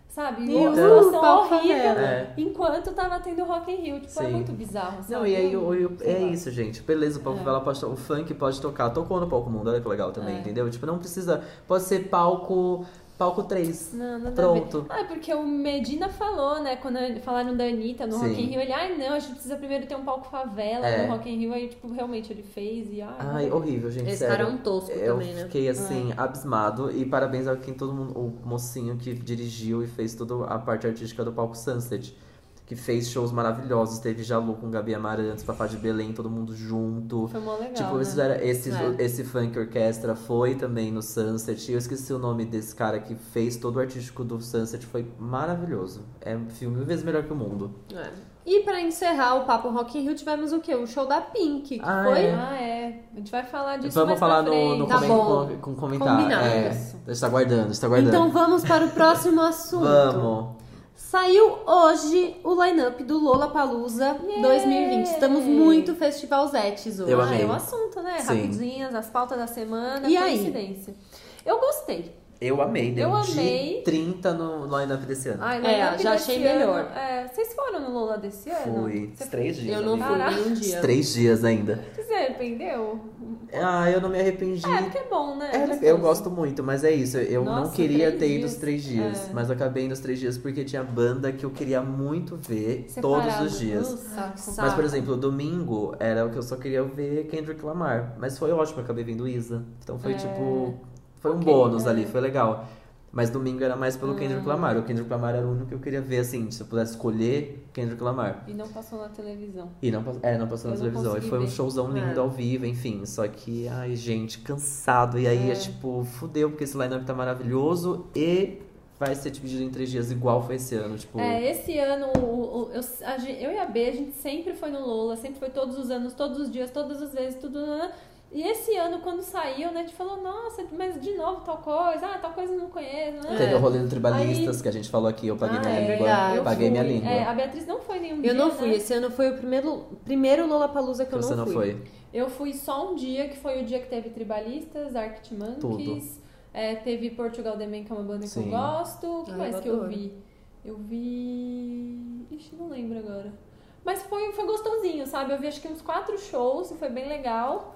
Speaker 3: sabe?
Speaker 2: Meu
Speaker 3: uma
Speaker 1: Deus,
Speaker 3: situação
Speaker 2: palco
Speaker 3: horrível.
Speaker 2: favela.
Speaker 1: É.
Speaker 3: Enquanto tava tendo o Rock in Rio, tipo, é
Speaker 1: Sim.
Speaker 3: muito bizarro, sabe?
Speaker 1: Não, e aí o- o-
Speaker 3: sei
Speaker 1: é
Speaker 3: lá.
Speaker 1: isso, gente. Beleza, o palco
Speaker 3: É.
Speaker 1: favela pode to- o um funk pode tocar. Tocou no palco mundo, olha que legal também,
Speaker 3: É.
Speaker 1: entendeu? Tipo, não precisa. Pode ser palco palco 3.
Speaker 3: Não, nada a ver.
Speaker 1: Pronto.
Speaker 3: Ah, é porque o Medina falou, né? Quando ele- falaram da Anitta no Rock
Speaker 1: Sim.
Speaker 3: in Rio, ele, ai não, a gente precisa primeiro ter um palco favela
Speaker 1: É.
Speaker 3: no Rock in Rio. Aí, tipo, realmente ele fez e ai.
Speaker 1: Ai, horrível, gente.
Speaker 2: Esse
Speaker 1: sério.
Speaker 2: cara é um tosco
Speaker 1: Eu
Speaker 2: também, né?
Speaker 1: fiquei
Speaker 3: é.
Speaker 1: assim, abismado. E parabéns a quem todo mundo. O mocinho que dirigiu e fez toda a parte artística do palco Sunset. Que fez shows maravilhosos. Teve Jalu com Gabi Amarantes, Papá de Belém, todo mundo junto.
Speaker 3: Foi mó legal.
Speaker 1: Tipo,
Speaker 3: né?
Speaker 1: isso era, esse,
Speaker 2: É.
Speaker 1: esse funk orquestra foi também no Sunset. E eu esqueci o nome desse cara que fez todo o artístico do Sunset. Foi maravilhoso. É um filme mil vezes melhor que o mundo.
Speaker 2: É. E pra encerrar o Papo Rock in Rio, tivemos o quê? O show da Pink, que
Speaker 1: Ah,
Speaker 2: foi
Speaker 1: é.
Speaker 3: Ah, é. A gente vai falar disso
Speaker 1: Vamos
Speaker 3: mais
Speaker 1: falar
Speaker 3: pra
Speaker 1: no,
Speaker 3: frente.
Speaker 1: no
Speaker 2: Tá
Speaker 1: comen-
Speaker 2: bom.
Speaker 1: com, com comentário.
Speaker 2: Combinado.
Speaker 1: É, a gente tá guardando, a gente tá guardando.
Speaker 2: Então vamos para o próximo assunto.
Speaker 1: Vamos.
Speaker 2: Saiu hoje o line-up do Lollapalooza
Speaker 3: Yay!
Speaker 2: 2020. Estamos muito festivalzetes hoje.
Speaker 1: Eu
Speaker 3: ah,
Speaker 1: amei.
Speaker 3: é o assunto, né?
Speaker 1: Sim.
Speaker 3: Rapidinhas, as pautas da semana,
Speaker 2: E aí?
Speaker 3: coincidência. Eu gostei.
Speaker 1: Eu amei, deu
Speaker 3: Eu
Speaker 1: um de
Speaker 3: amei.
Speaker 1: 30 no line-up desse ano.
Speaker 3: Ai,
Speaker 2: É,
Speaker 3: lineup
Speaker 2: já
Speaker 3: desse
Speaker 2: achei melhor.
Speaker 3: ano, é, vocês foram no Lola desse ano?
Speaker 1: Fui.
Speaker 3: Você
Speaker 1: Os três dias.
Speaker 2: Eu não
Speaker 1: amiga.
Speaker 2: fui
Speaker 3: Caraca.
Speaker 2: nenhum
Speaker 1: Os
Speaker 2: dia.
Speaker 1: três dias ainda.
Speaker 3: Você se arrependeu?
Speaker 1: Ah, eu não me arrependi.
Speaker 3: É, porque é bom, né?
Speaker 1: É,
Speaker 3: Gostoso.
Speaker 1: eu gosto muito, mas é isso. Eu não
Speaker 3: Nossa,
Speaker 1: queria
Speaker 3: três
Speaker 1: ter ido
Speaker 3: dias.
Speaker 1: os três dias,
Speaker 3: É.
Speaker 1: mas eu acabei indo os três dias porque tinha banda que eu queria muito ver
Speaker 3: Separado.
Speaker 1: todos os dias.
Speaker 3: Uh, saco.
Speaker 1: Mas, por
Speaker 2: saco.
Speaker 1: exemplo, domingo era o que eu só queria ver Kendrick Lamar. Mas foi ótimo, eu acabei vendo Isa. Então foi
Speaker 3: É.
Speaker 1: tipo. Foi um
Speaker 3: Ok,
Speaker 1: bônus
Speaker 3: é. Hum.
Speaker 1: ali, foi legal. Mas domingo era mais pelo Kendrick Lamar. O Kendrick Lamar era o único que eu queria ver, assim, se eu pudesse escolher Kendrick Lamar.
Speaker 3: E não passou na televisão.
Speaker 1: E não, pass- é, não passou na
Speaker 3: Eu não
Speaker 1: televisão. E
Speaker 3: consegui
Speaker 1: foi um
Speaker 3: ver.
Speaker 1: showzão lindo
Speaker 2: É.
Speaker 1: ao vivo, enfim. Só que, ai, gente, cansado. E aí é, tipo, fudeu, porque esse lineup tá maravilhoso e vai ser tipo, dividido em três dias, igual foi esse ano. Tipo,
Speaker 3: É, esse ano, o- o- eu, a gen- eu e a B, a gente sempre foi no Lola, sempre foi todos os anos, todos os dias, todas as vezes, tudo. né? E esse ano, quando saiu, né, a gente falou, nossa, mas de novo tal coisa, ah, tal coisa eu não conheço, né?
Speaker 1: teve o rolê do Tribalistas que a gente falou aqui, eu paguei
Speaker 3: Ah,
Speaker 1: minha
Speaker 3: é
Speaker 1: língua.
Speaker 2: verdade.
Speaker 3: Eu
Speaker 1: paguei minha
Speaker 3: fui.
Speaker 1: língua.
Speaker 3: É, a Beatriz não foi nenhum dia.
Speaker 2: Eu não fui.
Speaker 3: né?
Speaker 2: Esse ano foi o primeiro, primeiro Lollapalooza que eu
Speaker 1: Você
Speaker 2: não
Speaker 1: não
Speaker 2: fui.
Speaker 1: foi.
Speaker 3: Eu fui só um dia, que foi o dia que teve Tribalistas, Arctic Monkeys,
Speaker 1: Tudo.
Speaker 3: é, teve Portugal The Man, que é uma banda que
Speaker 1: Sim.
Speaker 3: eu gosto. O que
Speaker 2: Ah, eu
Speaker 3: mais que eu
Speaker 2: adoro.
Speaker 3: vi? Eu vi. Ixi, não lembro agora. Mas foi, foi gostosinho, sabe? Eu vi acho que uns quatro shows e foi bem legal.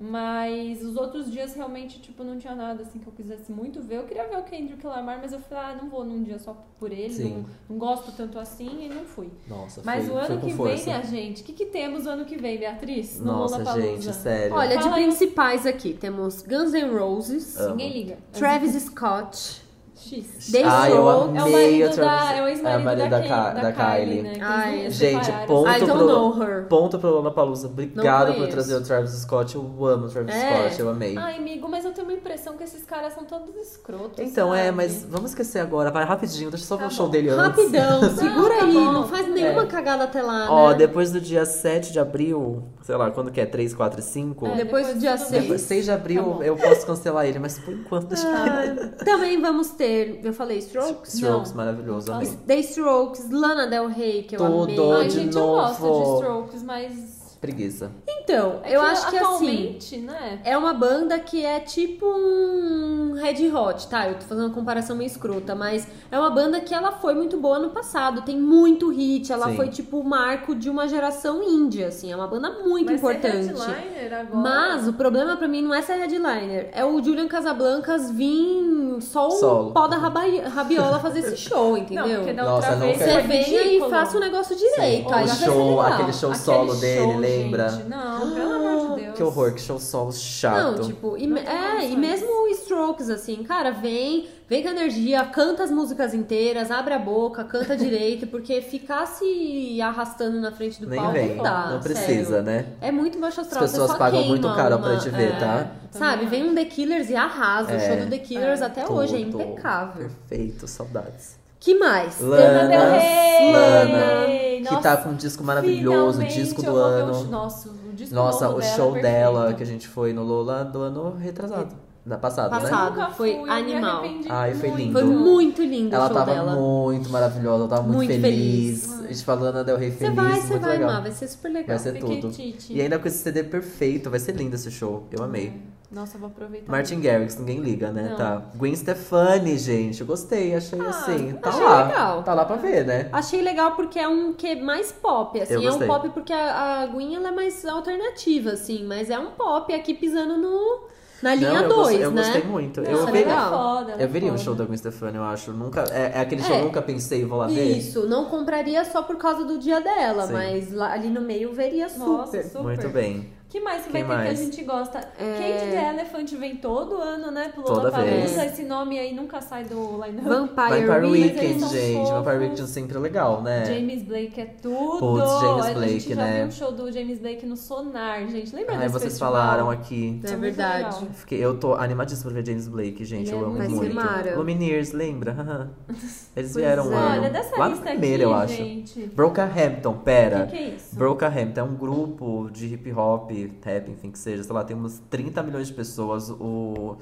Speaker 3: Mas os outros dias realmente, tipo, não tinha nada assim que eu quisesse muito ver. Eu queria ver o Kendrick Lamar, mas eu falei, ah, não vou num dia só por ele,
Speaker 1: Sim.
Speaker 3: não, não gosto tanto assim e não fui.
Speaker 1: Nossa,
Speaker 3: Mas
Speaker 1: foi,
Speaker 3: o
Speaker 1: foi
Speaker 3: ano
Speaker 1: com
Speaker 3: que
Speaker 1: força.
Speaker 3: vem, é- minha gente, o que, que temos o ano que vem, Beatriz? No
Speaker 1: Nossa,
Speaker 3: Lollapalooza?
Speaker 1: gente, sério.
Speaker 2: Olha, de
Speaker 3: Fala aí.
Speaker 2: principais aqui temos Guns N' Roses,
Speaker 1: Amo.
Speaker 3: Ninguém liga.
Speaker 2: Travis Scott,
Speaker 3: X.
Speaker 2: Dave
Speaker 1: Ah, eu
Speaker 2: Grohl.
Speaker 1: amei
Speaker 3: É o marido
Speaker 1: o Travis-
Speaker 3: da. É o ex-marido
Speaker 1: é o marido
Speaker 3: da,
Speaker 1: da Ka-
Speaker 3: Ky-
Speaker 1: da Kylie.
Speaker 3: né? que
Speaker 2: Ai,
Speaker 3: eles
Speaker 1: gente,
Speaker 3: separaram.
Speaker 1: ponto
Speaker 2: I don't
Speaker 1: pro-
Speaker 2: know her.
Speaker 1: Ponto pra Lollapalooza. Obrigado por
Speaker 2: conheço.
Speaker 1: trazer o Travis Scott. Eu amo o Travis
Speaker 2: É.
Speaker 1: Scott, eu amei.
Speaker 3: Ai, amigo, mas eu tenho uma impressão que esses caras são todos escrotos.
Speaker 1: Então, é,
Speaker 3: sabe?
Speaker 1: mas vamos esquecer agora. Vai rapidinho, deixa eu só ver
Speaker 3: Tá
Speaker 1: o show
Speaker 3: bom.
Speaker 1: dele antes.
Speaker 2: Rapidão, segura
Speaker 3: tá
Speaker 2: aí,
Speaker 3: bom.
Speaker 2: não faz nenhuma cagada até lá,
Speaker 1: É. Ó,
Speaker 2: né?
Speaker 1: depois do dia 7 de abril, sei lá, quando que é? 3, 4 e 5?
Speaker 3: É,
Speaker 2: Depois do dia
Speaker 3: tudo
Speaker 2: seis.
Speaker 1: Depois, 6 de
Speaker 3: Tá
Speaker 1: abril
Speaker 3: bom.
Speaker 1: eu posso cancelar ele, mas por enquanto deixa
Speaker 2: Ah, também vamos ter, eu falei Strokes,
Speaker 1: Strokes,
Speaker 3: não.
Speaker 1: maravilhoso,
Speaker 3: Não
Speaker 1: amei.
Speaker 2: The Strokes, Lana Del Rey, que eu
Speaker 1: Tudo.
Speaker 2: amei.
Speaker 3: Ai,
Speaker 1: de
Speaker 3: gente, eu
Speaker 1: novo.
Speaker 3: gosto de Strokes, mas.
Speaker 1: Preguiça.
Speaker 2: Então,
Speaker 3: é
Speaker 2: eu acho que assim,
Speaker 3: atualmente, né?
Speaker 2: é uma banda que é tipo um Red Hot, tá? Eu tô fazendo uma comparação meio escrota, mas é uma banda que ela foi muito boa no passado, tem muito hit, ela
Speaker 1: Sim.
Speaker 2: foi tipo o marco de uma geração índia, assim, é uma banda muito
Speaker 3: Vai ser
Speaker 2: importante.
Speaker 3: headliner agora.
Speaker 2: Mas o problema pra mim não é ser headliner, é o Julian Casablancas vir só o
Speaker 1: Solo.
Speaker 2: pó da rabai- rabiola fazer esse show,
Speaker 3: Não,
Speaker 2: entendeu?
Speaker 3: porque da
Speaker 1: Nossa,
Speaker 3: outra
Speaker 1: não
Speaker 3: vez.
Speaker 1: quero.
Speaker 2: Você
Speaker 3: foi
Speaker 2: vem e
Speaker 3: ridículo.
Speaker 2: faça o negócio direito.
Speaker 1: Sim,
Speaker 2: aí
Speaker 1: o
Speaker 2: vai ser
Speaker 1: show,
Speaker 2: legal.
Speaker 1: aquele show
Speaker 3: Aquele
Speaker 1: solo dele,
Speaker 3: show,
Speaker 1: lembra?
Speaker 3: gente, Não, pelo amor de Deus.
Speaker 1: Que horror, que show solo
Speaker 2: Não,
Speaker 1: chato.
Speaker 2: tipo, e,
Speaker 3: Não
Speaker 2: me- é,
Speaker 3: tem
Speaker 2: e
Speaker 3: condições.
Speaker 2: mesmo o Strokes, assim, cara, vem, vem com energia, canta as músicas inteiras, abre a boca, canta direito, porque ficar se arrastando na frente do
Speaker 1: Nem
Speaker 2: palco
Speaker 1: vem,
Speaker 2: não dá.
Speaker 1: não
Speaker 2: sério.
Speaker 1: precisa, né?
Speaker 2: É muito baixo astral.
Speaker 1: As
Speaker 2: você
Speaker 1: pessoas
Speaker 2: só
Speaker 1: pagam
Speaker 2: queima
Speaker 1: muito caro pra
Speaker 2: uma-
Speaker 1: te ver,
Speaker 2: é.
Speaker 1: tá?
Speaker 2: Sabe, vem um The Killers e arrasa. O
Speaker 1: É.
Speaker 2: show do The Killers até hoje é
Speaker 1: Tudo.
Speaker 2: impecável.
Speaker 1: Perfeito, saudades.
Speaker 2: Que mais?
Speaker 1: Lana
Speaker 3: Del Rey!
Speaker 1: Lana,
Speaker 3: Nossa,
Speaker 1: que tá com um disco maravilhoso,
Speaker 3: Finalmente
Speaker 1: disco do
Speaker 3: eu vou ver
Speaker 1: ano.
Speaker 3: O, nossa, o disco
Speaker 1: Nossa,
Speaker 3: novo
Speaker 1: o
Speaker 2: é
Speaker 3: dela, é
Speaker 1: show
Speaker 3: perfeito.
Speaker 1: dela que a gente foi no Lola do ano retrasado. Da passada,
Speaker 2: É. Passado.
Speaker 1: né?
Speaker 3: Nunca
Speaker 2: Foi
Speaker 3: fui,
Speaker 2: animal.
Speaker 3: Eu me arrependi
Speaker 1: Ai, foi
Speaker 3: muito.
Speaker 1: lindo.
Speaker 2: Foi muito lindo
Speaker 1: Ela
Speaker 2: o show
Speaker 1: tava
Speaker 2: dela.
Speaker 1: muito maravilhosa, ela tava muito,
Speaker 2: Muito feliz.
Speaker 1: feliz. A gente falando Del Rey
Speaker 2: Você
Speaker 1: feliz,
Speaker 2: vai, você
Speaker 1: muito
Speaker 2: vai
Speaker 1: legal.
Speaker 2: amar, vai ser super legal.
Speaker 1: Vai ser
Speaker 3: Fiquei
Speaker 1: é tudo.
Speaker 3: tite.
Speaker 1: E ainda com esse CD perfeito, vai ser lindo esse show. Eu amei.
Speaker 3: Nossa, eu vou aproveitar.
Speaker 1: Martin Garrix, ninguém liga, né?
Speaker 3: Não.
Speaker 1: Tá. Gwen Stefani, gente, eu gostei, achei
Speaker 3: Ah,
Speaker 1: assim. Tá
Speaker 2: achei
Speaker 1: lá.
Speaker 2: legal.
Speaker 1: Tá lá pra ver, né?
Speaker 2: Achei legal porque é um que mais pop,
Speaker 1: Eu
Speaker 2: assim, é um
Speaker 1: gostei.
Speaker 2: pop porque a, a Gwen ela é mais alternativa, assim, mas é um pop aqui pisando no na linha
Speaker 1: Não, eu, gos-
Speaker 2: 2,
Speaker 1: eu
Speaker 2: né?
Speaker 1: gostei muito.
Speaker 3: Não,
Speaker 1: eu
Speaker 3: ela
Speaker 1: veria,
Speaker 3: é foda, ela é
Speaker 1: eu veria um
Speaker 3: foda.
Speaker 1: show da Gwen Stefani, eu acho. Nunca, é, é aquele show
Speaker 2: É.
Speaker 1: eu nunca pensei, vou lá ver.
Speaker 2: Isso, não compraria só por causa do dia dela,
Speaker 1: Sim.
Speaker 2: mas lá- ali no meio veria super.
Speaker 3: Nossa, super.
Speaker 1: Muito bem.
Speaker 3: que mais que
Speaker 1: Quem
Speaker 3: vai ter
Speaker 1: mais?
Speaker 3: que a gente gosta?
Speaker 2: É.
Speaker 3: Kate The Elephant vem todo ano, né? Pro
Speaker 1: Toda
Speaker 3: Lollapalooza.
Speaker 2: vez.
Speaker 3: Esse nome aí nunca sai do line-up.
Speaker 2: Vampire,
Speaker 1: Vampire
Speaker 2: Weekend.
Speaker 1: Weekend,
Speaker 3: eles são
Speaker 1: gente.
Speaker 3: fofos.
Speaker 1: Vampire Weekend sempre é legal, né?
Speaker 3: James Blake é tudo.
Speaker 1: Putz, James
Speaker 3: a
Speaker 1: Blake,
Speaker 3: gente já
Speaker 1: né?
Speaker 3: viu um show do James Blake no Sonar, gente. Lembra
Speaker 1: Ai,
Speaker 3: desse
Speaker 1: vocês
Speaker 3: festival?
Speaker 1: falaram aqui.
Speaker 2: É
Speaker 3: Foi muito
Speaker 2: verdade.
Speaker 3: legal.
Speaker 1: Fiquei- eu tô animadíssima pra ver James Blake, gente.
Speaker 3: Ele
Speaker 1: eu
Speaker 3: é
Speaker 1: amo
Speaker 3: muito
Speaker 1: muito.
Speaker 3: Vai ser
Speaker 2: mara.
Speaker 1: Lumineers, lembra? Eles vieram
Speaker 2: é.
Speaker 1: um ano.
Speaker 3: Olha, dessa
Speaker 1: Lá no
Speaker 3: lista
Speaker 1: primeiro, eu
Speaker 3: aqui,
Speaker 1: acho.
Speaker 3: gente.
Speaker 1: Brockhampton,
Speaker 3: O
Speaker 1: pera.
Speaker 3: que, que é isso?
Speaker 1: Brockhampton é um grupo de hip hop, rap, enfim que seja, sei lá, tem uns 30 milhões de pessoas. O,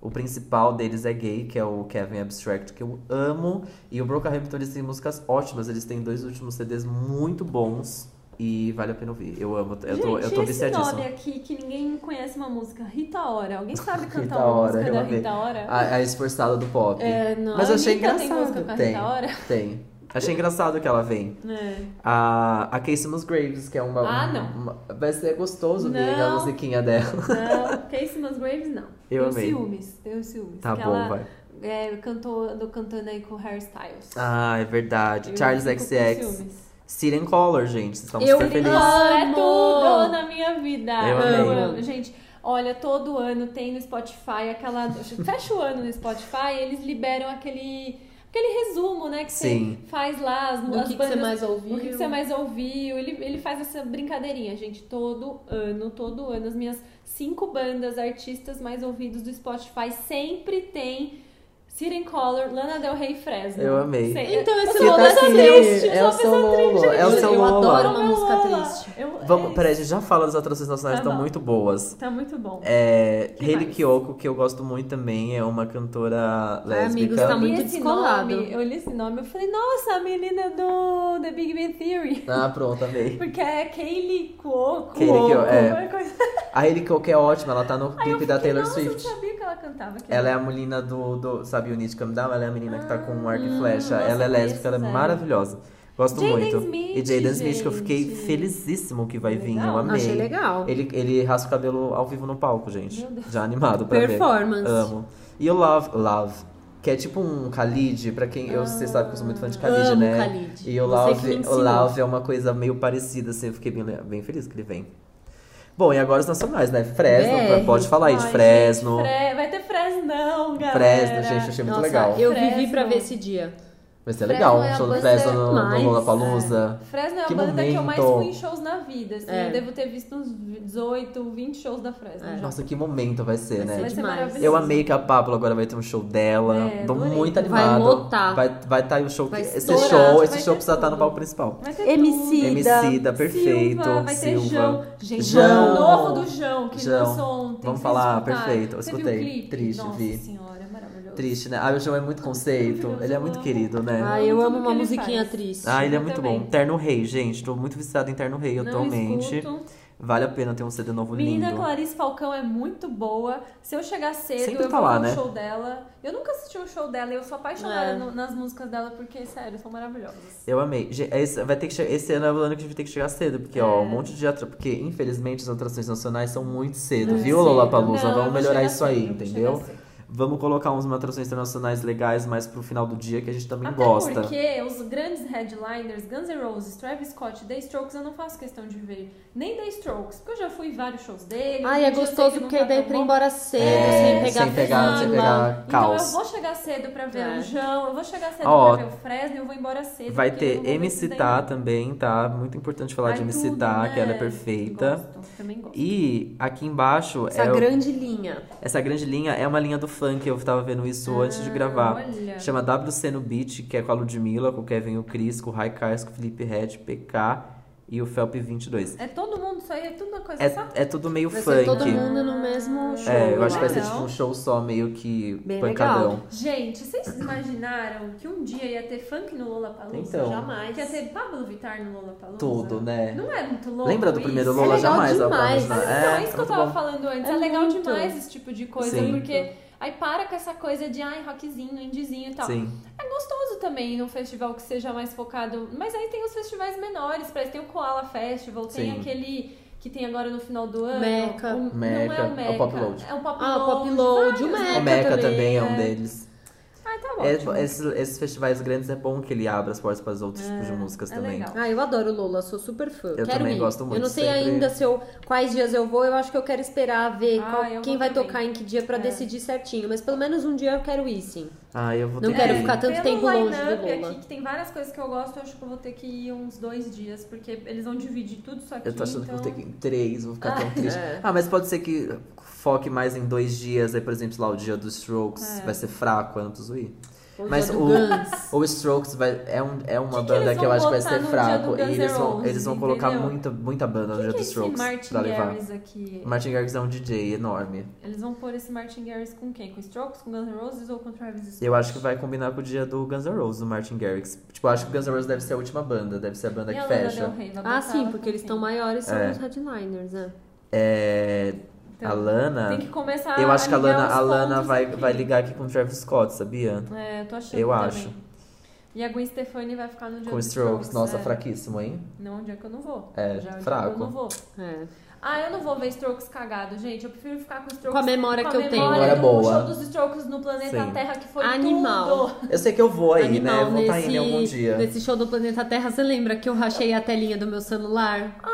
Speaker 1: o principal deles é gay, que é o Kevin Abstract, que eu amo. E o Brockhampton, eles têm músicas ótimas. Eles têm dois últimos CDs muito bons. E vale a pena ouvir. Eu amo. Eu tô,
Speaker 3: Gente,
Speaker 1: eu tô
Speaker 3: esse
Speaker 1: viciadíssimo.
Speaker 3: nome aqui que ninguém conhece uma música, Rita Ora. Alguém sabe cantar
Speaker 1: Rita
Speaker 3: uma
Speaker 1: Ora,
Speaker 3: música
Speaker 1: eu
Speaker 3: da
Speaker 1: amei.
Speaker 3: Rita Ora?
Speaker 1: A, a esforçada do pop.
Speaker 3: É, não.
Speaker 1: Mas eu
Speaker 3: A
Speaker 1: achei
Speaker 3: Anitta
Speaker 1: engraçado.
Speaker 3: tem música com a
Speaker 1: tem,
Speaker 3: Rita Ora?
Speaker 1: tem. Achei engraçado que ela vem.
Speaker 3: É.
Speaker 1: A, a Casey Musgraves, que é uma.
Speaker 3: Ah, não.
Speaker 1: uma- vai ser gostoso ver a
Speaker 3: Não.
Speaker 1: musiquinha dela.
Speaker 3: Não, Casey Musgraves não.
Speaker 1: Eu
Speaker 3: tenho
Speaker 1: amei.
Speaker 3: ciúmes, tenho ciúmes.
Speaker 1: Tá
Speaker 3: que
Speaker 1: bom,
Speaker 3: ela,
Speaker 1: vai.
Speaker 3: É, cantou, andou cantando aí com o Harry Styles.
Speaker 1: Ah, é verdade.
Speaker 3: Eu
Speaker 1: Charles
Speaker 3: fico com
Speaker 1: XX.
Speaker 3: ciúmes.
Speaker 1: Siren Collar, gente. Vocês estão
Speaker 2: Eu
Speaker 1: super felizes.
Speaker 2: amo.
Speaker 3: Ela é tudo na minha vida.
Speaker 1: Eu amei.
Speaker 3: amo. Gente, olha, todo ano tem no Spotify aquela. Fecha o ano no Spotify, eles liberam aquele. Aquele resumo, né? Que
Speaker 1: Sim.
Speaker 3: você faz lá as,
Speaker 2: Do
Speaker 3: as
Speaker 2: que, que você
Speaker 3: bandas
Speaker 2: mais ouviu?
Speaker 3: O que, que você mais ouviu? Ele, ele faz essa brincadeirinha, gente, todo ano, todo ano. As minhas cinco bandas, artistas mais ouvidos do Spotify sempre tem Siren Color, Lana Del Rey e Fresno.
Speaker 1: Eu amei.
Speaker 3: Sei-
Speaker 2: Então esse
Speaker 1: Você
Speaker 3: sou
Speaker 2: Lola
Speaker 1: tá
Speaker 2: é
Speaker 3: assim,
Speaker 2: triste.
Speaker 3: triste,
Speaker 1: é o seu Lolo. É o
Speaker 2: Eu-
Speaker 1: seu
Speaker 2: eu
Speaker 1: Lolo.
Speaker 2: adoro
Speaker 3: Meu
Speaker 2: uma música
Speaker 3: Lola.
Speaker 2: triste.
Speaker 3: Eu-
Speaker 1: Vamos,
Speaker 3: é
Speaker 1: peraí, a gente já fala das atrações nacionais,
Speaker 3: Tá
Speaker 1: estão
Speaker 3: bom.
Speaker 1: muito boas.
Speaker 3: isso. Tá muito bom.
Speaker 1: É,
Speaker 3: Que
Speaker 1: Hayley
Speaker 3: mais?
Speaker 1: Kiyoko, que eu gosto muito também, é uma cantora lésbica.
Speaker 2: amigos, tá
Speaker 3: Eu li
Speaker 2: muito
Speaker 3: esse
Speaker 2: descolado.
Speaker 3: nome, eu li esse nome, eu falei, nossa, a menina do The Big Bang Theory.
Speaker 1: Ah, pronto, amei.
Speaker 3: Porque é Kaylee Cuoco.
Speaker 1: Kaylee Cuoco, é.
Speaker 3: uma coisa-
Speaker 1: A Hayley Kiyoko é ótima, ela tá no
Speaker 3: Aí eu
Speaker 1: clipe da
Speaker 3: fiquei,
Speaker 1: Taylor
Speaker 3: nossa,
Speaker 1: Swift.
Speaker 3: eu não sabia que ela cantava. que
Speaker 1: Ela é a menina do, do sabe, You Need to Come Down? Ela é a menina que tá com um arco e
Speaker 3: Ah,
Speaker 1: flecha.
Speaker 3: nossa,
Speaker 1: ela é
Speaker 3: eu
Speaker 1: lésbica, ela é
Speaker 3: conheço, Zé.
Speaker 1: maravilhosa. Gosto
Speaker 3: Jaden
Speaker 1: muito.
Speaker 3: Smith,
Speaker 1: e Jaden Smith, que eu fiquei
Speaker 3: gente.
Speaker 1: felizíssimo que vai vir, eu
Speaker 3: Legal.
Speaker 1: amei.
Speaker 2: Achei legal.
Speaker 1: Ele, ele raspa o cabelo ao vivo no palco, gente.
Speaker 3: Meu Deus.
Speaker 1: Já animado tá pra
Speaker 2: Performance.
Speaker 1: ver. Amo. E o Love, Love, que é tipo um Khalid, pra quem. Eu, vocês sabem que eu sou muito fã de Khalid,
Speaker 2: Amo
Speaker 1: né?
Speaker 2: Khalid.
Speaker 1: E o
Speaker 2: Você que me
Speaker 1: Love, o
Speaker 2: ensinou.
Speaker 1: Love é uma coisa meio parecida, assim, eu fiquei bem, bem feliz que ele vem. Bom, e agora os nacionais, né? Fresno,
Speaker 2: BR.
Speaker 1: pode falar aí de
Speaker 3: Ai,
Speaker 1: Fresno.
Speaker 3: gente, Fre- Vai ter Fresno, galera.
Speaker 1: Fresno, gente, achei muito
Speaker 2: Nossa,
Speaker 1: legal.
Speaker 2: eu
Speaker 3: Fresno.
Speaker 2: vivi pra ver esse dia.
Speaker 1: Vai ser
Speaker 3: Fresno
Speaker 1: legal,
Speaker 3: é
Speaker 1: um
Speaker 3: a
Speaker 1: show do
Speaker 3: banda
Speaker 1: Fresno no, no
Speaker 2: mais-
Speaker 1: Lollapalooza.
Speaker 3: Fresno é a
Speaker 1: Que
Speaker 3: banda que eu mais
Speaker 1: momento.
Speaker 3: fui em shows na vida. assim,
Speaker 2: É.
Speaker 3: Eu devo ter visto uns 18, 20 shows da Fresno.
Speaker 2: É.
Speaker 3: já.
Speaker 1: Nossa, que momento vai ser,
Speaker 2: Vai
Speaker 1: né?
Speaker 2: ser
Speaker 3: Vai ser
Speaker 2: demais.
Speaker 3: maravilhoso.
Speaker 1: Eu amei que a Pablo agora vai ter um show dela.
Speaker 3: É,
Speaker 1: Tô
Speaker 3: adorei.
Speaker 1: muito
Speaker 3: Vai
Speaker 1: animado.
Speaker 2: lotar.
Speaker 1: Vai vai estar aí o show. que-
Speaker 2: Vai
Speaker 1: Esse
Speaker 3: estourar,
Speaker 1: show, esse
Speaker 3: vai
Speaker 1: show
Speaker 3: ter
Speaker 1: precisa estar no
Speaker 3: tudo.
Speaker 1: palco principal.
Speaker 3: Vai ter
Speaker 2: MC.
Speaker 3: tudo.
Speaker 2: Cida,
Speaker 1: Emicida, Tá perfeito.
Speaker 3: Silva, vai ter
Speaker 1: Silva.
Speaker 3: Jão. Gente,
Speaker 1: Jão.
Speaker 3: o novo do Jão, que
Speaker 1: Jão.
Speaker 3: lançou ontem.
Speaker 1: Vamos
Speaker 3: vocês
Speaker 1: falar,
Speaker 3: escutaram?
Speaker 1: perfeito, eu
Speaker 3: Você viu
Speaker 1: escutei.
Speaker 3: o clipe?
Speaker 1: Triste,
Speaker 3: Nossa
Speaker 1: vi.
Speaker 3: senhora, é maravilhoso.
Speaker 1: Triste, né? Ah, o João é muito conceito. Ele é muito querido, né?
Speaker 2: Ah,
Speaker 3: Amo
Speaker 2: eu
Speaker 3: tudo
Speaker 2: amo
Speaker 3: que
Speaker 2: uma
Speaker 3: ele
Speaker 2: musiquinha
Speaker 3: faz.
Speaker 2: triste.
Speaker 1: Ah, ele é
Speaker 3: eu
Speaker 1: muito
Speaker 3: também.
Speaker 1: bom. Terno Rei, gente. Tô muito viciado em Terno Rei
Speaker 3: Não
Speaker 1: atualmente.
Speaker 3: escuto.
Speaker 1: Vale a pena ter um CD novo
Speaker 3: Menina
Speaker 1: lindo.
Speaker 3: Clarice Falcão é muito boa. Se eu chegar cedo,
Speaker 1: Sempre
Speaker 3: eu
Speaker 1: tá
Speaker 3: vou
Speaker 1: lá,
Speaker 3: ver
Speaker 1: né?
Speaker 3: o show dela. Eu nunca assisti um show dela e eu sou apaixonada
Speaker 2: É.
Speaker 3: no- nas músicas dela, porque, sério, são maravilhosas.
Speaker 1: Eu amei. Ge- Esse, vai ter que che- esse ano é o ano que a gente tem que chegar cedo, porque, ó,
Speaker 3: É.
Speaker 1: um monte de atrações. Porque, infelizmente, as atrações nacionais são muito cedo,
Speaker 2: É,
Speaker 1: viu,
Speaker 2: cedo.
Speaker 1: Lollapalooza?
Speaker 3: Não, eu
Speaker 1: Vamos
Speaker 3: vou
Speaker 1: melhorar
Speaker 3: chegar
Speaker 1: isso aí,
Speaker 3: cedo, eu vou
Speaker 1: entendeu?
Speaker 3: chegar cedo.
Speaker 1: Vamos colocar umas atrações internacionais legais mais pro final do dia que a gente também
Speaker 3: Até
Speaker 1: gosta.
Speaker 3: porque os grandes headliners, Guns N' Roses, Travis Scott, The Strokes, eu não faço questão de ver. Nem The Strokes, porque eu já fui em vários shows
Speaker 2: Ai,
Speaker 3: dele.
Speaker 2: é
Speaker 3: hoje em dia eu sei
Speaker 2: gostoso
Speaker 3: que não
Speaker 2: porque
Speaker 3: tá
Speaker 2: daí
Speaker 3: tão
Speaker 2: pra ir
Speaker 3: bom.
Speaker 2: embora cedo,
Speaker 1: É,
Speaker 2: sem pegar
Speaker 1: sem pegar- sem
Speaker 2: fila.
Speaker 1: pegar- É caos.
Speaker 3: Então eu vou chegar cedo pra ver
Speaker 2: É.
Speaker 3: o João, eu vou chegar cedo
Speaker 1: Ó,
Speaker 3: pra ver o Fresno, eu vou embora cedo.
Speaker 1: Vai
Speaker 3: porque eu não
Speaker 1: ter
Speaker 3: vou ver
Speaker 1: MC
Speaker 3: esses
Speaker 1: Tá
Speaker 3: daí.
Speaker 1: também, tá? Muito importante falar
Speaker 3: Ai,
Speaker 1: de MC
Speaker 3: tudo,
Speaker 1: Tá,
Speaker 3: né?
Speaker 1: que ela é perfeita.
Speaker 3: Gosto, também gosto.
Speaker 1: E aqui embaixo
Speaker 2: Essa
Speaker 1: é o-
Speaker 2: grande linha.
Speaker 1: essa grande linha é uma linha do funk, eu tava vendo isso antes de gravar.
Speaker 3: Ah, Olha.
Speaker 1: Chama WC no Beat, que é com a Ludmilla, com o Kevin, o Cris, com o Raikais, com o Felipe Red, PK e o Felp 22.
Speaker 3: É todo mundo, isso aí é tudo uma coisa só.
Speaker 1: É, é tudo meio
Speaker 2: Vai
Speaker 1: funk.
Speaker 2: ser todo mundo no mesmo show.
Speaker 1: é, eu acho que vai
Speaker 3: lá.
Speaker 1: ser
Speaker 2: acho.
Speaker 1: tipo um show só, meio que
Speaker 2: Bem
Speaker 1: pancadão.
Speaker 2: legal.
Speaker 3: Gente, vocês imaginaram que um dia ia ter funk no Lollapalooza?
Speaker 1: Então.
Speaker 2: Jamais.
Speaker 3: Que ia ter Pablo Vittar no Lollapalooza?
Speaker 1: Tudo, né?
Speaker 3: Não é muito louco
Speaker 1: Lembra do
Speaker 3: isso?
Speaker 1: primeiro
Speaker 2: É
Speaker 1: Lola?
Speaker 2: legal
Speaker 1: Jamais vai
Speaker 2: demais.
Speaker 1: imaginar.
Speaker 3: Então,
Speaker 1: É,
Speaker 3: é isso que eu
Speaker 1: muito
Speaker 3: tava
Speaker 1: bom.
Speaker 3: falando antes.
Speaker 2: É
Speaker 3: É, legal
Speaker 2: muito.
Speaker 3: demais esse tipo de coisa,
Speaker 1: Sim.
Speaker 3: porque aí para com essa coisa de ai, rockzinho, indizinho e tal.
Speaker 1: Sim.
Speaker 3: É gostoso também num festival que seja mais focado. Mas aí tem os festivais menores, parece tem o Koala Festival, tem
Speaker 1: Sim.
Speaker 3: aquele que tem agora no final do ano.
Speaker 2: Meca.
Speaker 3: O,
Speaker 1: Meca,
Speaker 3: Não é o
Speaker 1: é
Speaker 3: Meca.
Speaker 1: o Pop Load.
Speaker 3: É o Pop
Speaker 2: Ah, o Pop
Speaker 3: Load,
Speaker 2: Load, o
Speaker 3: vários,
Speaker 2: Meca
Speaker 3: né?
Speaker 1: O Meca também
Speaker 2: também,
Speaker 1: é um
Speaker 2: é.
Speaker 1: deles.
Speaker 3: Ai, tá
Speaker 1: É,
Speaker 3: ótimo.
Speaker 1: esses, esses festivais grandes é bom que ele abra as portas para os outros tipos de músicas
Speaker 3: é
Speaker 1: também.
Speaker 3: legal.
Speaker 2: Ah, eu adoro Lola, sou super fã.
Speaker 1: Eu
Speaker 2: quero
Speaker 1: também
Speaker 2: ir.
Speaker 1: gosto muito,
Speaker 2: Eu não sei
Speaker 1: sempre-
Speaker 2: ainda se eu, quais dias eu vou, eu acho que eu quero esperar ver
Speaker 3: Ah,
Speaker 2: qual-
Speaker 3: eu vou
Speaker 2: quem vai
Speaker 3: também.
Speaker 2: tocar em que dia pra
Speaker 3: É.
Speaker 2: decidir certinho. Mas pelo menos um dia eu quero ir, sim.
Speaker 1: Ah, eu vou
Speaker 2: Não
Speaker 1: ter
Speaker 2: quero
Speaker 1: que ir.
Speaker 2: ficar tanto
Speaker 3: Pelo
Speaker 2: tempo longe do
Speaker 3: line-up
Speaker 2: Lola.
Speaker 3: aqui, que tem várias coisas que eu gosto, eu acho que eu vou ter que ir uns dois dias, porque eles vão dividir tudo isso aqui.
Speaker 1: Eu tô achando
Speaker 3: então...
Speaker 1: que vou ter que ir em três, vou ficar tão
Speaker 3: Ah,
Speaker 1: triste.
Speaker 2: é.
Speaker 1: Ah, mas pode ser que foque mais em dois dias, aí, por exemplo, lá o dia dos Strokes
Speaker 3: É.
Speaker 1: vai ser fraco, eu não preciso ir.
Speaker 2: Ou
Speaker 1: Mas
Speaker 2: dia do
Speaker 1: o,
Speaker 2: Guns.
Speaker 1: o Strokes vai- é, um- é uma
Speaker 3: Que que
Speaker 1: banda
Speaker 3: eles
Speaker 1: que eu
Speaker 3: vão
Speaker 1: acho que vai
Speaker 3: botar
Speaker 1: ser
Speaker 3: no dia
Speaker 1: fraco.
Speaker 3: do
Speaker 1: E
Speaker 3: Guns
Speaker 1: eles
Speaker 3: N'
Speaker 1: vão, eles
Speaker 3: Roses,
Speaker 1: vão colocar
Speaker 3: entendeu?
Speaker 1: muita, muita banda no
Speaker 3: Quem
Speaker 1: dia
Speaker 3: que é
Speaker 1: dos
Speaker 3: esse
Speaker 1: Strokes
Speaker 3: Martin
Speaker 1: pra levar.
Speaker 3: Garrix aqui?
Speaker 1: Martin Garrix é um DJ enorme.
Speaker 3: Eles vão pôr esse Martin Garrix com quem? Com Strokes, com Guns N' Roses ou com Travis Scott?
Speaker 1: Eu acho que vai combinar com o dia do Guns N' Roses, do Martin Garrix. Tipo, eu acho que o Guns N' Roses deve ser a última banda, deve ser a banda
Speaker 3: E
Speaker 1: que
Speaker 3: a Lana um
Speaker 1: fecha.
Speaker 3: Del Rey, vai botar
Speaker 2: Ah, sim,
Speaker 3: ela
Speaker 2: porque
Speaker 3: com
Speaker 2: eles
Speaker 3: quem?
Speaker 2: estão maiores, são
Speaker 1: É.
Speaker 2: os headliners, né?
Speaker 1: É,
Speaker 3: Então,
Speaker 1: a Lana.
Speaker 3: Tem que começar
Speaker 1: Eu acho que a
Speaker 3: ligar
Speaker 1: Lana,
Speaker 3: os
Speaker 1: a Lana
Speaker 3: pontos
Speaker 1: vai,
Speaker 3: aqui.
Speaker 1: vai ligar aqui com o Travis Scott, sabia?
Speaker 3: É, eu tô achando
Speaker 1: Eu
Speaker 3: também.
Speaker 1: acho.
Speaker 3: E a Gwen Stefani vai ficar no dia
Speaker 1: Com
Speaker 3: do
Speaker 1: Strokes. Nossa,
Speaker 3: é.
Speaker 1: fraquíssimo, hein?
Speaker 3: Não, onde é que eu não vou.
Speaker 1: É,
Speaker 3: Já é o dia que
Speaker 1: fraco.
Speaker 3: Eu não vou.
Speaker 2: É.
Speaker 3: Ah, eu não vou ver Strokes cagado, gente. Eu prefiro ficar com Strokes
Speaker 2: Com a memória
Speaker 3: com a
Speaker 2: que eu tenho.
Speaker 3: memória
Speaker 1: Memória
Speaker 3: do
Speaker 1: boa.
Speaker 3: show dos Strokes no planeta
Speaker 1: Sim.
Speaker 3: Terra, que foi
Speaker 2: Animal.
Speaker 3: tudo.
Speaker 1: Eu sei que eu vou aí, né? Eu
Speaker 2: Animal,
Speaker 1: vou estar
Speaker 2: nesse,
Speaker 1: indo algum dia.
Speaker 2: nesse show do Planeta Terra, você lembra que eu rachei a telinha do meu celular?
Speaker 3: Ai,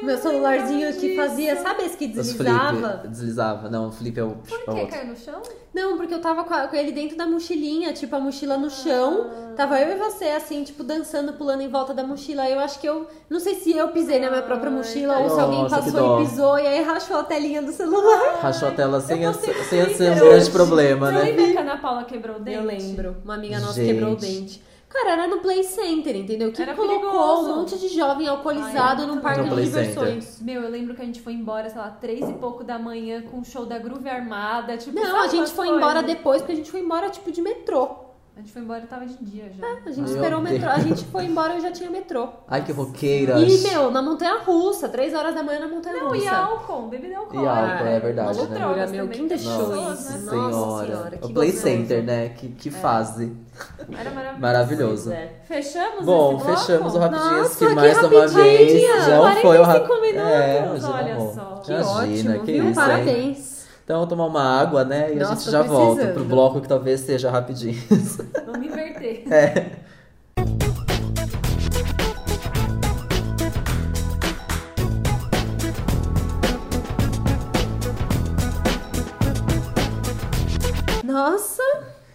Speaker 3: eu
Speaker 2: meu
Speaker 3: não
Speaker 2: celularzinho
Speaker 3: lembrava
Speaker 2: que fazia,
Speaker 3: disso.
Speaker 2: sabe esse que
Speaker 1: Os
Speaker 2: deslizava?
Speaker 1: flip, deslizava. Não, o flip é o, é
Speaker 3: Por
Speaker 1: o
Speaker 3: que
Speaker 1: outro.
Speaker 3: caiu no chão?
Speaker 2: Não, porque eu tava com, a- com ele dentro da mochilinha, tipo a mochila no chão.
Speaker 1: Ah.
Speaker 2: Tava eu e você, assim, tipo, dançando, pulando em volta da mochila. Eu acho que eu. Não sei se eu pisei na minha própria
Speaker 3: Ai,
Speaker 2: mochila ou se
Speaker 1: nossa,
Speaker 2: alguém
Speaker 1: que
Speaker 2: passou
Speaker 1: dó.
Speaker 2: e pisou e aí rachou a telinha do celular.
Speaker 1: Rachou a tela sem, a-
Speaker 3: postei no
Speaker 1: sem ser um
Speaker 3: Twitter
Speaker 1: grande
Speaker 3: hoje.
Speaker 1: problema,
Speaker 3: Você
Speaker 1: né?
Speaker 3: lembra que a Ana Paula quebrou o dente?
Speaker 2: Eu lembro. Uma amiga nossa
Speaker 1: Gente.
Speaker 2: quebrou o dente. Cara, era no Play Center, entendeu? Que
Speaker 3: Era
Speaker 2: colocou
Speaker 3: perigoso.
Speaker 2: um monte de jovem alcoolizado
Speaker 3: Ai,
Speaker 2: num
Speaker 3: muito
Speaker 2: parque
Speaker 1: é No
Speaker 2: de
Speaker 1: Play
Speaker 2: diversões.
Speaker 3: Meu, eu lembro que a gente foi embora, sei lá, três e pouco da manhã com o show da Groove Armada. Tipo,
Speaker 2: Não,
Speaker 3: sabe
Speaker 2: a gente
Speaker 3: umas
Speaker 2: foi
Speaker 3: coisas?
Speaker 2: embora depois, porque a gente foi embora, tipo, de metrô.
Speaker 3: A gente foi embora tava de dia já.
Speaker 2: A gente
Speaker 1: Meu
Speaker 2: esperou o
Speaker 1: Deus.
Speaker 2: metrô. A gente foi embora eu já tinha metrô.
Speaker 1: Ai, que roqueira.
Speaker 2: E, meu, na Montanha Russa, três horas da manhã na Montanha
Speaker 3: Não,
Speaker 2: Russa.
Speaker 3: e álcool, bebida alcoólica.
Speaker 1: E álcool, é verdade,
Speaker 3: Ou
Speaker 1: né?
Speaker 3: drogas
Speaker 2: Meu,
Speaker 3: também,
Speaker 2: quem
Speaker 3: tem
Speaker 2: deixou
Speaker 3: pessoas,
Speaker 2: isso?
Speaker 3: né?
Speaker 2: Nossa
Speaker 1: senhora.
Speaker 2: Senhora, que
Speaker 1: o Play
Speaker 2: gostoso. É.
Speaker 1: Center, né? Que, que fase.
Speaker 3: Era maravilhoso.
Speaker 1: Maravilhoso.
Speaker 3: né?
Speaker 2: Pois é.
Speaker 3: Fechamos
Speaker 1: Bom,
Speaker 3: esse bloco?
Speaker 1: fechamos o rapidinho
Speaker 2: Nossa,
Speaker 1: que
Speaker 2: que
Speaker 1: mais uma vez.
Speaker 2: rapidinho!
Speaker 1: Não foi o rap-
Speaker 3: 45 minutos,
Speaker 1: É, hoje não
Speaker 3: olha
Speaker 1: rolou.
Speaker 3: só.
Speaker 2: Que
Speaker 1: Imagina,
Speaker 2: ótimo,
Speaker 1: que
Speaker 2: viu?
Speaker 1: isso, hein?
Speaker 2: Parabéns.
Speaker 1: Então, tomar uma água, né? E a
Speaker 2: Nossa,
Speaker 1: gente
Speaker 2: tô
Speaker 1: já volta pro
Speaker 2: precisando.
Speaker 1: bloco que talvez seja rapidinho.
Speaker 3: Vamos inverter.
Speaker 1: É,
Speaker 2: Nossa,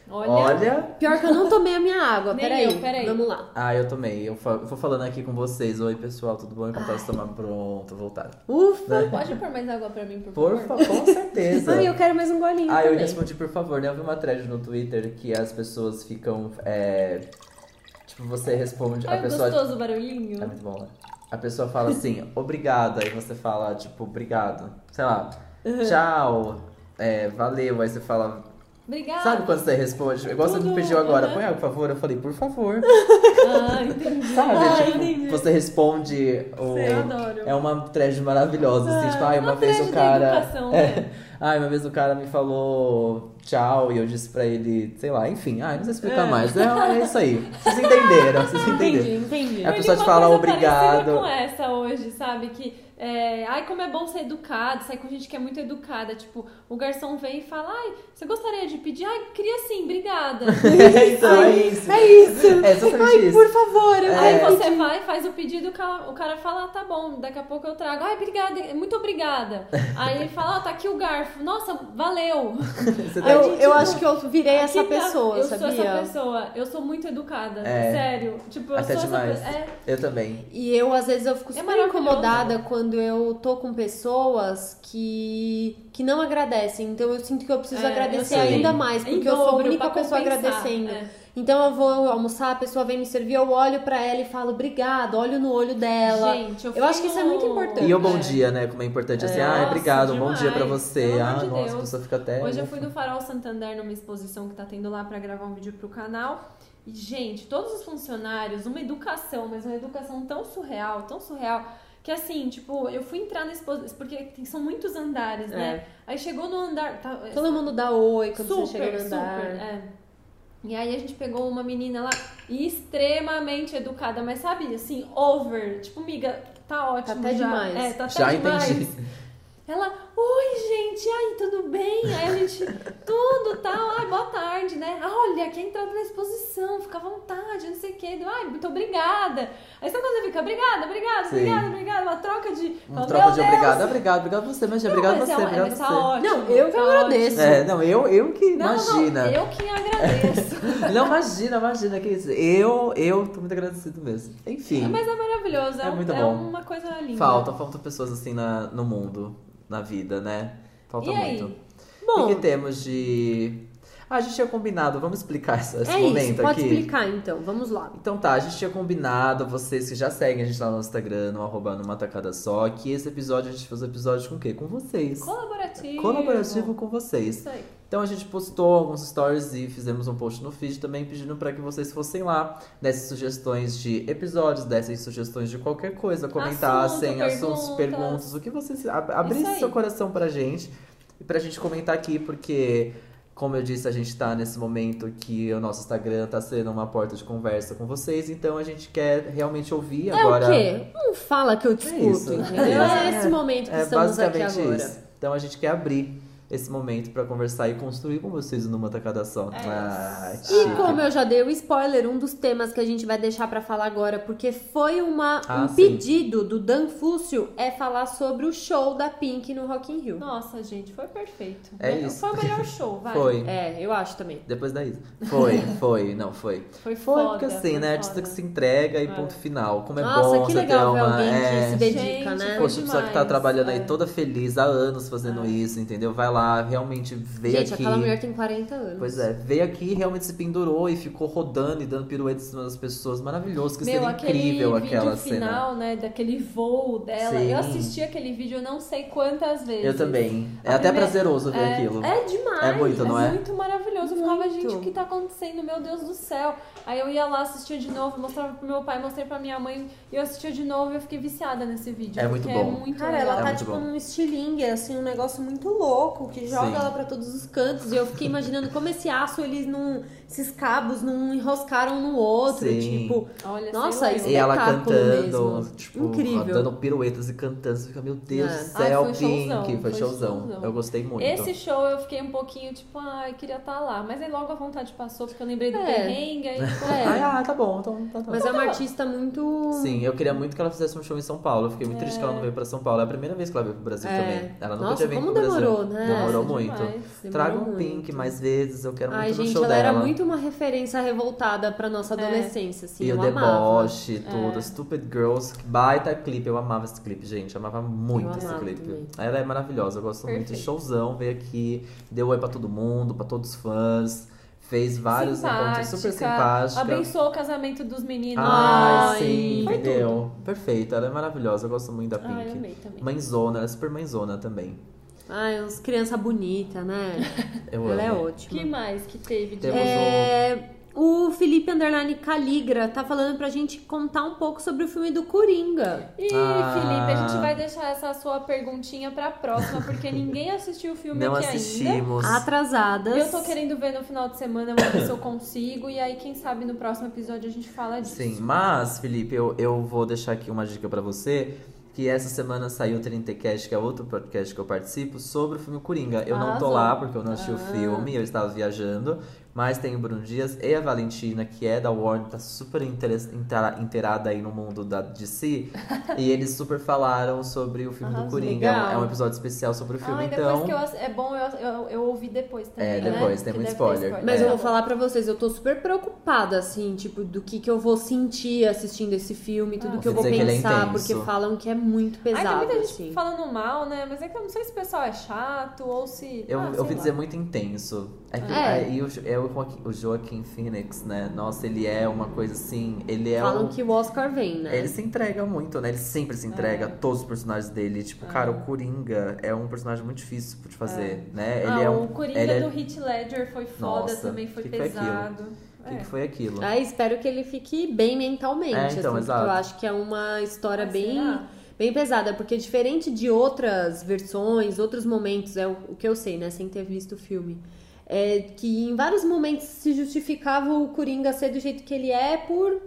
Speaker 3: Olha.
Speaker 1: Olha. né?
Speaker 2: pior que eu não tomei a minha água.
Speaker 3: Nem
Speaker 2: Peraí,
Speaker 3: eu, peraí.
Speaker 2: vamos lá.
Speaker 1: Ah, eu tomei. Eu fa- vou falando aqui com vocês. Oi, pessoal, tudo bom? Enquanto elas tomar pronto, voltaram.
Speaker 2: Ufa.
Speaker 3: Pode pôr mais água pra mim, por favor?
Speaker 1: Por favor, com certeza.
Speaker 2: Ai, eu quero mais um golinho
Speaker 1: Ah, eu
Speaker 2: também.
Speaker 1: respondi, por favor, né? Eu vi uma thread no Twitter que as pessoas ficam. é, Tipo, você responde.
Speaker 3: Olha
Speaker 1: a
Speaker 3: o
Speaker 1: pessoa.
Speaker 3: gostoso barulhinho.
Speaker 1: É muito bom, né? A pessoa fala assim, obrigada. Aí você fala, tipo, obrigado. Sei lá, tchau. É, valeu. Aí você fala.
Speaker 3: Obrigada.
Speaker 1: Sabe quando você responde? Igual você me
Speaker 3: Tudo,
Speaker 1: pediu agora,
Speaker 3: aham.
Speaker 1: põe água, por favor. Eu falei, por favor.
Speaker 3: Ah, entendi.
Speaker 1: Sabe?
Speaker 3: Ah,
Speaker 1: tipo,
Speaker 3: entendi.
Speaker 1: você responde o.
Speaker 3: Eu adoro.
Speaker 1: É uma thread maravilhosa, assim, tipo, ai, uma,
Speaker 3: Ah, uma
Speaker 1: vez
Speaker 3: thread
Speaker 1: o
Speaker 3: da
Speaker 1: cara.
Speaker 3: educação,
Speaker 1: É.
Speaker 3: né?
Speaker 1: Ai, uma vez o cara me falou tchau e eu disse pra ele, sei lá, enfim, ai, não sei
Speaker 3: Ah.
Speaker 1: explicar mais. É, é isso aí. Vocês entenderam, vocês entenderam.
Speaker 2: Entendi, entendi.
Speaker 1: É a
Speaker 3: Eu li
Speaker 1: pessoa
Speaker 3: uma
Speaker 1: te fala
Speaker 3: coisa parecida
Speaker 1: obrigado.
Speaker 3: com essa hoje, sabe? Que, é, ai, como é bom ser educado, sair com gente que é muito educada. Tipo, o garçom vem e fala, ai, você gostaria de pedir? Ai, queria sim, obrigada.
Speaker 1: então, é isso.
Speaker 2: É isso.
Speaker 1: É exatamente
Speaker 2: Ai,
Speaker 1: isso.
Speaker 2: por favor.
Speaker 1: É.
Speaker 2: eu
Speaker 3: Aí
Speaker 2: quero-
Speaker 3: você vai, faz o pedido, o cara, o cara fala, ah, tá bom, daqui a pouco eu trago. Ai, obrigada, muito obrigada. Aí ele fala, ó, tá aqui o garfo. Nossa, valeu.
Speaker 1: Você tá
Speaker 2: Eu,
Speaker 1: deve-
Speaker 2: eu acho que eu virei essa
Speaker 3: Aqui tá.
Speaker 2: pessoa,
Speaker 3: eu
Speaker 2: sabia?
Speaker 3: sou essa pessoa, eu sou muito educada,
Speaker 1: É.
Speaker 3: sério. Tipo, eu
Speaker 1: Até
Speaker 3: sou
Speaker 1: demais.
Speaker 3: essa pessoa.
Speaker 1: Eu também.
Speaker 2: E eu, às vezes, eu fico
Speaker 3: É
Speaker 2: super
Speaker 3: maravilhoso.
Speaker 2: incomodada quando eu tô com pessoas que, que não agradecem. Então eu sinto que eu preciso
Speaker 3: É,
Speaker 2: agradecer
Speaker 1: eu sei.
Speaker 2: ainda mais,
Speaker 3: É,
Speaker 2: porque
Speaker 3: em
Speaker 2: eu sou a
Speaker 3: dobro,
Speaker 2: única
Speaker 3: pra
Speaker 2: pessoa
Speaker 3: compensar,
Speaker 2: agradecendo.
Speaker 3: é.
Speaker 2: Então eu vou almoçar, a pessoa vem me servir, eu olho pra ela e falo obrigado, olho no olho dela.
Speaker 3: Gente, eu,
Speaker 2: Eu acho que isso é muito
Speaker 3: fui no-
Speaker 2: importante.
Speaker 1: E o bom
Speaker 3: É.
Speaker 1: dia, né? Como é importante assim,
Speaker 3: É.
Speaker 1: ai,
Speaker 3: Nossa,
Speaker 1: obrigado, um bom dia pra
Speaker 3: demais.
Speaker 1: você.
Speaker 3: Pelo
Speaker 1: Ah,
Speaker 3: amor de
Speaker 1: nossa,
Speaker 3: Deus.
Speaker 1: a pessoa fica até.
Speaker 3: É. Hoje eu fui no Farol Santander numa exposição que tá tendo lá pra gravar um vídeo pro canal. E, gente, todos os funcionários, uma educação, mas uma educação tão surreal, tão surreal, que assim, tipo, eu fui entrar na exposição, porque tem- são muitos andares,
Speaker 1: É.
Speaker 3: né? Aí chegou no andar. Tá, é,
Speaker 2: Todo mundo dá oi quando
Speaker 3: super,
Speaker 2: você chega no andar.
Speaker 3: super, é. E aí a gente pegou uma menina lá extremamente educada, mas sabe, assim, over. Tipo, miga, tá ótimo
Speaker 2: até
Speaker 3: já.
Speaker 2: demais.
Speaker 3: É, tá até
Speaker 1: Já
Speaker 3: demais.
Speaker 1: entendi.
Speaker 3: Ela, oi gente, ai, tudo bem? Aí a gente, tudo tal, ai, boa tarde, né? Ah, Olha, quer entrar na exposição, fica à vontade, não sei o que. Ai, muito obrigada. Aí sabe quando você fica, obrigada, obrigada,
Speaker 1: Sim.
Speaker 3: obrigada, obrigada, uma troca de.
Speaker 1: Uma
Speaker 3: Fala,
Speaker 1: troca
Speaker 3: "Meu
Speaker 1: um de obrigado, obrigado, obrigado você, mas obrigado
Speaker 3: mas
Speaker 1: você,
Speaker 3: é um- é,
Speaker 1: obrigado
Speaker 3: mas
Speaker 1: você.
Speaker 3: tá ótimo,
Speaker 2: Não, eu que
Speaker 3: tá
Speaker 2: agradeço.
Speaker 3: ótimo.
Speaker 1: É, não, eu, eu que.
Speaker 3: Não, não,
Speaker 1: imagina.
Speaker 3: eu que agradeço.
Speaker 1: Não, imagina, imagina que isso. Eu, eu tô muito agradecido mesmo. Enfim.
Speaker 3: Mas é maravilhoso, é,
Speaker 1: É
Speaker 3: um-
Speaker 1: muito
Speaker 3: é
Speaker 1: bom.
Speaker 3: uma coisa linda.
Speaker 1: Falta, falta pessoas assim na, no mundo, na vida, né? Falta
Speaker 3: E aí?
Speaker 1: muito.
Speaker 2: Bom,
Speaker 1: E que temos de. Ah, a gente tinha combinado, vamos explicar esse, esse
Speaker 2: é
Speaker 1: momento
Speaker 2: isso, pode
Speaker 1: aqui.
Speaker 2: explicar então, vamos lá.
Speaker 1: Então tá, a gente tinha combinado, vocês que já seguem a gente lá no Instagram, no arroba numa tacada só, que esse episódio a gente fez um episódio com o quê? Com vocês.
Speaker 3: Colaborativo.
Speaker 1: Colaborativo com vocês.
Speaker 3: Isso aí.
Speaker 1: Então a gente postou alguns stories e fizemos um post no feed também pedindo pra que vocês fossem lá, dessem sugestões de episódios, dessem sugestões de qualquer coisa, comentassem
Speaker 3: Assunto,
Speaker 1: assuntos,
Speaker 3: perguntas.
Speaker 1: perguntas, o que vocês ab- abrisse
Speaker 3: aí.
Speaker 1: seu coração pra gente e pra gente comentar aqui, porque como eu disse, a gente tá nesse momento que o nosso Instagram tá sendo uma porta de conversa com vocês, então a gente quer realmente ouvir
Speaker 2: É
Speaker 1: agora.
Speaker 2: o quê? Não fala que eu discuto,
Speaker 1: isso, é
Speaker 2: entendeu? É,
Speaker 1: isso.
Speaker 2: esse momento que
Speaker 1: É
Speaker 2: estamos aqui
Speaker 1: basicamente
Speaker 2: agora.
Speaker 1: isso. Então a gente quer abrir esse momento pra conversar e construir com vocês numa tacada só.
Speaker 3: É
Speaker 1: Ah,
Speaker 3: isso.
Speaker 1: chique.
Speaker 2: E como eu já dei o spoiler, um dos temas que a gente vai deixar pra falar agora, porque foi uma,
Speaker 1: Ah,
Speaker 2: um
Speaker 1: sim.
Speaker 2: pedido do Dan Fúcio, é falar sobre o show da Pink no Rock in Rio.
Speaker 3: Nossa, gente, foi perfeito.
Speaker 1: É
Speaker 3: Melhor-
Speaker 1: isso.
Speaker 3: Foi o melhor show, vai.
Speaker 1: Foi.
Speaker 2: É, eu acho também.
Speaker 1: Depois da Isa. Foi, foi, não, foi. Foi
Speaker 3: Foi foda.
Speaker 1: porque assim,
Speaker 3: foi
Speaker 1: né? Artista
Speaker 3: foda.
Speaker 1: que se entrega e
Speaker 3: É.
Speaker 1: ponto final. Como é
Speaker 2: Nossa,
Speaker 1: bom
Speaker 2: que
Speaker 1: você
Speaker 2: legal
Speaker 1: ter
Speaker 2: ver
Speaker 1: uma.
Speaker 2: alguém
Speaker 1: é...
Speaker 2: que se dedica,
Speaker 3: Gente,
Speaker 2: né?
Speaker 3: foi
Speaker 1: Poxa, a pessoa que tá
Speaker 3: demais,
Speaker 1: trabalhando
Speaker 3: é.
Speaker 1: aí toda feliz há anos fazendo isso, entendeu? Vai lá, realmente vê
Speaker 2: É. Gente,
Speaker 1: aqui.
Speaker 2: aquela mulher tem 40 anos.
Speaker 1: Pois é, veio aqui e realmente se pendurou e ficou rodando e dando pirueta em cima das pessoas. Maravilhoso, que
Speaker 3: Meu,
Speaker 1: seria
Speaker 3: aquele
Speaker 1: incrível
Speaker 3: vídeo
Speaker 1: aquela cena.
Speaker 3: final, né, daquele voo dela.
Speaker 1: Sim.
Speaker 3: Eu assisti aquele vídeo não sei quantas vezes.
Speaker 1: Eu também. É
Speaker 3: A
Speaker 1: até
Speaker 3: primeira-
Speaker 1: prazeroso ver
Speaker 3: É,
Speaker 1: aquilo.
Speaker 3: É demais.
Speaker 1: É muito, não é?
Speaker 3: muito maravilhoso. Eu ficava,
Speaker 2: Muito.
Speaker 3: gente, o que tá acontecendo? Meu Deus do céu. Aí eu ia lá, assistia de novo, mostrava pro meu pai, mostrei pra minha mãe. E eu assistia de novo e eu fiquei viciada nesse vídeo.
Speaker 1: É muito
Speaker 3: porque
Speaker 1: bom.
Speaker 3: É muito
Speaker 2: Cara,
Speaker 3: legal.
Speaker 2: ela
Speaker 1: É
Speaker 2: tá
Speaker 1: muito
Speaker 2: tipo
Speaker 1: bom.
Speaker 2: num estilingue, assim, um negócio muito louco que joga
Speaker 1: Sim.
Speaker 2: ela pra todos os cantos. E eu fiquei imaginando como esse aço, eles não. Esses cabos não enroscaram no outro.
Speaker 1: Sim.
Speaker 2: Tipo,
Speaker 3: Olha,
Speaker 2: Nossa,
Speaker 3: sei lá,
Speaker 2: isso-
Speaker 1: E ela
Speaker 2: espetáculo
Speaker 1: cantando,
Speaker 2: mesmo.
Speaker 1: tipo,
Speaker 2: Incrível.
Speaker 1: dando piruetas e cantando. Você fica, meu Deus
Speaker 2: É.
Speaker 1: do
Speaker 3: Ai,
Speaker 1: céu,
Speaker 3: foi
Speaker 1: Pink.
Speaker 3: showzão,
Speaker 1: foi
Speaker 3: foi
Speaker 1: showzão.
Speaker 3: showzão.
Speaker 1: Eu gostei muito.
Speaker 3: Esse show eu fiquei um pouquinho tipo, ai, queria estar lá. Mas aí logo a vontade passou, porque eu lembrei do
Speaker 2: É.
Speaker 3: perrengue. Aí, tipo,
Speaker 2: é.
Speaker 1: Ah, ah, tá bom, então tá, tá.
Speaker 2: Mas é uma artista muito.
Speaker 1: Sim, eu queria muito que ela fizesse um show em São Paulo. Eu fiquei muito triste que ela não veio pra São Paulo. É a primeira vez que ela veio pro Brasil
Speaker 2: É.
Speaker 1: também. Ela nunca
Speaker 2: Nossa,
Speaker 1: tinha vindo
Speaker 2: como
Speaker 1: pro Brasil.
Speaker 2: demorou, né?
Speaker 1: Demorou
Speaker 3: Nossa,
Speaker 1: muito.
Speaker 3: demais.
Speaker 2: Demorou
Speaker 1: Traga um
Speaker 2: muito.
Speaker 1: Pink mais vezes, eu quero muito
Speaker 2: Ai,
Speaker 1: no
Speaker 2: gente,
Speaker 1: show
Speaker 2: ela
Speaker 1: dela.
Speaker 2: era muito uma referência revoltada pra nossa
Speaker 3: É.
Speaker 2: adolescência, assim.
Speaker 1: E
Speaker 2: eu
Speaker 1: o
Speaker 2: amava. É.
Speaker 1: deboche, tudo, Stupid Girls, que baita clipe. Eu amava esse clipe, gente. Eu amava muito
Speaker 2: Eu
Speaker 1: esse
Speaker 2: amava
Speaker 1: clipe.
Speaker 2: também.
Speaker 1: Ela é maravilhosa, eu gosto muito.
Speaker 3: Perfeito.
Speaker 1: Showzão, veio aqui, deu oi pra todo mundo, pra todos os fãs. Fez vários encontros super simpática.
Speaker 3: Abençoou o casamento dos meninos.
Speaker 1: Ai,
Speaker 2: Ai,
Speaker 1: é- Ah, sim,
Speaker 2: foi
Speaker 1: entendeu? Perfeito, ela é maravilhosa, eu gosto muito da
Speaker 3: Ai, eu
Speaker 1: Pink.
Speaker 3: amei também.
Speaker 1: mãezona, ela é super mãezona também.
Speaker 2: Ai, uns criança bonita, né?
Speaker 1: Eu
Speaker 2: ela é
Speaker 1: amo.
Speaker 2: ótima.
Speaker 3: que mais que teve de
Speaker 1: Temos um-
Speaker 2: É, o Felipe Underline Caligra tá falando pra gente contar um pouco sobre o filme do Coringa.
Speaker 3: Ih,
Speaker 1: Ah.
Speaker 3: Felipe, a gente vai deixar essa sua perguntinha pra próxima, porque ninguém assistiu o
Speaker 1: o...
Speaker 3: filme
Speaker 1: Não
Speaker 3: aqui ainda.
Speaker 1: assistimos.
Speaker 2: Atrasadas.
Speaker 3: E eu tô querendo ver no final de semana, vou ver se eu consigo. E aí, quem sabe no próximo episódio a gente fala disso.
Speaker 1: Sim, mas, Felipe, eu, eu vou deixar aqui uma dica pra você. Que essa semana saiu o 30Cast, que é outro podcast que eu participo, sobre o filme Coringa. Eu não tô
Speaker 3: Arrasou. Ah.
Speaker 1: lá porque eu não assisti o filme, eu estava viajando. Mas tem o Bruno Dias e a Valentina, que é da Warner, tá super interes- intera- inteirada aí no mundo da DC. e eles super falaram sobre o filme do
Speaker 3: Arrasou.
Speaker 1: Coringa. É um- É
Speaker 2: Legal.
Speaker 1: um episódio especial sobre o filme,
Speaker 3: Ah, e depois
Speaker 1: então.
Speaker 3: que eu, ass- é bom eu, eu, eu ouvir depois também,
Speaker 1: É,
Speaker 3: né?
Speaker 1: depois, tem
Speaker 3: Porque
Speaker 1: muito
Speaker 3: deve ter
Speaker 1: spoiler.
Speaker 2: Mas
Speaker 1: É.
Speaker 2: eu vou falar pra vocês, eu tô super preocupada, assim, tipo, do que, que eu vou sentir assistindo esse filme, tudo
Speaker 3: Ah.
Speaker 2: que eu
Speaker 1: Você
Speaker 2: vou
Speaker 1: dizer que ele é
Speaker 2: pensar,
Speaker 1: intenso.
Speaker 2: porque falam que é muito
Speaker 3: Ai, tem
Speaker 2: pesado,
Speaker 3: muita gente
Speaker 2: assim.
Speaker 3: falando mal, né? Mas é que eu não sei se o pessoal é chato ou se...
Speaker 1: Eu
Speaker 3: ah,
Speaker 1: eu
Speaker 3: sei
Speaker 1: ouvi
Speaker 3: lá.
Speaker 1: dizer muito intenso. É que-
Speaker 2: É.
Speaker 1: é, e o, Jo- é o Joaqu- o Joaquim Phoenix, né? Nossa, ele é uma coisa assim. Ele é
Speaker 2: falam
Speaker 1: um.
Speaker 2: que o Oscar vem, né?
Speaker 1: Ele se entrega muito, né? Ele sempre se entrega
Speaker 3: É.
Speaker 1: a todos os personagens dele. Tipo, cara, o Coringa é um personagem muito difícil de fazer, né? Ele
Speaker 3: ah,
Speaker 1: é um.
Speaker 3: o Coringa
Speaker 1: ele é-
Speaker 3: do Heath Ledger foi foda
Speaker 1: Nossa,
Speaker 3: também, foi
Speaker 1: que que é aquilo?
Speaker 3: pesado.
Speaker 1: O que,
Speaker 3: É.
Speaker 1: que foi aquilo?
Speaker 2: Ah, espero que ele fique bem mentalmente,
Speaker 1: É, então,
Speaker 2: assim, porque
Speaker 1: exato.
Speaker 2: eu acho que é uma história
Speaker 3: Ah,
Speaker 2: bem,
Speaker 3: será?
Speaker 2: bem pesada, porque diferente de outras versões, outros momentos, é o, o que eu sei, né, sem ter visto o filme, é que em vários momentos se justificava o Coringa ser do jeito que ele é por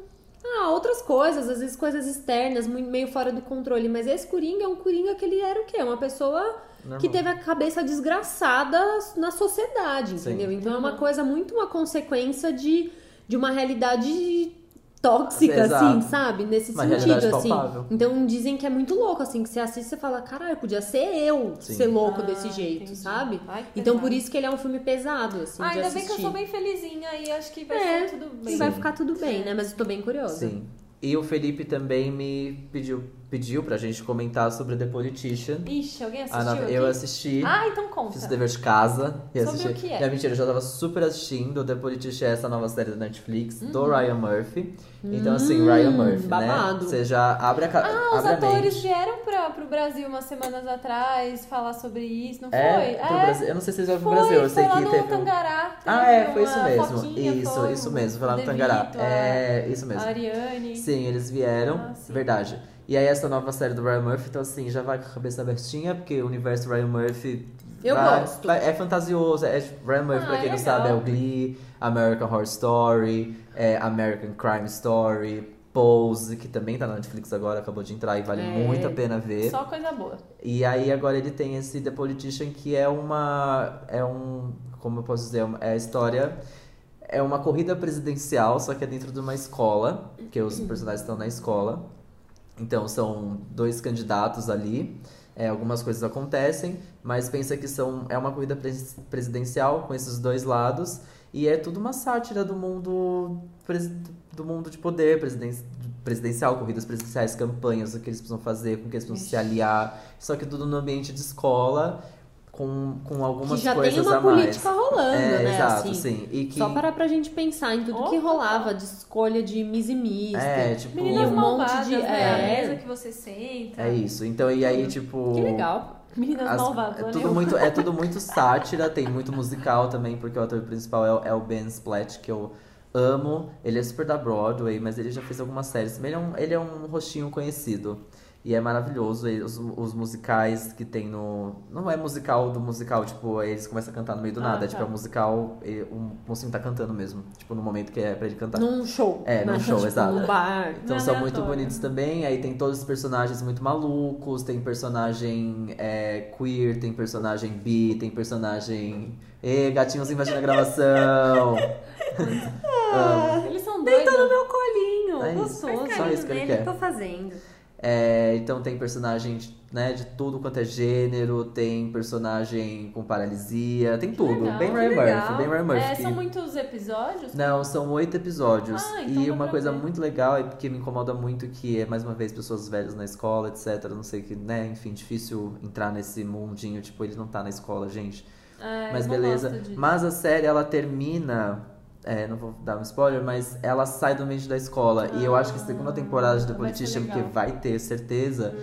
Speaker 2: ah, outras coisas, às vezes coisas externas, mui- meio fora do controle, mas esse Coringa é um Coringa que ele era o quê? Uma pessoa
Speaker 1: Normal.
Speaker 2: que teve a cabeça desgraçada na sociedade,
Speaker 1: Sim.
Speaker 2: entendeu? Então é uma
Speaker 3: Uhum.
Speaker 2: coisa muito uma consequência de, de uma realidade tóxica,
Speaker 1: Exato.
Speaker 2: assim, sabe? Nesse
Speaker 1: Uma
Speaker 2: sentido,
Speaker 1: realidade
Speaker 2: assim.
Speaker 1: palpável.
Speaker 2: Então dizem que é muito louco, assim, que você assiste e você fala, caralho, podia ser eu
Speaker 1: Sim.
Speaker 2: ser louco desse
Speaker 3: Ah,
Speaker 2: jeito,
Speaker 3: entendi.
Speaker 2: sabe?
Speaker 3: Ai, que
Speaker 2: Então
Speaker 3: pesado.
Speaker 2: por isso que ele é um filme pesado, assim,
Speaker 3: Ah,
Speaker 2: de
Speaker 3: ainda
Speaker 2: assistir.
Speaker 3: bem que eu sou bem felizinha e acho que vai
Speaker 2: É,
Speaker 3: ser tudo
Speaker 2: E
Speaker 3: bem.
Speaker 2: vai
Speaker 1: Sim.
Speaker 2: ficar tudo bem, né? Mas eu tô bem curiosa.
Speaker 1: Sim. E o Felipe também me pediu, pediu pra gente comentar sobre The Politician.
Speaker 3: Ixi, alguém
Speaker 1: A
Speaker 3: assistiu?
Speaker 1: nova-
Speaker 3: aqui?
Speaker 1: Ah, eu assisti.
Speaker 3: Ah, então conta.
Speaker 1: Fiz o dever de casa. E
Speaker 3: Sobre
Speaker 1: assisti.
Speaker 3: o que é?
Speaker 1: Não, mentira, eu já tava super assistindo. The Politician é essa nova série da Netflix,
Speaker 3: Uhum.
Speaker 1: do Ryan Murphy. Então, assim,
Speaker 2: Hum,
Speaker 1: Ryan Murphy,
Speaker 2: babado.
Speaker 1: né? Você já abre a cara.
Speaker 3: Ah, os
Speaker 1: abre a
Speaker 3: atores
Speaker 1: mente.
Speaker 3: vieram pra, pro Brasil umas semanas atrás falar sobre isso, não foi?
Speaker 1: É, pro Brasil. Eu não sei se eles vieram pro
Speaker 3: Foi,
Speaker 1: Brasil, eu
Speaker 3: foi
Speaker 1: sei
Speaker 3: lá
Speaker 1: que
Speaker 3: no
Speaker 1: teve. um-
Speaker 3: Tangará. teve
Speaker 1: Ah, é, foi
Speaker 3: uma
Speaker 1: isso mesmo.
Speaker 3: foquinha,
Speaker 1: isso,
Speaker 3: foi
Speaker 1: isso
Speaker 3: um
Speaker 1: mesmo, foi lá no
Speaker 3: De
Speaker 1: Tangará.
Speaker 3: Vito,
Speaker 1: É, isso mesmo.
Speaker 3: A Ariane.
Speaker 1: Sim, eles vieram,
Speaker 3: Ah, sim.
Speaker 1: verdade. E aí essa nova série do Ryan Murphy, então assim, já vai com a cabeça abertinha, porque o universo Ryan Murphy
Speaker 2: Eu
Speaker 1: vai-
Speaker 2: gosto.
Speaker 1: vai- é fantasioso, é tipo, Ryan Murphy,
Speaker 3: Ah,
Speaker 1: pra
Speaker 3: é
Speaker 1: quem não
Speaker 3: legal.
Speaker 1: sabe, é o Glee, American Horror Story, é American Crime Story, Pose, que também tá na Netflix agora, acabou de entrar e vale
Speaker 2: É.
Speaker 1: muito a pena ver.
Speaker 3: Só coisa boa.
Speaker 1: E aí agora ele tem esse The Politician que é uma é um, como eu posso dizer, uma- é a história é uma corrida presidencial, só que é dentro de uma escola, que os personagens estão na escola. Então são dois candidatos ali. É, algumas coisas acontecem, mas pensa que são é uma corrida pres- presidencial com esses dois lados e é tudo uma sátira do mundo pres- do mundo de poder presiden- presidencial, corridas presidenciais, campanhas, o que eles precisam fazer, com o que eles precisam se
Speaker 3: Ixi.
Speaker 1: aliar. Só que tudo no ambiente de escola com, com algumas
Speaker 2: que já
Speaker 1: coisas
Speaker 2: tem uma
Speaker 1: a mais.
Speaker 2: política rolando,
Speaker 1: é,
Speaker 2: né?
Speaker 1: exato,
Speaker 2: assim.
Speaker 1: sim. E que
Speaker 2: Só parar pra gente pensar em tudo que
Speaker 3: Opa.
Speaker 2: rolava de escolha de misimista.
Speaker 1: é, tipo,
Speaker 3: Meninas
Speaker 2: um monte
Speaker 3: malvadas,
Speaker 2: de-
Speaker 3: né? A
Speaker 2: é.
Speaker 3: mesa que você senta.
Speaker 1: é isso. Então, e aí
Speaker 3: Tudo.
Speaker 1: tipo
Speaker 2: Que legal.
Speaker 3: Meninas
Speaker 1: As-
Speaker 3: malvadas, né?
Speaker 1: é
Speaker 3: olha
Speaker 1: tudo
Speaker 3: eu.
Speaker 1: muito É tudo muito sátira, tem muito musical também, porque o ator principal é, o- é o Ben Splatt, que eu amo. Ele é super da Broadway, mas ele já fez algumas séries. Ele é um, ele é um rostinho conhecido. E é maravilhoso. E os, os musicais que tem no. Não é musical do musical, tipo, aí eles começam a cantar no meio do
Speaker 3: Ah,
Speaker 1: nada.
Speaker 3: tá.
Speaker 1: Tipo, é um musical. e o mocinho tá cantando mesmo. Tipo, no momento que é pra ele cantar.
Speaker 2: Num show.
Speaker 1: É, num
Speaker 2: né?
Speaker 1: show,
Speaker 2: tipo,
Speaker 1: exato.
Speaker 2: Num bar.
Speaker 1: Então
Speaker 3: Não é
Speaker 1: são muito
Speaker 3: aleatório.
Speaker 1: bonitos também. Aí tem todos os personagens muito malucos, tem personagem é, queer, tem personagem bi, tem personagem. Ê, gatinhos invadindo a gravação!
Speaker 3: Ah.
Speaker 1: Amo.
Speaker 3: Eles são doidos. Deita no meu colinho.
Speaker 1: É isso.
Speaker 3: Gostoso.
Speaker 1: Só isso que ele
Speaker 4: nele,
Speaker 1: quer.
Speaker 4: tô fazendo.
Speaker 1: É, então tem personagem de- né, de tudo quanto é gênero, tem personagem com paralisia, tem tudo.
Speaker 3: Legal,
Speaker 1: bem
Speaker 3: que
Speaker 1: Ryan
Speaker 3: legal.
Speaker 1: Murphy, bem Ryan Murphy.
Speaker 3: É,
Speaker 1: que-
Speaker 3: são muitos episódios? né?
Speaker 1: Não, são oito episódios.
Speaker 3: Ah, então
Speaker 1: e
Speaker 3: dá
Speaker 1: uma
Speaker 3: pra
Speaker 1: coisa
Speaker 3: ver.
Speaker 1: muito legal, e que me incomoda muito, que é mais uma vez pessoas velhas na escola, etc. Não sei que, né? Enfim, difícil entrar nesse mundinho. Tipo, ele não tá na escola, gente.
Speaker 3: É,
Speaker 1: mas
Speaker 3: eu não
Speaker 1: beleza.
Speaker 3: gosto disso.
Speaker 1: Mas a série, ela termina. é, não vou dar um spoiler, mas ela sai do ambiente da escola. e eu acho que a segunda temporada de The
Speaker 3: Ah, vai ser
Speaker 1: Politician,
Speaker 3: legal. Hum.
Speaker 1: porque vai ter certeza,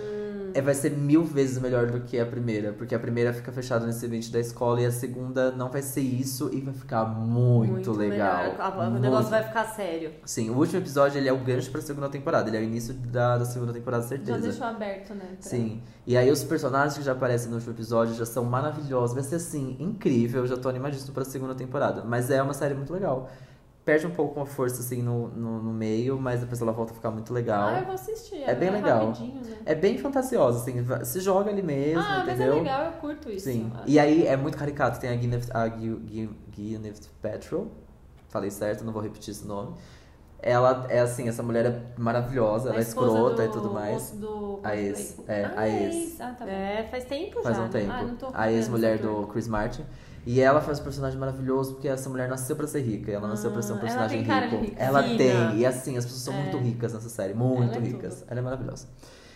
Speaker 1: é, vai ser mil vezes melhor do que a primeira. Porque a primeira fica fechada nesse ambiente da escola e a segunda não vai ser isso e vai ficar muito, legal.
Speaker 2: Ah,
Speaker 4: melhor.
Speaker 3: Ah,
Speaker 4: A- O
Speaker 1: Muito
Speaker 4: negócio vai ficar sério.
Speaker 1: Sim, o último episódio ele é o gancho pra segunda temporada, ele é o início da, da segunda temporada,
Speaker 3: Já
Speaker 1: certeza.
Speaker 3: deixou aberto, né? pra-
Speaker 1: Sim. E aí os personagens que já aparecem no último episódio já são maravilhosos. Vai ser assim, incrível. Eu já tô animadíssimo pra segunda temporada. Mas é uma série muito legal. Perde um pouco a força assim no, no, no meio, mas depois ela volta a ficar muito legal.
Speaker 3: Ah, eu vou assistir.
Speaker 1: É bem legal.
Speaker 3: rapidinho, né?
Speaker 1: É bem fantasiosa, assim, va- se joga ali mesmo,
Speaker 3: ah, mas é
Speaker 1: entendeu?
Speaker 3: legal, eu curto isso.
Speaker 1: Sim.
Speaker 3: Ah,
Speaker 1: E aí é muito caricato. Tem a Gwyneth, a Gui- Gui- Gwyneth Paltrow. Falei certo, não vou repetir esse nome. Ela é assim, essa mulher é maravilhosa, ela é
Speaker 3: esposa
Speaker 1: escrota
Speaker 3: do-
Speaker 1: e tudo mais.
Speaker 3: Do,
Speaker 1: A ex,
Speaker 3: do-
Speaker 1: é,
Speaker 3: ah,
Speaker 1: a ex.
Speaker 3: Ah, tá bom.
Speaker 4: É, faz tempo
Speaker 1: Faz
Speaker 4: já.
Speaker 1: um
Speaker 4: né?
Speaker 1: tempo.
Speaker 3: Ah, não tô
Speaker 1: a
Speaker 3: acompanhando
Speaker 1: ex-mulher
Speaker 3: esse ator.
Speaker 1: do Chris Martin. E ela faz um personagem maravilhoso porque essa mulher nasceu pra ser rica. Ela nasceu pra ser um
Speaker 3: Ah, ela
Speaker 1: personagem
Speaker 3: tem cara de
Speaker 1: rico.
Speaker 3: rica.
Speaker 1: Ela
Speaker 4: Fina.
Speaker 1: tem. E assim, as pessoas são
Speaker 3: É.
Speaker 1: muito ricas nessa série. Muito
Speaker 3: é
Speaker 1: ricas.
Speaker 3: tudo.
Speaker 1: Ela é maravilhosa.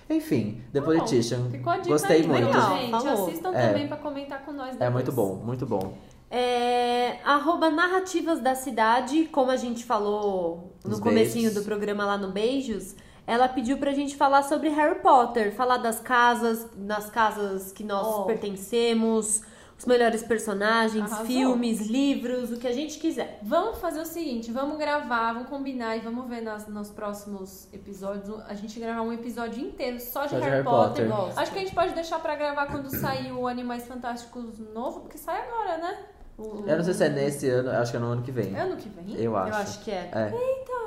Speaker 1: Enfim, The
Speaker 3: Tá bom.
Speaker 1: Politician.
Speaker 3: Ficou a dica
Speaker 1: Gostei
Speaker 3: aí,
Speaker 1: muito.
Speaker 3: Legal, gente.
Speaker 4: Falou.
Speaker 3: Assistam
Speaker 1: É.
Speaker 3: também pra comentar com nós
Speaker 1: É
Speaker 3: depois.
Speaker 1: muito bom, muito bom.
Speaker 4: É, arroba narrativas da cidade, como a gente falou no
Speaker 1: Nos
Speaker 4: comecinho
Speaker 1: beijos.
Speaker 4: do programa lá no Beijos, ela pediu pra gente falar sobre Harry Potter, falar das casas, nas casas que nós
Speaker 3: Oh.
Speaker 4: pertencemos, os melhores personagens,
Speaker 3: Arrasou.
Speaker 4: filmes, livros, o que a gente quiser.
Speaker 3: Vamos fazer o seguinte, vamos gravar, vamos combinar e vamos ver nas, nos próximos episódios. A gente gravar um episódio inteiro só de,
Speaker 1: Só de
Speaker 3: Harry,
Speaker 1: Harry
Speaker 3: Potter.
Speaker 1: Potter.
Speaker 4: Gosto.
Speaker 3: Acho que a gente pode deixar pra gravar quando sair o Animais Fantásticos novo, porque sai agora, né? O-
Speaker 1: Eu não sei se é nesse ano, acho que é no ano que vem.
Speaker 3: Ano que vem?
Speaker 1: Eu acho.
Speaker 4: Eu acho que é.
Speaker 1: É.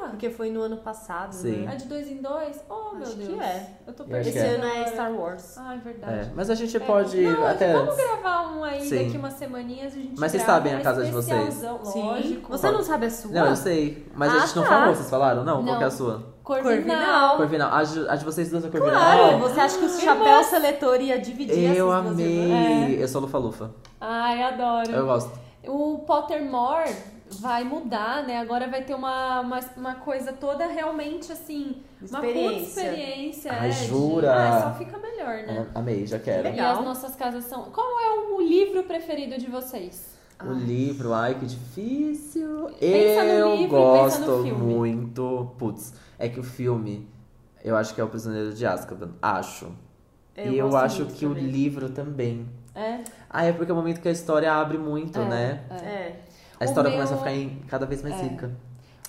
Speaker 4: Porque foi no ano passado,
Speaker 1: Sim.
Speaker 4: né?
Speaker 3: É de dois em dois? Oh, meu
Speaker 4: Acho que
Speaker 3: Deus.
Speaker 4: é.
Speaker 3: Eu tô
Speaker 1: Eu acho
Speaker 3: perdendo.
Speaker 4: Esse
Speaker 1: que é.
Speaker 4: ano é
Speaker 3: agora.
Speaker 4: Star Wars.
Speaker 3: Ah, é verdade.
Speaker 1: É, mas a gente
Speaker 3: É.
Speaker 1: pode
Speaker 3: Não,
Speaker 1: até
Speaker 3: vamos
Speaker 1: antes.
Speaker 3: gravar um aí
Speaker 1: Sim.
Speaker 3: daqui umas semaninhas. A gente
Speaker 1: Mas vocês
Speaker 3: grava
Speaker 1: sabem a
Speaker 3: um
Speaker 1: casa de vocês?
Speaker 4: Ah,
Speaker 3: especialzão, Lógico.
Speaker 4: Você é não sabe a sua?
Speaker 1: Não, eu sei. Mas a
Speaker 4: Ah,
Speaker 1: gente não
Speaker 4: tá.
Speaker 1: falou, vocês falaram? Não,
Speaker 3: Não.
Speaker 1: qual que é a sua?
Speaker 3: Corvinal.
Speaker 1: Corvinal. A de, a de vocês duas é Corvinal?
Speaker 4: Claro, você acha que o chapéu
Speaker 3: Irmãs.
Speaker 4: seletor ia dividir essas
Speaker 1: Eu
Speaker 4: duas
Speaker 1: amei.
Speaker 3: É.
Speaker 4: irmãs?
Speaker 1: Eu sou Lufa Lufa.
Speaker 3: Ai, adoro.
Speaker 1: Eu gosto.
Speaker 3: O Pottermore vai mudar, né? Agora vai ter uma, uma, uma coisa toda realmente assim, uma puta
Speaker 2: Experiência.
Speaker 3: experiência.
Speaker 1: Ai,
Speaker 3: é,
Speaker 1: jura?
Speaker 3: De, ah, só fica melhor, né?
Speaker 1: Ah, Amei, já quero.
Speaker 3: E as nossas casas são. Qual é o livro preferido de vocês?
Speaker 1: O livro, ai, que difícil.
Speaker 3: Pensa no
Speaker 1: eu
Speaker 3: livro e
Speaker 1: gosto
Speaker 3: pensa no filme.
Speaker 1: muito. Putz, é que o filme, eu acho que é o Prisioneiro de Azkaban. Acho. e eu
Speaker 2: gosto
Speaker 1: acho
Speaker 2: muito
Speaker 1: que
Speaker 2: também.
Speaker 1: o livro também.
Speaker 3: É.
Speaker 1: Ah, é porque é o momento que a história abre muito, né?
Speaker 2: É.
Speaker 1: A
Speaker 3: O
Speaker 1: história
Speaker 3: meu- é
Speaker 1: começa a ficar em- cada vez mais rica.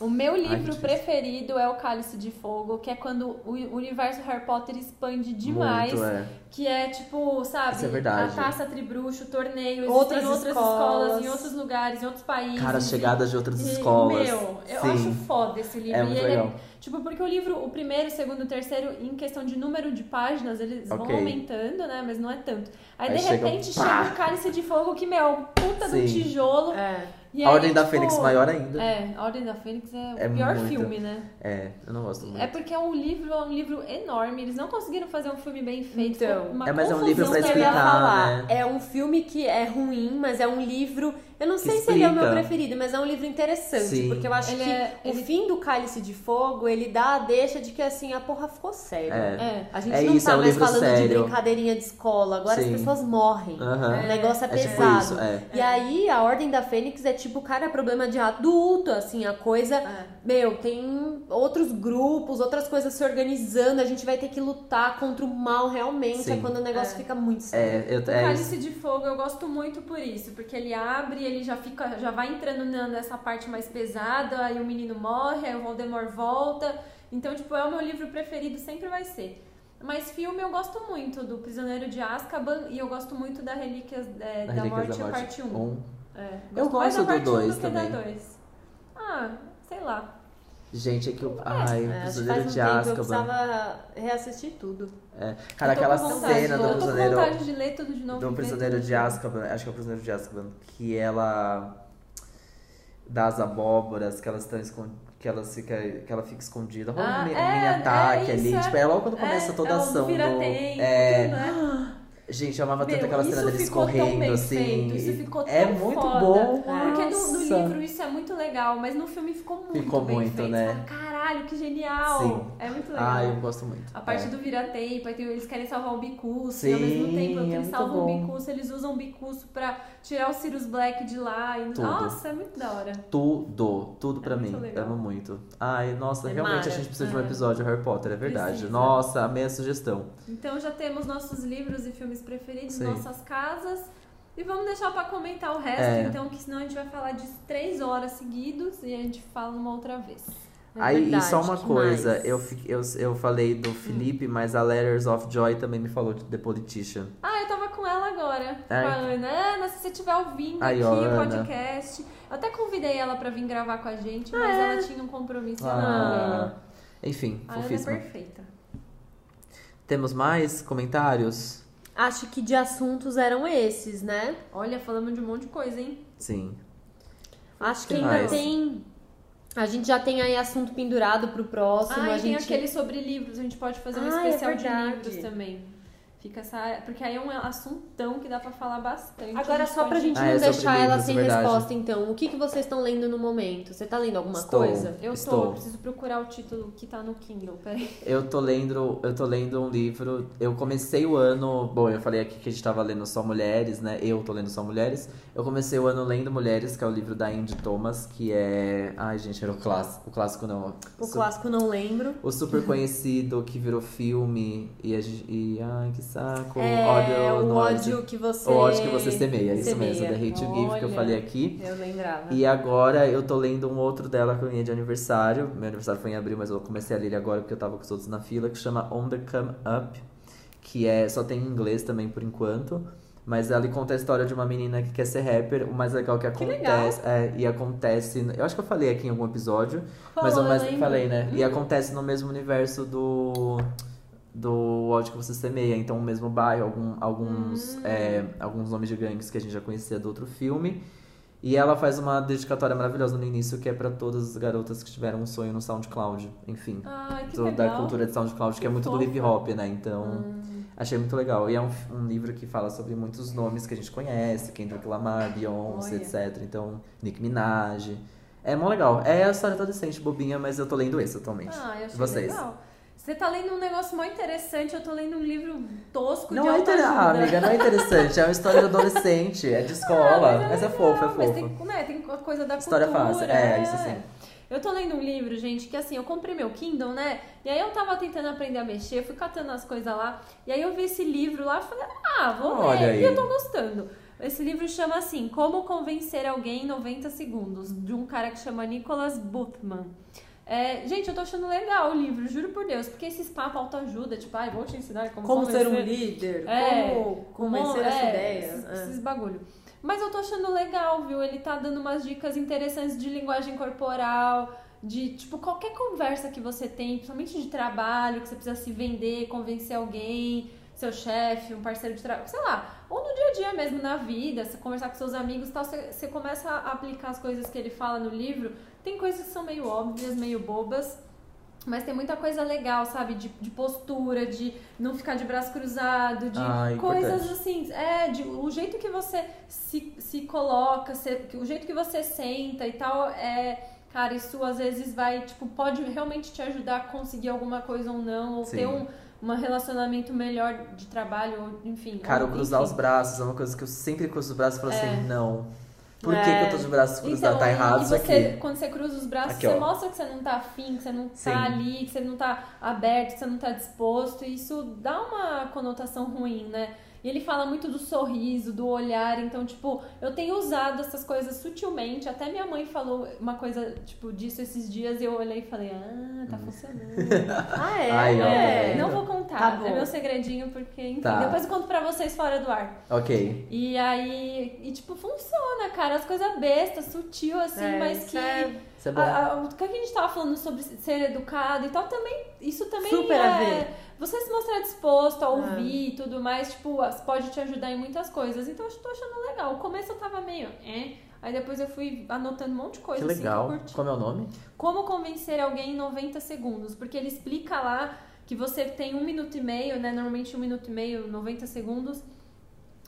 Speaker 3: O meu livro
Speaker 1: difícil.
Speaker 3: preferido é O Cálice de Fogo, que é quando o universo Harry Potter expande demais.
Speaker 1: Muito, é.
Speaker 3: Que é tipo, sabe,
Speaker 1: Isso é verdade.
Speaker 3: a taça tribruxo, o torneio,
Speaker 2: Outras
Speaker 3: existem outras
Speaker 2: escolas.
Speaker 3: escolas. em outros lugares, em outros países.
Speaker 1: Cara,
Speaker 3: enfim.
Speaker 1: chegadas de outras
Speaker 3: E,
Speaker 1: escolas.
Speaker 3: Meu, eu
Speaker 1: Sim.
Speaker 3: acho foda esse livro.
Speaker 1: É
Speaker 3: E
Speaker 1: muito
Speaker 3: ele
Speaker 1: legal.
Speaker 3: tipo, porque o livro, o primeiro, o segundo, o terceiro, em questão de número de páginas, eles
Speaker 1: Ok.
Speaker 3: vão aumentando, né? Mas não é tanto. Aí,
Speaker 1: Aí
Speaker 3: de
Speaker 1: chega um
Speaker 3: repente
Speaker 1: pá!
Speaker 3: chega o cálice de fogo que, meu, puta
Speaker 1: Sim.
Speaker 3: do tijolo.
Speaker 2: É.
Speaker 3: E
Speaker 1: a
Speaker 3: aí,
Speaker 1: Ordem da
Speaker 3: tipo,
Speaker 1: Fênix maior ainda.
Speaker 3: É, a Ordem da Fênix é o
Speaker 1: É
Speaker 3: pior
Speaker 1: muito.
Speaker 3: filme, né?
Speaker 1: É. eu não gosto muito.
Speaker 3: É porque é um livro, é um livro enorme. Eles não conseguiram fazer um filme bem feito.
Speaker 2: Então.
Speaker 3: ficou uma
Speaker 1: É, mas é um
Speaker 3: confusão
Speaker 1: livro pra
Speaker 2: Isso que eu ia
Speaker 3: danada.
Speaker 1: explicar,
Speaker 2: falar.
Speaker 1: né?
Speaker 2: É um filme que é ruim, mas é um livro. Eu não
Speaker 1: Que
Speaker 2: sei se ele é o meu
Speaker 1: explica.
Speaker 2: preferido, mas é um livro interessante.
Speaker 1: Sim.
Speaker 2: Porque eu acho
Speaker 3: Ele
Speaker 2: que
Speaker 3: é-
Speaker 2: o fim do Cálice de Fogo, ele dá a deixa de que assim, a porra ficou séria.
Speaker 1: É.
Speaker 3: É.
Speaker 2: A gente
Speaker 1: É
Speaker 2: não
Speaker 1: isso,
Speaker 2: tá
Speaker 1: é um
Speaker 2: mais
Speaker 1: livro
Speaker 2: falando de
Speaker 1: sério.
Speaker 2: brincadeirinha de escola, agora
Speaker 1: Sim.
Speaker 2: as pessoas morrem.
Speaker 1: Aham.
Speaker 2: O negócio é,
Speaker 1: É tipo
Speaker 2: pesado.
Speaker 1: isso, é.
Speaker 2: E aí, a Ordem da Fênix é tipo, cara, problema de adulto, assim, a coisa.
Speaker 3: É.
Speaker 2: Meu, tem outros grupos, outras coisas se organizando, a gente vai ter que lutar contra o mal realmente.
Speaker 1: Sim.
Speaker 2: É quando o negócio fica muito sério.
Speaker 1: É, eu, é
Speaker 3: O
Speaker 1: isso.
Speaker 3: Um Cálice de Fogo eu gosto muito por isso, porque ele abre, ele já fica, já vai entrando na- nessa parte mais pesada, aí o menino morre, aí o Voldemort volta. Então, tipo, é o meu livro preferido, sempre vai ser. Mas filme eu gosto muito do Prisioneiro de Azkaban e eu gosto muito da Relíquias, é, da,
Speaker 1: Relíquias
Speaker 3: Morte, a parte 1.
Speaker 1: Um.
Speaker 3: É,
Speaker 1: Eu
Speaker 3: mais
Speaker 1: gosto
Speaker 3: da
Speaker 1: do
Speaker 3: parte 1
Speaker 1: dois
Speaker 3: que
Speaker 1: também.
Speaker 3: da 2. Ah, sei lá.
Speaker 1: Gente, é que eu. Ai, o
Speaker 2: acho que
Speaker 1: prisioneiro
Speaker 2: faz um
Speaker 1: de né?
Speaker 2: tempo eu
Speaker 1: Azkaban.
Speaker 2: precisava reassistir tudo.
Speaker 1: É. Cara,
Speaker 3: Eu tô
Speaker 1: aquela
Speaker 3: com vontade,
Speaker 1: cena
Speaker 3: eu
Speaker 1: do
Speaker 3: tô com
Speaker 1: prisioneiro.
Speaker 3: vontade de ler tudo de novo. né?
Speaker 1: Do
Speaker 3: ver
Speaker 1: prisioneiro
Speaker 3: tudo
Speaker 1: de
Speaker 3: novo.
Speaker 1: Azkaban. Acho que é o prisioneiro de Azkaban. Que ela. Das abóboras, que elas estão escondidas. Que ela, fica, que ela fica escondida. Rola
Speaker 3: Ah,
Speaker 1: um mini,
Speaker 3: é,
Speaker 1: mini
Speaker 3: é
Speaker 1: ataque
Speaker 3: isso,
Speaker 1: ali.
Speaker 3: é.
Speaker 1: tipo, é logo quando começa
Speaker 3: É,
Speaker 1: toda a
Speaker 3: ela
Speaker 1: ação.
Speaker 3: vira
Speaker 1: do-
Speaker 3: tempo,
Speaker 1: é,
Speaker 3: né?
Speaker 1: Gente, eu amava tanto
Speaker 3: Meu,
Speaker 1: aquela cena
Speaker 3: isso
Speaker 1: deles
Speaker 3: ficou tão
Speaker 1: correndo,
Speaker 3: bem
Speaker 1: assim.
Speaker 3: feito, isso ficou
Speaker 1: é
Speaker 3: tão
Speaker 1: muito
Speaker 3: foda.
Speaker 1: bom.
Speaker 3: Porque no, no
Speaker 1: nossa.
Speaker 3: livro isso é muito legal, mas no filme ficou muito
Speaker 1: Ficou
Speaker 3: bem
Speaker 1: muito,
Speaker 3: feito.
Speaker 1: né?
Speaker 3: Fala, Caralho, que genial!
Speaker 1: Sim.
Speaker 3: É muito legal.
Speaker 1: Ah, eu gosto muito.
Speaker 3: A parte
Speaker 1: é.
Speaker 3: do vira-tempo, aí tem- eles querem salvar o Bicus, e ao
Speaker 1: Sim,
Speaker 3: mesmo tempo
Speaker 1: é
Speaker 3: que
Speaker 1: muito
Speaker 3: eles salvam
Speaker 1: bom.
Speaker 3: o Bicus, eles usam o Bicus pra tirar o Sirius Black de lá. E...
Speaker 1: Tudo.
Speaker 3: Nossa, é muito da hora.
Speaker 1: Tudo, tudo pra mim.
Speaker 3: muito legal.
Speaker 1: Amo muito. Ai, nossa,
Speaker 2: É
Speaker 1: realmente
Speaker 2: mara.
Speaker 1: a gente precisa de um
Speaker 3: É.
Speaker 1: episódio de Harry Potter, é verdade.
Speaker 3: Precisa.
Speaker 1: Nossa, amei a sugestão.
Speaker 3: Então já temos nossos livros e filmes preferidos,
Speaker 1: Sim.
Speaker 3: nossas casas. E vamos deixar pra comentar o resto,
Speaker 1: É.
Speaker 3: então, que senão a gente vai falar de três horas seguidos e a gente fala uma outra vez.
Speaker 2: É
Speaker 1: Aí, e
Speaker 2: verdade,
Speaker 1: só uma
Speaker 2: que
Speaker 1: coisa,
Speaker 2: mais?
Speaker 1: eu, fi- eu, eu falei do Felipe, mas a Letters of Joy também me falou de The Politician.
Speaker 3: Ah, eu tava com ela agora,
Speaker 1: Ai.
Speaker 3: com a Ana. Ana, se você estiver ouvindo
Speaker 1: Aí,
Speaker 3: aqui
Speaker 1: ó,
Speaker 3: o
Speaker 1: Ana.
Speaker 3: podcast. Eu até convidei ela pra vir gravar com a gente, mas ela tinha um compromisso. ela não veio.
Speaker 1: É. Ah, enfim,
Speaker 3: a Ana é
Speaker 1: fofíssima.
Speaker 3: perfeita.
Speaker 1: Temos mais comentários?
Speaker 2: Acho que de assuntos eram esses, né?
Speaker 3: Olha, falamos de um monte de coisa, hein?
Speaker 1: Sim.
Speaker 2: Acho que
Speaker 1: Que
Speaker 2: ainda
Speaker 1: mais?
Speaker 2: tem. A gente já tem aí assunto pendurado pro próximo.
Speaker 3: ah, e
Speaker 2: a gente
Speaker 3: tem aquele sobre livros, a gente pode fazer um
Speaker 2: Ah, é
Speaker 3: especial de
Speaker 2: verdade.
Speaker 3: livros também. Fica essa. Porque aí é um assuntão que dá pra falar bastante.
Speaker 2: Agora, só pra gente
Speaker 1: Ah,
Speaker 2: não
Speaker 1: é sobre
Speaker 2: deixar ela
Speaker 1: livros,
Speaker 2: sem
Speaker 1: verdade.
Speaker 2: resposta, então, o que, que vocês estão lendo no momento? Você tá lendo alguma
Speaker 1: Estou.
Speaker 2: coisa?
Speaker 3: Eu
Speaker 1: Estou.
Speaker 3: tô, eu preciso procurar o título que tá no Kindle, peraí.
Speaker 1: Eu tô lendo, eu tô lendo um livro. Eu comecei o ano, bom, eu falei aqui que a gente tava lendo só mulheres, né? Eu tô lendo só mulheres. Eu comecei o ano lendo Mulheres, que é o livro da Indy Thomas, que é, ai, gente, era o clássico, o clássico não.
Speaker 2: O
Speaker 1: Su-
Speaker 2: clássico não lembro.
Speaker 1: o super conhecido que virou filme e a gente, e ai, que saco.
Speaker 2: é
Speaker 1: ódio,
Speaker 2: o
Speaker 1: no
Speaker 2: ódio que você.
Speaker 1: O ódio que você semeia, é isso
Speaker 2: semeia.
Speaker 1: mesmo, The Hate You Give que eu
Speaker 3: Olha.
Speaker 1: falei aqui.
Speaker 2: Eu lembrava.
Speaker 1: E agora eu tô lendo um outro dela que eu ganhei de aniversário. Meu aniversário foi em abril, mas eu comecei a ler ele agora porque eu tava com os outros na fila, que chama On the Come Up, que é só tem em inglês também por enquanto. Mas ela conta a história de uma menina que quer ser rapper. O mais legal que acontece. É, e acontece. Eu acho que eu falei aqui em algum episódio. mas eu
Speaker 3: Falou,
Speaker 1: mais
Speaker 3: eu lembro.
Speaker 1: falei, né? E acontece no mesmo universo do. Do ódio que você semeia. Então, o mesmo bairro, algum- alguns,
Speaker 3: Hum.
Speaker 1: é, alguns nomes de gangues que a gente já conhecia do outro filme. E ela faz uma dedicatória maravilhosa no início, que é pra todas as garotas que tiveram um sonho no SoundCloud. Enfim,
Speaker 3: Ai, Ah, que
Speaker 1: do-
Speaker 3: legal.
Speaker 1: da cultura de SoundCloud, que, é
Speaker 3: Que
Speaker 1: muito do
Speaker 3: fofa. Hum.
Speaker 1: hip hop, né? Então, achei muito legal. E é um, um livro que fala sobre muitos nomes que a gente conhece, Kendrick Lamar, Beyoncé,
Speaker 3: Olha.
Speaker 1: etc. Então, Nick Minaj. É mó legal. É a história adolescente, bobinha, mas eu tô lendo esse atualmente.
Speaker 3: Ah, eu achei
Speaker 1: Vocês.
Speaker 3: legal. Você tá lendo um negócio mó interessante, eu tô lendo um livro tosco
Speaker 1: Não
Speaker 3: de
Speaker 1: é interessante, ah,
Speaker 3: autoajuda.
Speaker 1: amiga, não é interessante. É uma história de adolescente,
Speaker 3: Ah,
Speaker 1: é de escola. mas, é fofo, é
Speaker 3: Não, Mas
Speaker 1: fofo.
Speaker 3: tem, né, tem a coisa da
Speaker 1: História
Speaker 3: cultura. né?
Speaker 1: fácil, é, isso sim.
Speaker 3: Eu tô lendo um livro, gente, que assim, eu comprei meu Kindle, né? E aí eu tava tentando aprender a mexer, fui catando as coisas lá. E aí eu vi esse livro lá e falei, ah, vou
Speaker 1: Olha
Speaker 3: ler.
Speaker 1: aí.
Speaker 3: E eu tô gostando. Esse livro chama assim, Como Convencer Alguém em 90 Segundos, de um cara que chama Nicholas Buchman. É, gente, eu tô achando legal o livro, juro por Deus, porque esses papos autoajuda, tipo, ai, vou te ensinar como,
Speaker 2: Como ser um
Speaker 3: convencer-
Speaker 2: líder,
Speaker 3: É,
Speaker 2: como
Speaker 3: Bom,
Speaker 2: convencer
Speaker 3: é,
Speaker 2: as ideias.
Speaker 3: Esses,
Speaker 2: é.
Speaker 3: esses bagulho. Mas eu tô achando legal, viu? Ele tá dando umas dicas interessantes de linguagem corporal, de tipo, qualquer conversa que você tem, principalmente de trabalho, que você precisa se vender, convencer alguém, seu chefe, um parceiro de trabalho, sei lá, ou no dia a dia mesmo, na vida, você conversar com seus amigos e tal, você, você começa a aplicar as coisas que ele fala no livro. Tem coisas que são meio óbvias, meio bobas. Mas tem muita coisa legal, sabe? De, de postura, de não ficar de braço cruzado, de
Speaker 1: Ah, é
Speaker 3: coisas
Speaker 1: importante.
Speaker 3: assim. É, de, o jeito que você se, se coloca, se- o jeito que você senta e tal, é. Cara, isso às vezes vai, tipo, pode realmente te ajudar a conseguir alguma coisa ou não, ou
Speaker 1: Sim.
Speaker 3: ter um, um relacionamento melhor de trabalho, ou, enfim.
Speaker 1: Cara,
Speaker 3: ou,
Speaker 1: eu cruzar os
Speaker 3: enfim.
Speaker 1: braços é uma coisa que eu sempre cruzo os braços e falo assim, não. Por que,
Speaker 3: É. Então,
Speaker 1: que eu tô de braços cruzados? tá errado
Speaker 3: e
Speaker 1: isso
Speaker 3: você,
Speaker 1: aqui.
Speaker 3: Quando você cruza os braços,
Speaker 1: Aqui,
Speaker 3: você
Speaker 1: ó.
Speaker 3: mostra que você não tá afim, que você não
Speaker 1: Sim.
Speaker 3: tá ali, que você não tá aberto, que você não tá disposto. E isso dá uma conotação ruim, né? E ele fala muito do sorriso, do olhar. Então, tipo, eu tenho usado essas coisas sutilmente. Até minha mãe falou uma coisa, tipo, disso esses dias. E eu olhei e falei, ah,
Speaker 1: Hum.
Speaker 3: tá funcionando.
Speaker 2: Ah, é?
Speaker 1: Ai, ó,
Speaker 3: é,
Speaker 1: vendo?
Speaker 3: não vou contar.
Speaker 2: Tá bom.
Speaker 3: é meu segredinho, porque, enfim,
Speaker 1: Tá.
Speaker 3: depois eu conto pra vocês fora do ar.
Speaker 1: Ok.
Speaker 3: E aí, e tipo, funciona, cara. As coisas bestas, sutil, assim,
Speaker 2: É,
Speaker 3: mas
Speaker 2: isso
Speaker 3: que.
Speaker 2: é
Speaker 1: Isso é bom.
Speaker 3: a- a- o que a gente tava falando sobre ser educado e tal, também. Isso também
Speaker 2: Super
Speaker 3: é.
Speaker 2: a ver. É.
Speaker 3: Você se mostrar disposto a ouvir e tudo mais, tipo, as- pode te ajudar em muitas coisas. Então eu tô achando legal. O começo eu tava meio. É. Aí depois eu fui anotando um monte de
Speaker 1: Que
Speaker 3: coisa
Speaker 1: legal.
Speaker 3: assim que eu curti.
Speaker 1: Como é o nome?
Speaker 3: Como convencer alguém em 90 segundos? Porque ele explica lá que você tem um minuto e meio, né? Normalmente um minuto e meio, 90 segundos.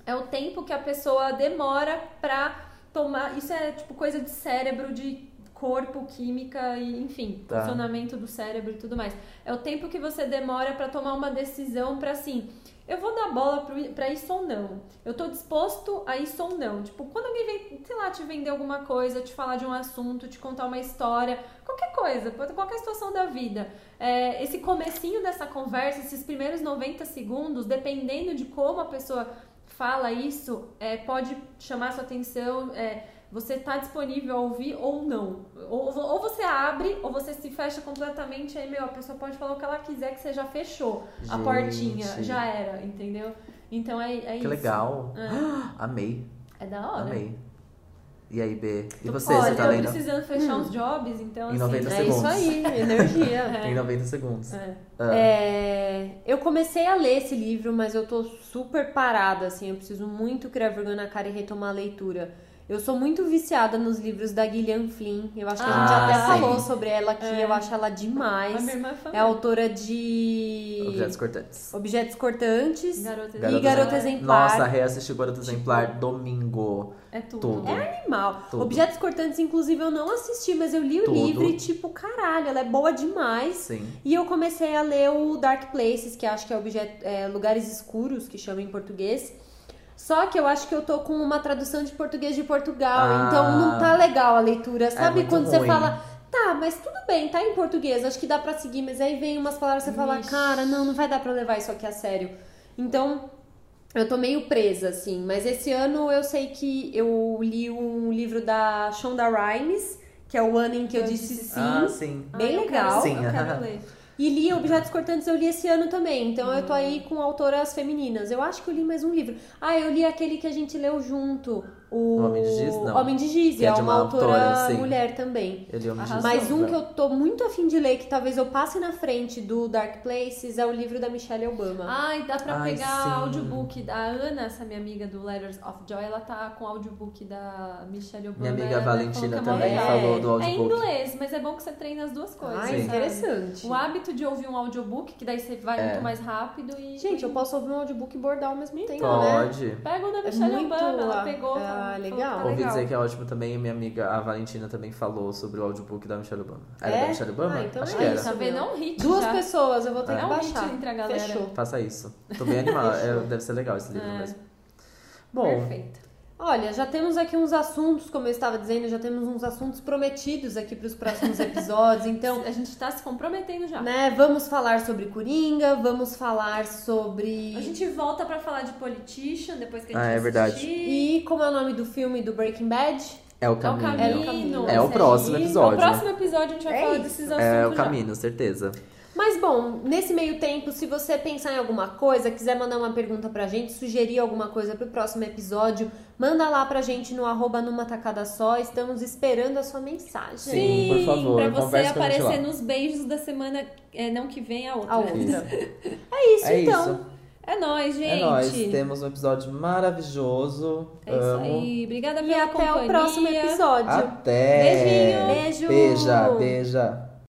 Speaker 3: É o tempo que a pessoa demora pra tomar. Isso é tipo coisa de cérebro, de corpo, química e enfim,
Speaker 1: Tá.
Speaker 3: funcionamento do cérebro e tudo mais. É o tempo que você demora pra tomar uma decisão pra assim. Eu vou dar bola pro- pra isso ou não. Eu tô disposto a isso ou não. Tipo, quando alguém vem, sei lá, te vender alguma coisa, te falar de um assunto, te contar uma história, qualquer coisa, qualquer situação da vida. É, esse comecinho dessa conversa, esses primeiros 90 segundos, dependendo de como a pessoa fala isso, é, pode chamar sua atenção, é, você tá disponível a ouvir ou não. Ou, ou você abre, ou você se fecha completamente, aí, meu, a pessoa pode falar o que ela quiser, que você já fechou a
Speaker 1: Gente.
Speaker 3: portinha, já era, entendeu? Então é, é
Speaker 1: Que
Speaker 3: isso.
Speaker 1: legal. Amei,
Speaker 3: É da hora.
Speaker 1: amei. E aí, B? E
Speaker 3: Tô-
Speaker 1: você,
Speaker 3: Olha,
Speaker 1: você tá
Speaker 3: eu tô
Speaker 1: lendo?
Speaker 3: precisando fechar uns jobs, então
Speaker 1: Em
Speaker 3: assim...
Speaker 1: 90
Speaker 2: É isso aí, energia.
Speaker 1: Em 90 segundos.
Speaker 3: É.
Speaker 1: Ah,
Speaker 2: É, eu comecei a ler esse livro, mas eu tô super parada, assim, eu preciso muito criar vergonha na cara e retomar a leitura. Eu sou muito viciada nos livros da Gillian Flynn. Eu acho que a gente
Speaker 1: Ah,
Speaker 2: até
Speaker 1: sim.
Speaker 2: falou sobre ela aqui,
Speaker 3: É.
Speaker 2: eu acho ela
Speaker 3: A
Speaker 2: demais.
Speaker 3: minha irmã
Speaker 2: É
Speaker 3: família.
Speaker 2: autora de
Speaker 1: Objetos cortantes.
Speaker 2: Objetos Cortantes
Speaker 3: Garotas
Speaker 2: e Garota
Speaker 1: Garota
Speaker 2: Exemplar.
Speaker 1: Nossa, reassisti Garota Exemplar domingo.
Speaker 3: É Tipo, tudo.
Speaker 1: Tudo.
Speaker 2: Ah, animal.
Speaker 1: Tudo.
Speaker 2: Objetos Cortantes, inclusive, eu não assisti, mas eu li o
Speaker 1: Tudo.
Speaker 2: livro e, tipo, caralho, ela é boa demais.
Speaker 1: Sim.
Speaker 2: E eu comecei a ler o Dark Places, que acho que é, objeto, é, Lugares Escuros, que chama em português. Só que eu acho que eu tô com uma tradução de português de Portugal,
Speaker 1: Ah.
Speaker 2: então não tá legal a leitura. Sabe
Speaker 1: muito
Speaker 2: quando você
Speaker 1: ruim.
Speaker 2: fala, tá, mas tudo bem, tá em português, acho que dá pra seguir, mas aí vem umas palavras e você fala,
Speaker 3: Ixi.
Speaker 2: cara, não, não vai dar pra levar isso aqui a sério. Então, eu tô meio presa, assim. Mas esse ano eu sei que eu li um livro da Shonda Rhimes, que é o ano em que eu,
Speaker 3: Eu
Speaker 2: disse,
Speaker 3: Disse
Speaker 2: sim.
Speaker 1: Ah, sim.
Speaker 3: Ah,
Speaker 2: Bem
Speaker 3: eu
Speaker 2: legal.
Speaker 3: Quero,
Speaker 1: Sim,
Speaker 3: eu
Speaker 1: aham.
Speaker 3: quero ler.
Speaker 2: E li Objetos Cortantes, eu li esse ano também. Então eu tô aí com autoras femininas. Eu acho que eu li mais um livro. Ah, eu li aquele que a gente leu junto. O,
Speaker 1: O Homem de Giz? Não.
Speaker 2: Homem de Giz,
Speaker 1: Que é
Speaker 2: é
Speaker 1: de
Speaker 2: uma
Speaker 1: uma
Speaker 2: autora,
Speaker 1: autora, sim.
Speaker 2: mulher também.
Speaker 1: Ele é um
Speaker 3: Arrasou.
Speaker 2: Mas um que eu tô muito afim de ler, que talvez eu passe na frente do Dark Places, é o livro da Michelle Obama.
Speaker 3: Ai, dá pra
Speaker 1: Ai,
Speaker 3: pegar
Speaker 1: sim.
Speaker 3: audiobook da Ana, essa minha amiga do Letters of Joy, ela tá com audiobook da Michelle Obama.
Speaker 1: Minha amiga
Speaker 3: ela falou que
Speaker 1: Valentina
Speaker 3: é mó
Speaker 1: também
Speaker 3: legal.
Speaker 1: falou do
Speaker 3: É em
Speaker 1: audiobook.
Speaker 3: inglês, mas é bom que você treine as duas coisas.
Speaker 2: Ai,
Speaker 1: Sim.
Speaker 3: sabe?
Speaker 2: interessante.
Speaker 3: O hábito de ouvir um audiobook, que daí você vai
Speaker 1: É.
Speaker 3: muito mais rápido e.
Speaker 2: Gente, eu posso ouvir um audiobook e bordar ao mesmo tempo, né?
Speaker 1: Pode.
Speaker 3: Pega o da Michelle
Speaker 2: muito
Speaker 3: Obama, ela
Speaker 2: lá.
Speaker 3: pegou,
Speaker 2: É,
Speaker 3: falou,
Speaker 2: Ah,
Speaker 3: falou que
Speaker 2: legal.
Speaker 3: tá
Speaker 2: Ouvi
Speaker 1: Ouvi
Speaker 3: legal.
Speaker 1: dizer que é ótimo também, minha amiga, a Valentina, também falou sobre o audiobook da Michelle Obama. Era
Speaker 2: É?
Speaker 1: da Michelle Obama?
Speaker 2: Ah, então
Speaker 1: Acho
Speaker 2: é
Speaker 1: que era.
Speaker 2: isso.
Speaker 3: Tá vendo? É um hit
Speaker 2: Duas
Speaker 3: já.
Speaker 2: pessoas, eu vou ter
Speaker 3: É
Speaker 2: que
Speaker 3: um
Speaker 2: baixar.
Speaker 3: hit entre a galera.
Speaker 2: Fechou.
Speaker 1: Faça isso. Tô bem animada. É, deve ser legal esse livro
Speaker 3: É.
Speaker 1: mesmo. Bom,
Speaker 3: Perfeito.
Speaker 2: Olha, já temos aqui uns assuntos, como eu estava dizendo, já temos uns assuntos prometidos aqui para os próximos episódios. Então,
Speaker 3: A gente tá se comprometendo já.
Speaker 2: né, vamos falar sobre Coringa, vamos falar sobre
Speaker 3: A gente volta pra falar de Politician depois que a gente
Speaker 1: Ah, é verdade.
Speaker 3: assistir.
Speaker 2: e como é o nome do filme do Breaking Bad?
Speaker 1: é o
Speaker 3: É o
Speaker 1: caminho.
Speaker 3: caminho.
Speaker 1: É o próximo
Speaker 3: Esse aí.
Speaker 1: episódio.
Speaker 3: No próximo episódio a gente vai
Speaker 2: É
Speaker 3: falar
Speaker 2: isso.
Speaker 3: desses assuntos.
Speaker 1: É o
Speaker 3: já.
Speaker 1: caminho, certeza.
Speaker 2: Mas bom, nesse meio tempo, se você pensar em alguma coisa, quiser mandar uma pergunta pra gente, sugerir alguma coisa pro próximo episódio, manda lá pra gente no arroba numa tacada só. Estamos esperando a sua mensagem.
Speaker 1: Sim, por favor,
Speaker 3: pra você
Speaker 1: conversa com a gente
Speaker 3: aparecer
Speaker 1: lá.
Speaker 3: nos beijos da semana, é, não que vem, a outra.
Speaker 2: A outra.
Speaker 1: Isso.
Speaker 2: É isso
Speaker 1: é
Speaker 2: então.
Speaker 1: isso.
Speaker 3: É nóis, gente.
Speaker 1: É nóis. Temos um episódio maravilhoso.
Speaker 3: É isso
Speaker 1: Amo.
Speaker 3: aí. Obrigada
Speaker 2: E
Speaker 3: pela
Speaker 2: até
Speaker 3: companhia.
Speaker 2: o próximo episódio.
Speaker 1: Até.
Speaker 2: Beijinho. Beijo.
Speaker 1: Beija, beija.